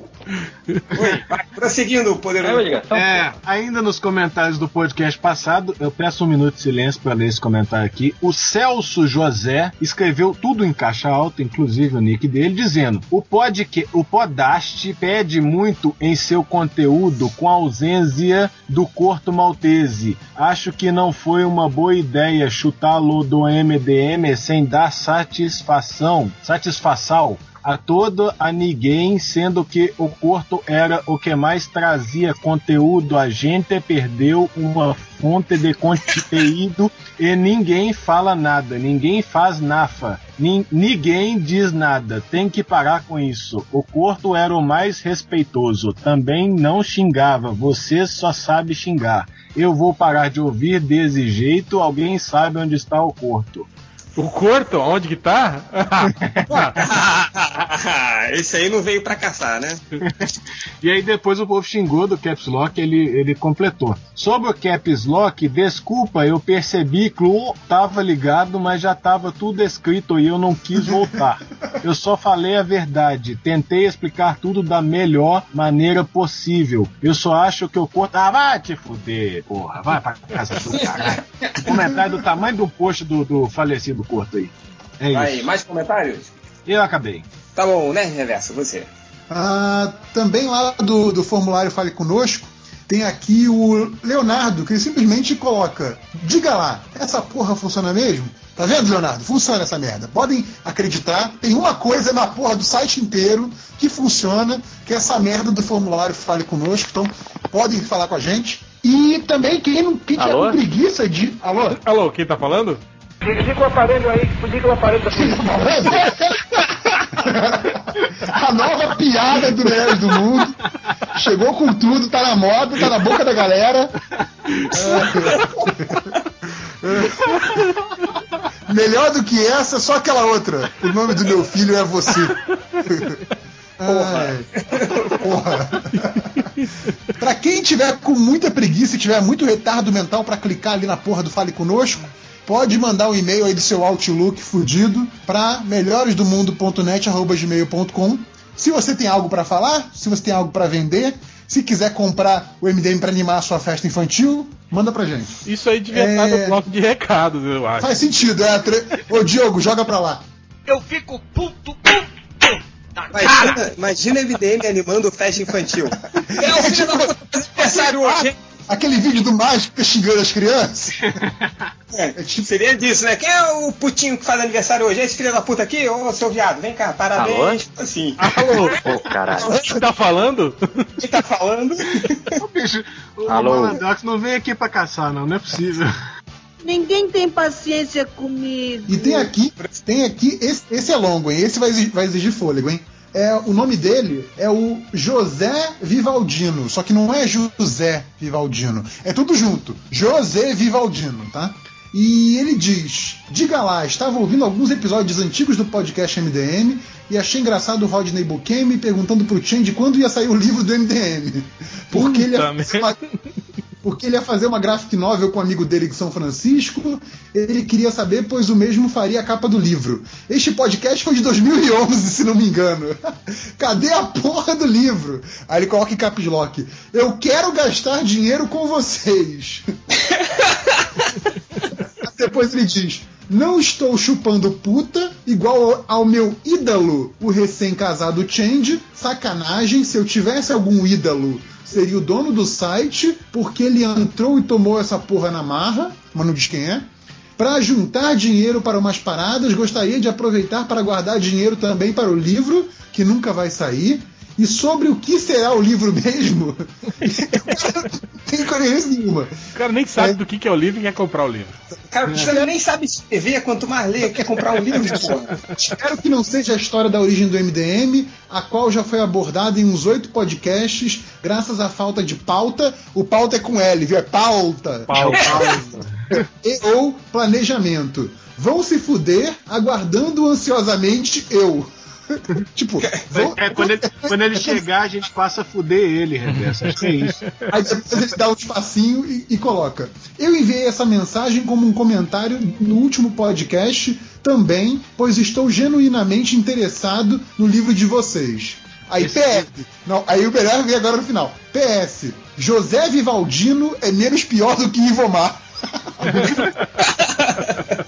Oi, vai, prosseguindo o poderoso. É, ainda nos comentários do podcast passado, eu peço um minuto de silêncio para ler esse comentário aqui. O Celso José escreveu tudo em caixa alta, inclusive o nick dele, dizendo: O podcast, o Podast pede muito em seu conteúdo com a ausência do Corto Maltese. Acho que não foi uma boa ideia chutá-lo do MDM sem dar satisfação, satisfação a todo a ninguém, sendo que o corto era o que mais trazia conteúdo. A gente perdeu uma fonte de conteúdo e ninguém fala nada, ninguém faz nafa, nin- ninguém diz nada. Tem que parar com isso. O corto era o mais respeitoso, também não xingava, você só sabe xingar. Eu vou parar de ouvir desse jeito, alguém sabe onde está o corto. O corto? Onde que tá? Esse aí não veio pra caçar, né? E aí depois o povo xingou do Caps Lock, ele, ele completou. Sobre o Caps Lock, desculpa, eu percebi que o tava ligado, mas já tava tudo escrito e eu não quis voltar. Eu só falei a verdade, tentei explicar tudo da melhor maneira possível. Eu só acho que o corto... Ah, vai te fuder, porra, vai pra casa do caralho. Comentário do tamanho do post do, do falecido corto aí. É isso. Aí, mais comentários? Eu acabei. Tá bom, né, Reverso? Você. Ah, também lá do, do formulário Fale Conosco, tem aqui o Leonardo, que ele simplesmente coloca: diga lá, essa porra funciona mesmo? Tá vendo, Leonardo? Funciona essa merda. Podem acreditar, tem uma coisa na porra do site inteiro que funciona, que é essa merda do formulário Fale Conosco. Então, podem falar com a gente. E também, quem não quem tiver Alô? com preguiça de. Alô? Alô, quem tá falando? Liga o aparelho aí, liga o aparelho da A nova piada do Melhores do Mundo. Chegou com tudo, tá na moda, tá na boca da galera. É. Melhor do que essa, só aquela outra. O nome do meu filho é você. Ai, porra. pra quem tiver com muita preguiça e tiver muito retardo mental pra clicar ali na porra do Fale Conosco, pode mandar um e-mail aí do seu Outlook fudido pra melhoresdomundo.net@gmail.com. Se você tem algo pra falar, se você tem algo pra vender, se quiser comprar o MDM pra animar a sua festa infantil, manda pra gente. Isso aí devia estar no bloco de recados, eu acho. Faz sentido, é. Tre... Ô Diogo, joga pra lá. Eu fico puto, puto. Imagina, imagina MDM animando festa infantil. É o filho da puta do aniversário hoje. Aquele vídeo do mágico xingando as crianças. É, Seria disso, né? Quem é o putinho que faz aniversário hoje? É esse filho da puta aqui? Ô, seu viado, vem cá, parabéns. Assim. Alô? Ô, caralho. Quem tá falando? Quem tá falando? O Alô? Malandox não vem aqui pra caçar, não, não é possível. Ninguém tem paciência comigo. E tem aqui, tem aqui, esse, esse é longo, hein? Esse vai exigir, vai exigir fôlego, hein? é, o nome dele é o José Vivaldino. Só que não é José Vivaldino. É tudo junto. José Vivaldino, tá? E ele diz: Diga lá, estava ouvindo alguns episódios antigos do podcast MDM e achei engraçado o Rodney Bukemi perguntando pro Change quando ia sair o livro do MDM. Porque ele ia fazer uma- porque ele ia fazer uma graphic novel com um amigo dele de São Francisco. Ele queria saber, pois o mesmo faria a capa do livro. Este podcast foi de 2011, se não me engano. Cadê a porra do livro? Aí ele coloca em caps lock: Eu quero gastar dinheiro com vocês. Depois ele diz: Não estou chupando puta igual ao ao meu ídolo, o recém-casado Change. Sacanagem, se eu tivesse algum ídolo, seria o dono do site, porque ele entrou e tomou essa porra na marra, mas não diz quem é. Para juntar dinheiro para umas paradas, gostaria de aproveitar para guardar dinheiro também para o livro, que nunca vai sair. E sobre o que será o livro mesmo? não tem coerência nenhuma. O cara nem sabe do que, que é o livro e quer comprar o livro. É. Cara, o Cristiano nem sabe escrever, quanto mais ler, quer comprar um livro, porra. Espero que não seja a história da origem do MDM, a qual já foi abordada em uns oito podcasts, graças à falta de pauta. O pauta é com L, viu? É pauta. Pauta. e, ou planejamento. Vão se fuder, aguardando ansiosamente eu. tipo, vão- É, quando, ele, quando ele chegar, a gente passa a fuder ele, Reverso. Acho que é isso. Aí depois ele dá um espacinho e, e coloca. Eu enviei essa mensagem como um comentário no último podcast também, pois estou genuinamente interessado no livro de vocês. Aí PS, não, aí o melhor vem agora no final. PS, José Vivaldino é menos pior do que Ivomar.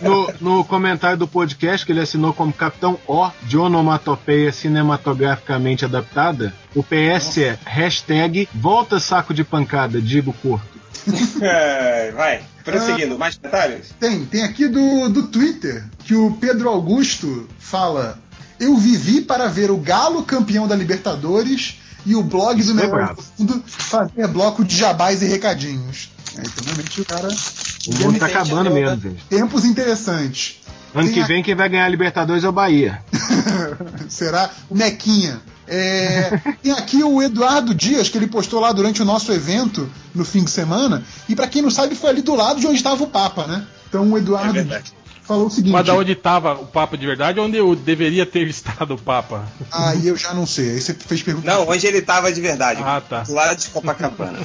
No, no comentário do podcast que ele assinou como Capitão O de onomatopeia cinematograficamente adaptada, o PS é hashtag volta saco de pancada, digo curto. É, vai, prosseguindo. Mais comentários? Tem, tem aqui do, do Twitter que o Pedro Augusto fala: Eu vivi para ver o Galo campeão da Libertadores e o blog do Isso é meu brabo. fundo fazer bloco de jabás e recadinhos. É, então realmente o cara. O mundo tá acabando mesmo, gente. Tempos interessantes. Ano Tem que a- vem quem vai ganhar a Libertadores é o Bahia. Será? O Nequinha. É, tem aqui o Eduardo Dias, que ele postou lá durante o nosso evento no fim de semana. E pra quem não sabe, foi ali do lado de onde estava o Papa, né? Então o Eduardo falou o seguinte. Mas da onde estava o Papa de verdade, onde eu deveria ter estado o Papa? Aí eu já não sei. Aí você fez pergunta. Não, onde ele tava de verdade. Ah, tá. Do lado de Copacabana.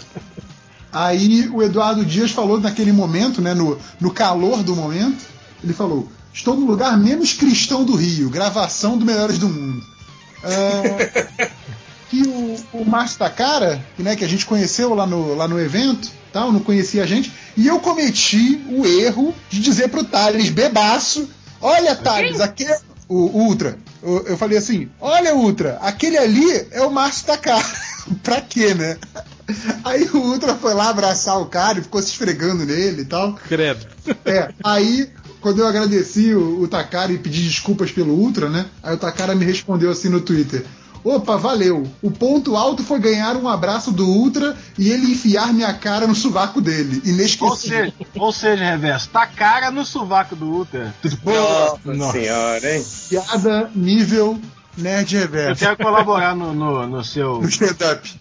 Aí o Eduardo Dias falou naquele momento, né? No, no calor do momento, ele falou: Estou no lugar menos cristão do Rio, gravação do Melhores do Mundo. Ah, que o, o Márcio Takara, que, né, que a gente conheceu lá no, lá no evento, tal, não conhecia a gente, e eu cometi o erro de dizer pro Thales, bebaço, olha, Thales, aquele. O o Ultra. Eu, eu falei assim: olha, Ultra, aquele ali é o Márcio Takara. pra quê, né? Aí o Ultra foi lá abraçar o cara e ficou se esfregando nele e tal. Credo. É, aí, quando eu agradeci o, o Takara e pedi desculpas pelo Ultra, né? Aí o Takara me respondeu assim no Twitter. Opa, valeu. O ponto alto foi ganhar um abraço do Ultra e ele enfiar minha cara no sovaco dele. Ou Inesquecível. seja, ou seja, Reverso, tá cara no sovaco do Ultra. Nossa, senhora, hein? Piada nível nerd Eu reverso. quero colaborar no, no, no seu. No stand-up.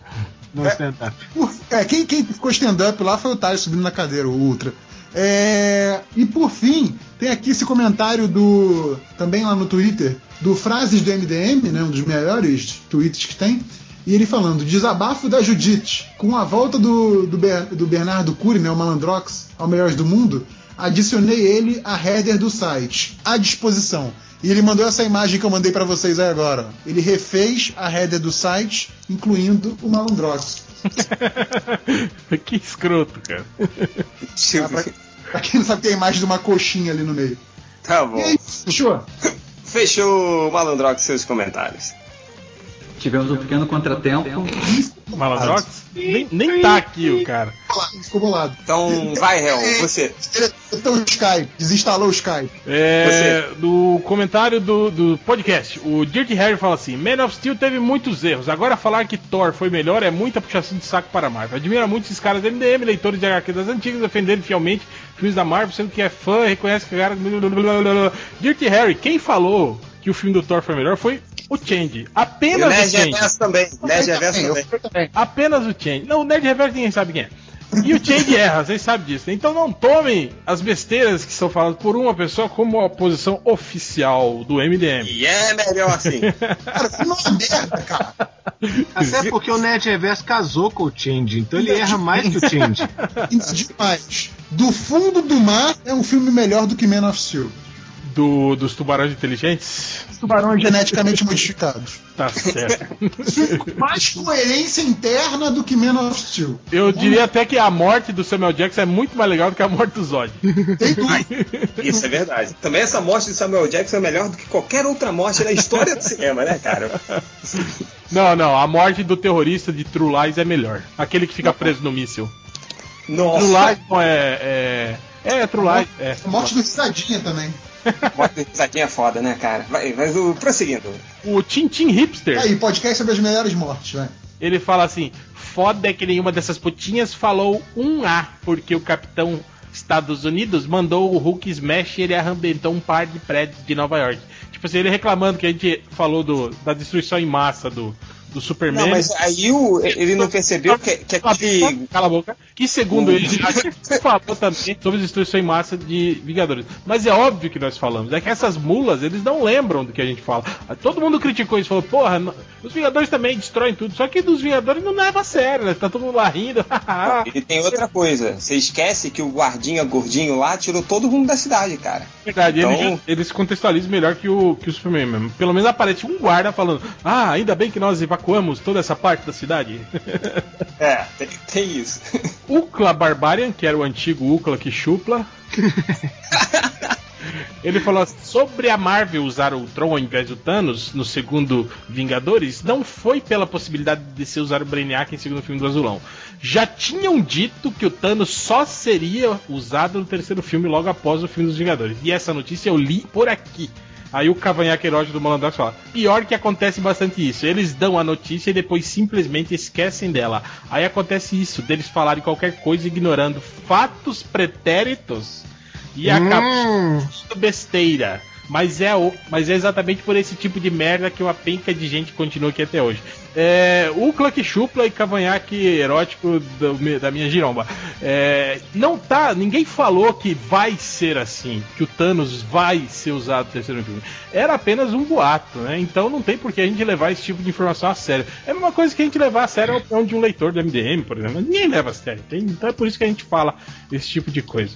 No stand-up. Por- É, quem, quem ficou stand-up lá foi o Thales subindo na cadeira, o Ultra. É, e por fim, tem aqui esse comentário do. também lá no Twitter, do Frases do MDM, né, um dos melhores tweets que tem. E ele falando, desabafo da Judite. Com a volta do, do, Ber- do Bernardo Cury, né, o Malandrox, ao Melhores do Mundo, adicionei ele à header do site, à disposição. E ele mandou essa imagem que eu mandei pra vocês aí agora. ó. Ele refez a header do site, incluindo o Malandrox. que escroto, cara. Ah, pra, pra quem não sabe, tem a imagem de uma coxinha ali no meio. Tá bom. E aí, fechou? Fechou o Malandrox seus comentários. Tivemos um pequeno contratempo. Malandrox? Nem, nem tá aqui o cara. Ficou bolado. É, Então, vai, Hel, você. Então, o Skype, desinstalou o Skype. É, do comentário do, do podcast, o Dirk Harry fala assim: Man of Steel teve muitos erros. Agora falar que Thor foi melhor é muita puxação de saco para a Marvel. Admira muito esses caras da MDM, leitores de HQ das antigas, defendendo fielmente filmes da Marvel, sendo que é fã, reconhece que o cara. Dirk Harry, quem falou que o filme do Thor foi melhor foi o Change. Apenas E o é Nerd o Change. Reverso também. Nerd Eu Reverso eu também. Apenas o Change. Não, o Nerd Reverso ninguém sabe quem é. E o Change erra, vocês sabem disso. né? Então não tomem as besteiras que são faladas por uma pessoa como a posição oficial do MDM. E é melhor assim. Até porque o Nerd Reverso casou com o Change, então ele erra mais que o Change. Ainda demais. Do Fundo do Mar é um filme melhor do que Man of Steel. Do, dos tubarões inteligentes? Tubarões geneticamente modificados. Tá certo. Mais coerência interna do que Man of Steel. Eu diria até que a morte do Samuel Jackson é muito mais legal do que a morte do Zod. Isso é verdade. Também essa morte de Samuel Jackson é melhor do que qualquer outra morte na história do cinema, né, cara? Não, não, a morte do terrorista de True Lies é melhor. Aquele que fica preso no míssil. Nossa. True Lies não é. É, é True Lies. É. Morte do Risadinha também. Morte do risadinha é foda, né, cara? Vai, mas o prosseguindo. O Tintin Hipster. Aí, podcast sobre as melhores mortes, vai. Ele fala assim: foda é que nenhuma dessas putinhas falou um A, porque o capitão Estados Unidos mandou o Hulk smash e ele arrebentou um par de prédios de Nova York. Tipo assim, ele reclamando que a gente falou do, da destruição em massa do, do Superman. Não, mas aí o- ele não percebeu que, que aquele. Cala a boca. Que Hum. segundo ele, a gente falou também sobre destruição em massa de Vingadores. Mas é óbvio que nós falamos. É que essas mulas, eles não lembram do que a gente fala. Todo mundo criticou isso, falou, porra, não- os Vingadores também destroem tudo. Só que dos Vingadores não leva a sério, né? Tá todo mundo lá rindo. E tem outra coisa, você esquece que o guardinha gordinho lá tirou todo mundo da cidade, cara. É Verdade, Então- ele, ele se contextualiza melhor que o, que o Superman mesmo. Pelo menos aparece um guarda falando: Ah, ainda bem que nós evacuamos toda essa parte da cidade. É, tem, isso. Ucla Barbarian, que era o antigo Ucla que chupla. Ele falou assim, sobre a Marvel usar o Tron ao invés do Thanos no segundo Vingadores, não foi pela possibilidade de se usar o Brainiac em segundo filme do Azulão. Já tinham dito que o Thanos só seria usado no terceiro filme, logo após o filme dos Vingadores. E essa notícia eu li por aqui. Aí o cavanhaque erótico do Malandrax fala: pior que acontece bastante isso. Eles dão a notícia e depois simplesmente esquecem dela. Aí acontece isso, deles falarem qualquer coisa ignorando fatos pretéritos e acabou sendo besteira. Mas é, o, mas é exatamente por esse tipo de merda que uma penca de gente continua aqui até hoje. É, o Clack Chupla e Cavanhaque erótico do me- da minha giromba. É, não tá. Ninguém falou que vai ser assim, que o Thanos vai ser usado no terceiro filme. Era apenas um boato, né? Então não tem por que a gente levar esse tipo de informação a sério. É a mesma coisa que a gente levar a sério a opinião de um leitor do MDM, por exemplo. Ninguém leva a sério. Tem- então é por isso que a gente fala esse tipo de coisa.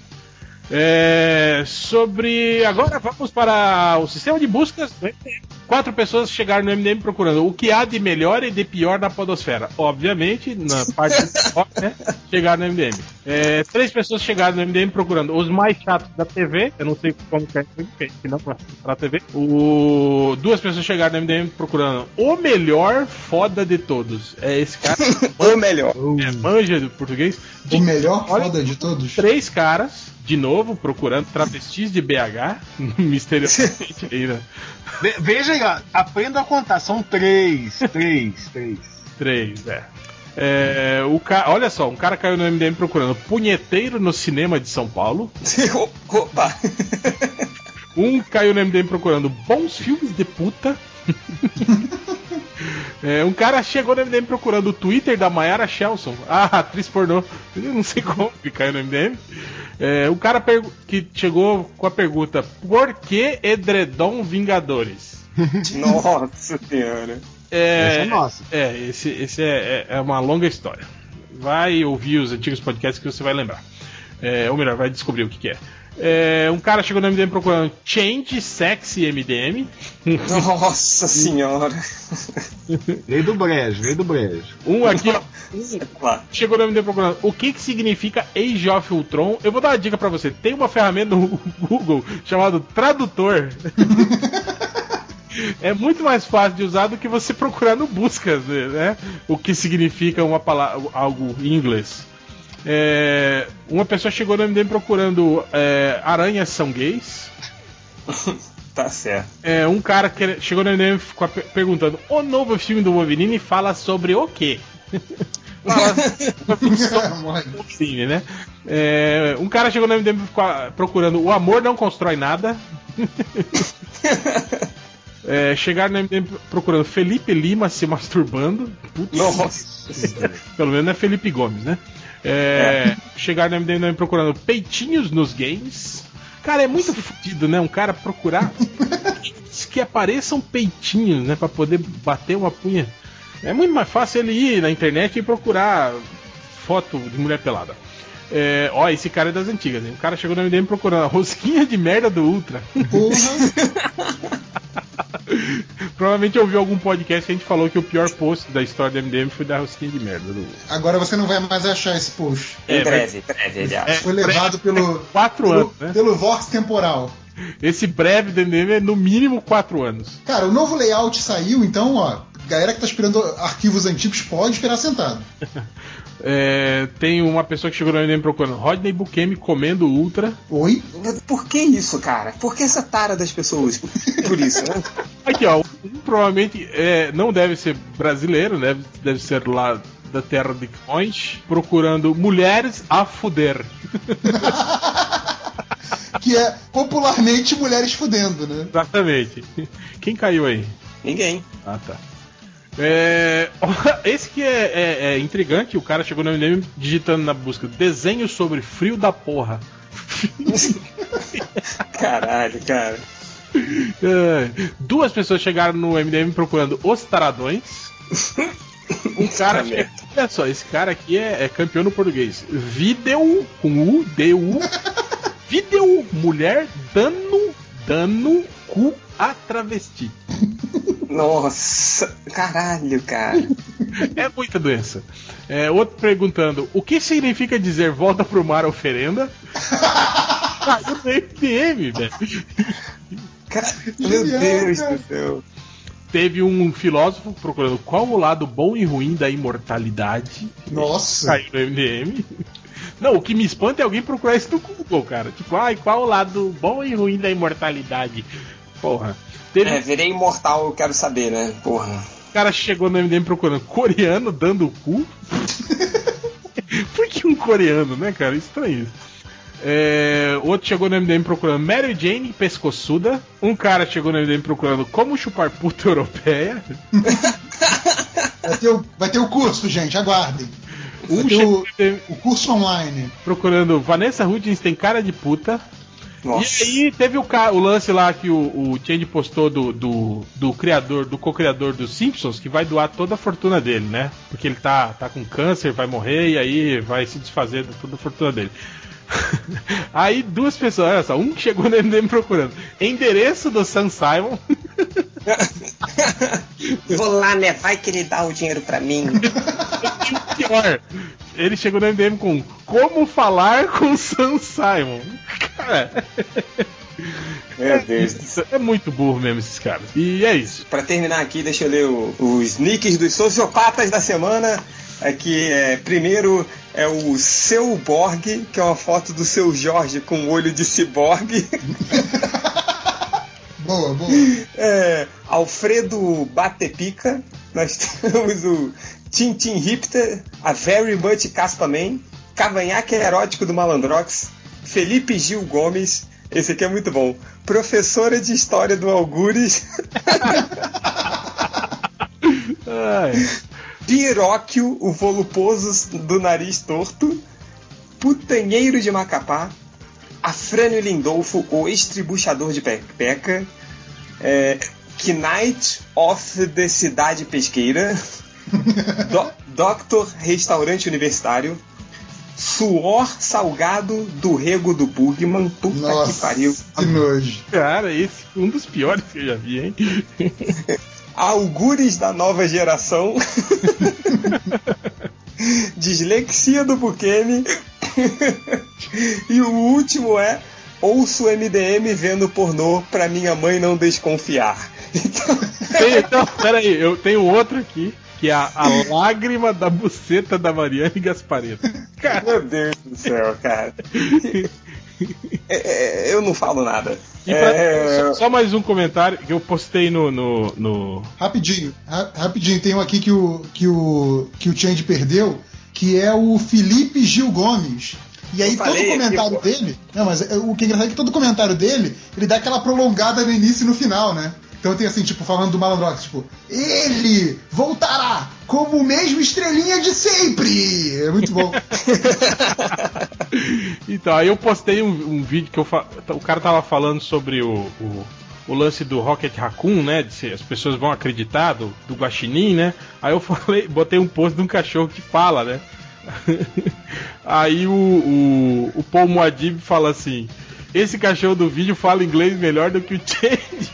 É, sobre. Agora vamos para o sistema de buscas. do MDM. Quatro pessoas chegaram no MDM procurando o que há de melhor e de pior na Podosfera. Obviamente, na parte de pior, né, chegaram no MDM. É, três pessoas chegaram no MDM procurando os mais chatos da TV. Eu não sei como que é isso, porque a gente não gosta de falar TV. O... Duas pessoas chegaram no MDM procurando o melhor foda de todos. É esse cara. o melhor. É, manja do português. O melhor foda de todos. Três caras, de novo, procurando travestis de BH, misteriosamente aí, né? Ve- Veja aí, ó, aprenda a contar. São três, três, três. Três, é. É, o ca... Olha só, um cara caiu no MDM procurando punheteiro no cinema de São Paulo. Opa! Um caiu no MDM procurando bons filmes de puta. É, um cara chegou no MDM procurando o Twitter da Mayara Shelson, a atriz pornô. Eu não sei como que caiu no MDM. É, o cara pergu- que chegou com a pergunta: Por que Edredom Vingadores? Nossa senhora. É, Essa é nossa. É, esse, esse é, é- é uma longa história. Vai ouvir os antigos podcasts que você vai lembrar. É, ou melhor, vai descobrir o que, que é. É, um cara chegou no MDM procurando Change Sexy MDM. Nossa senhora. Lei do brejo, lei do brejo. Um aqui, ó. Chegou no MD procurando o que, que significa Age of Ultron. Eu vou dar uma dica pra você. Tem uma ferramenta no Google chamada Tradutor. É muito mais fácil de usar do que você procurar no busca, né? O que significa uma palavra, algo em inglês. É, uma pessoa chegou no MDM procurando é, aranhas são gays. Tá certo. É, um cara que chegou no MDM e ficou per- perguntando: o novo filme do Wolverine fala sobre o quê? Sim, né? É, um cara chegou no MDM e ficou, ah, procurando O Amor Não Constrói Nada. É, chegaram no MDM procurando Felipe Lima se masturbando. Putz. Pelo menos não é Felipe Gomes, né? É, Chegaram no MDM também procurando peitinhos nos games. Cara, é muito fodido, né? Um cara procurar que apareçam peitinhos, né? Pra poder bater uma punha. É muito mais fácil ele ir na internet e procurar foto de mulher pelada. É, ó, esse cara é das antigas, hein? O cara chegou no MDM procurando a rosquinha de merda do Ultra. Provavelmente ouviu algum podcast que a gente falou que o pior post da história do MDM foi da rosquinha de merda do Ultra. Agora você não vai mais achar esse post. É, Em É, breve, breve, ele acha. Foi levado pelo. Quatro pelo, anos, né? Pelo Vox Temporal. Esse breve do MDM é no mínimo quatro anos. Cara, o novo layout saiu, então, ó. Galera que tá esperando arquivos antigos pode esperar sentado. É, tem uma pessoa que chegou no MDM procurando Rodney Bukemi comendo Ultra. Oi? Por que isso, cara? Por que essa tara das pessoas? Por isso, né? Aqui, ó. Um provavelmente é, não deve ser brasileiro, deve, deve ser lá da terra de cões, procurando mulheres a fuder. Que é popularmente mulheres fudendo, né? Exatamente. Quem caiu aí? Ninguém. Ah, tá. É, esse que é, é- é intrigante, o cara chegou no MDM digitando na busca desenho sobre frio da porra. Caralho, cara. É, duas pessoas chegaram no MDM procurando os taradões. Um cara. merda. Olha só, esse cara aqui é, é campeão no português. Videu com U, D, U. Videu mulher dando, dando cu a travesti. Nossa, caralho, cara. É muita doença. É, outro perguntando: o que significa dizer volta pro mar oferenda? Ah, Caiu no MDM, velho. Meu Deus cara. do céu. Teve um filósofo procurando qual o lado bom e ruim da imortalidade. Nossa. Caiu no MDM. Não, o que me espanta é alguém procurar isso no Google, cara. Tipo, ai, qual o lado bom e ruim da imortalidade? Porra. Teve É, virei imortal, eu quero saber, né? Porra. um cara que chegou no MDM procurando coreano dando o cu. Por que um coreano, né, cara? Estranho isso. É, outro chegou no MDM procurando Mary Jane pescoçuda. Um cara chegou no MDM procurando como chupar puta europeia. Vai ter, o, vai ter o curso, gente, aguardem. Vai Um ter o, chefe o curso online. procurando Vanessa Hudgens tem cara de puta. Nossa. E aí teve o, ca- o lance lá que o, o Change postou do, do, do criador, do co-criador dos Simpsons, que vai doar toda a fortuna dele, né? Porque ele tá, tá com câncer, vai morrer e aí vai se desfazer de toda a fortuna dele. aí duas pessoas, olha só, um que chegou no MDM procurando endereço do Sam Simon. Vou lá, né? Vai que ele dá o dinheiro pra mim. pior. Ele chegou no MDM com Como falar com Sam Simon. Cara. Meu Deus. É muito burro mesmo esses caras. E é isso. Pra terminar aqui, deixa eu ler o- os nicks dos sociopatas da semana. Aqui é, primeiro é o Seu Borg, que é uma foto do seu Jorge com um olho de ciborgue. Boa, boa. É, Alfredo Batepica. Nós temos o Tintin Hipster, a Very Much Caspa Man, Cavanhaque Erótico do Malandrox, Felipe Gil Gomes. Esse aqui é muito bom. Professora de História do Algures. Piróquio, o voluposo do nariz torto. Putanheiro de Macapá. Afrânio Lindolfo, o estribuchador de pe- peca. É, Knight of the Cidade Pesqueira. Do- Doctor Restaurante Universitário. Suor Salgado do Rego do Bugman. Puta que pariu. Que nojo. Cara, esse é um dos piores que eu já vi, hein? Algures da nova geração. Dislexia do Bukemi. e o último é Ouço MDM vendo pornô pra minha mãe não desconfiar. Tem, então, peraí, eu tenho outro aqui, que é a, a lágrima da buceta da Mariane Gaspareto. Meu Deus do céu, cara. É, é, eu não falo nada. E pra- É, só, só mais um comentário que eu postei no. no, no... Rapidinho, ra- rapidinho, tem um aqui que o, que o, que o Change perdeu, que é o Felipe Gil Gomes. E aí Eu todo falei aqui, comentário pô. dele. Não, mas é- o que é engraçado é que todo comentário dele, ele dá aquela prolongada no início e no final, né? Então tem assim, tipo, falando do Malandrox, tipo, ele voltará como o mesmo estrelinha de sempre! É muito bom. Então, aí eu postei um, um vídeo que eu fa- o cara tava falando sobre o, o, o lance do Rocket Raccoon, né? De se as pessoas vão acreditar, do, do Guaxinim, né? Aí eu falei, botei um post de um cachorro que fala, né? Aí o, o, o Paul Muadib fala assim: Esse cachorro do vídeo fala inglês melhor do que o Change.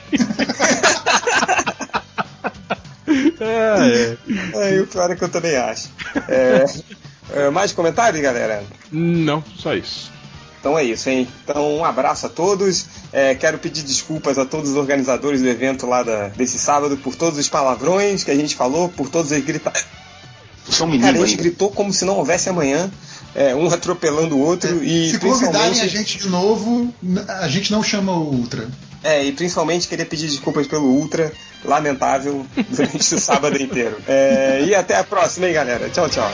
É, é. o pior é que eu também acho. É, é, mais comentários, galera? Não, só isso. Então é isso, hein? Então um abraço a todos. É, quero pedir desculpas a todos os organizadores do evento lá da- desse sábado por todos os palavrões que a gente falou, por todos os grita... São Cara, a meninos gente gritou como se não houvesse amanhã, é, um atropelando o outro e É, Se convidarem a principalmente... gente de novo, n- a gente não chama o Ultra. É, e principalmente queria pedir desculpas pelo Ultra, lamentável, durante o sábado inteiro. É, e até a próxima, hein, galera? Tchau, tchau.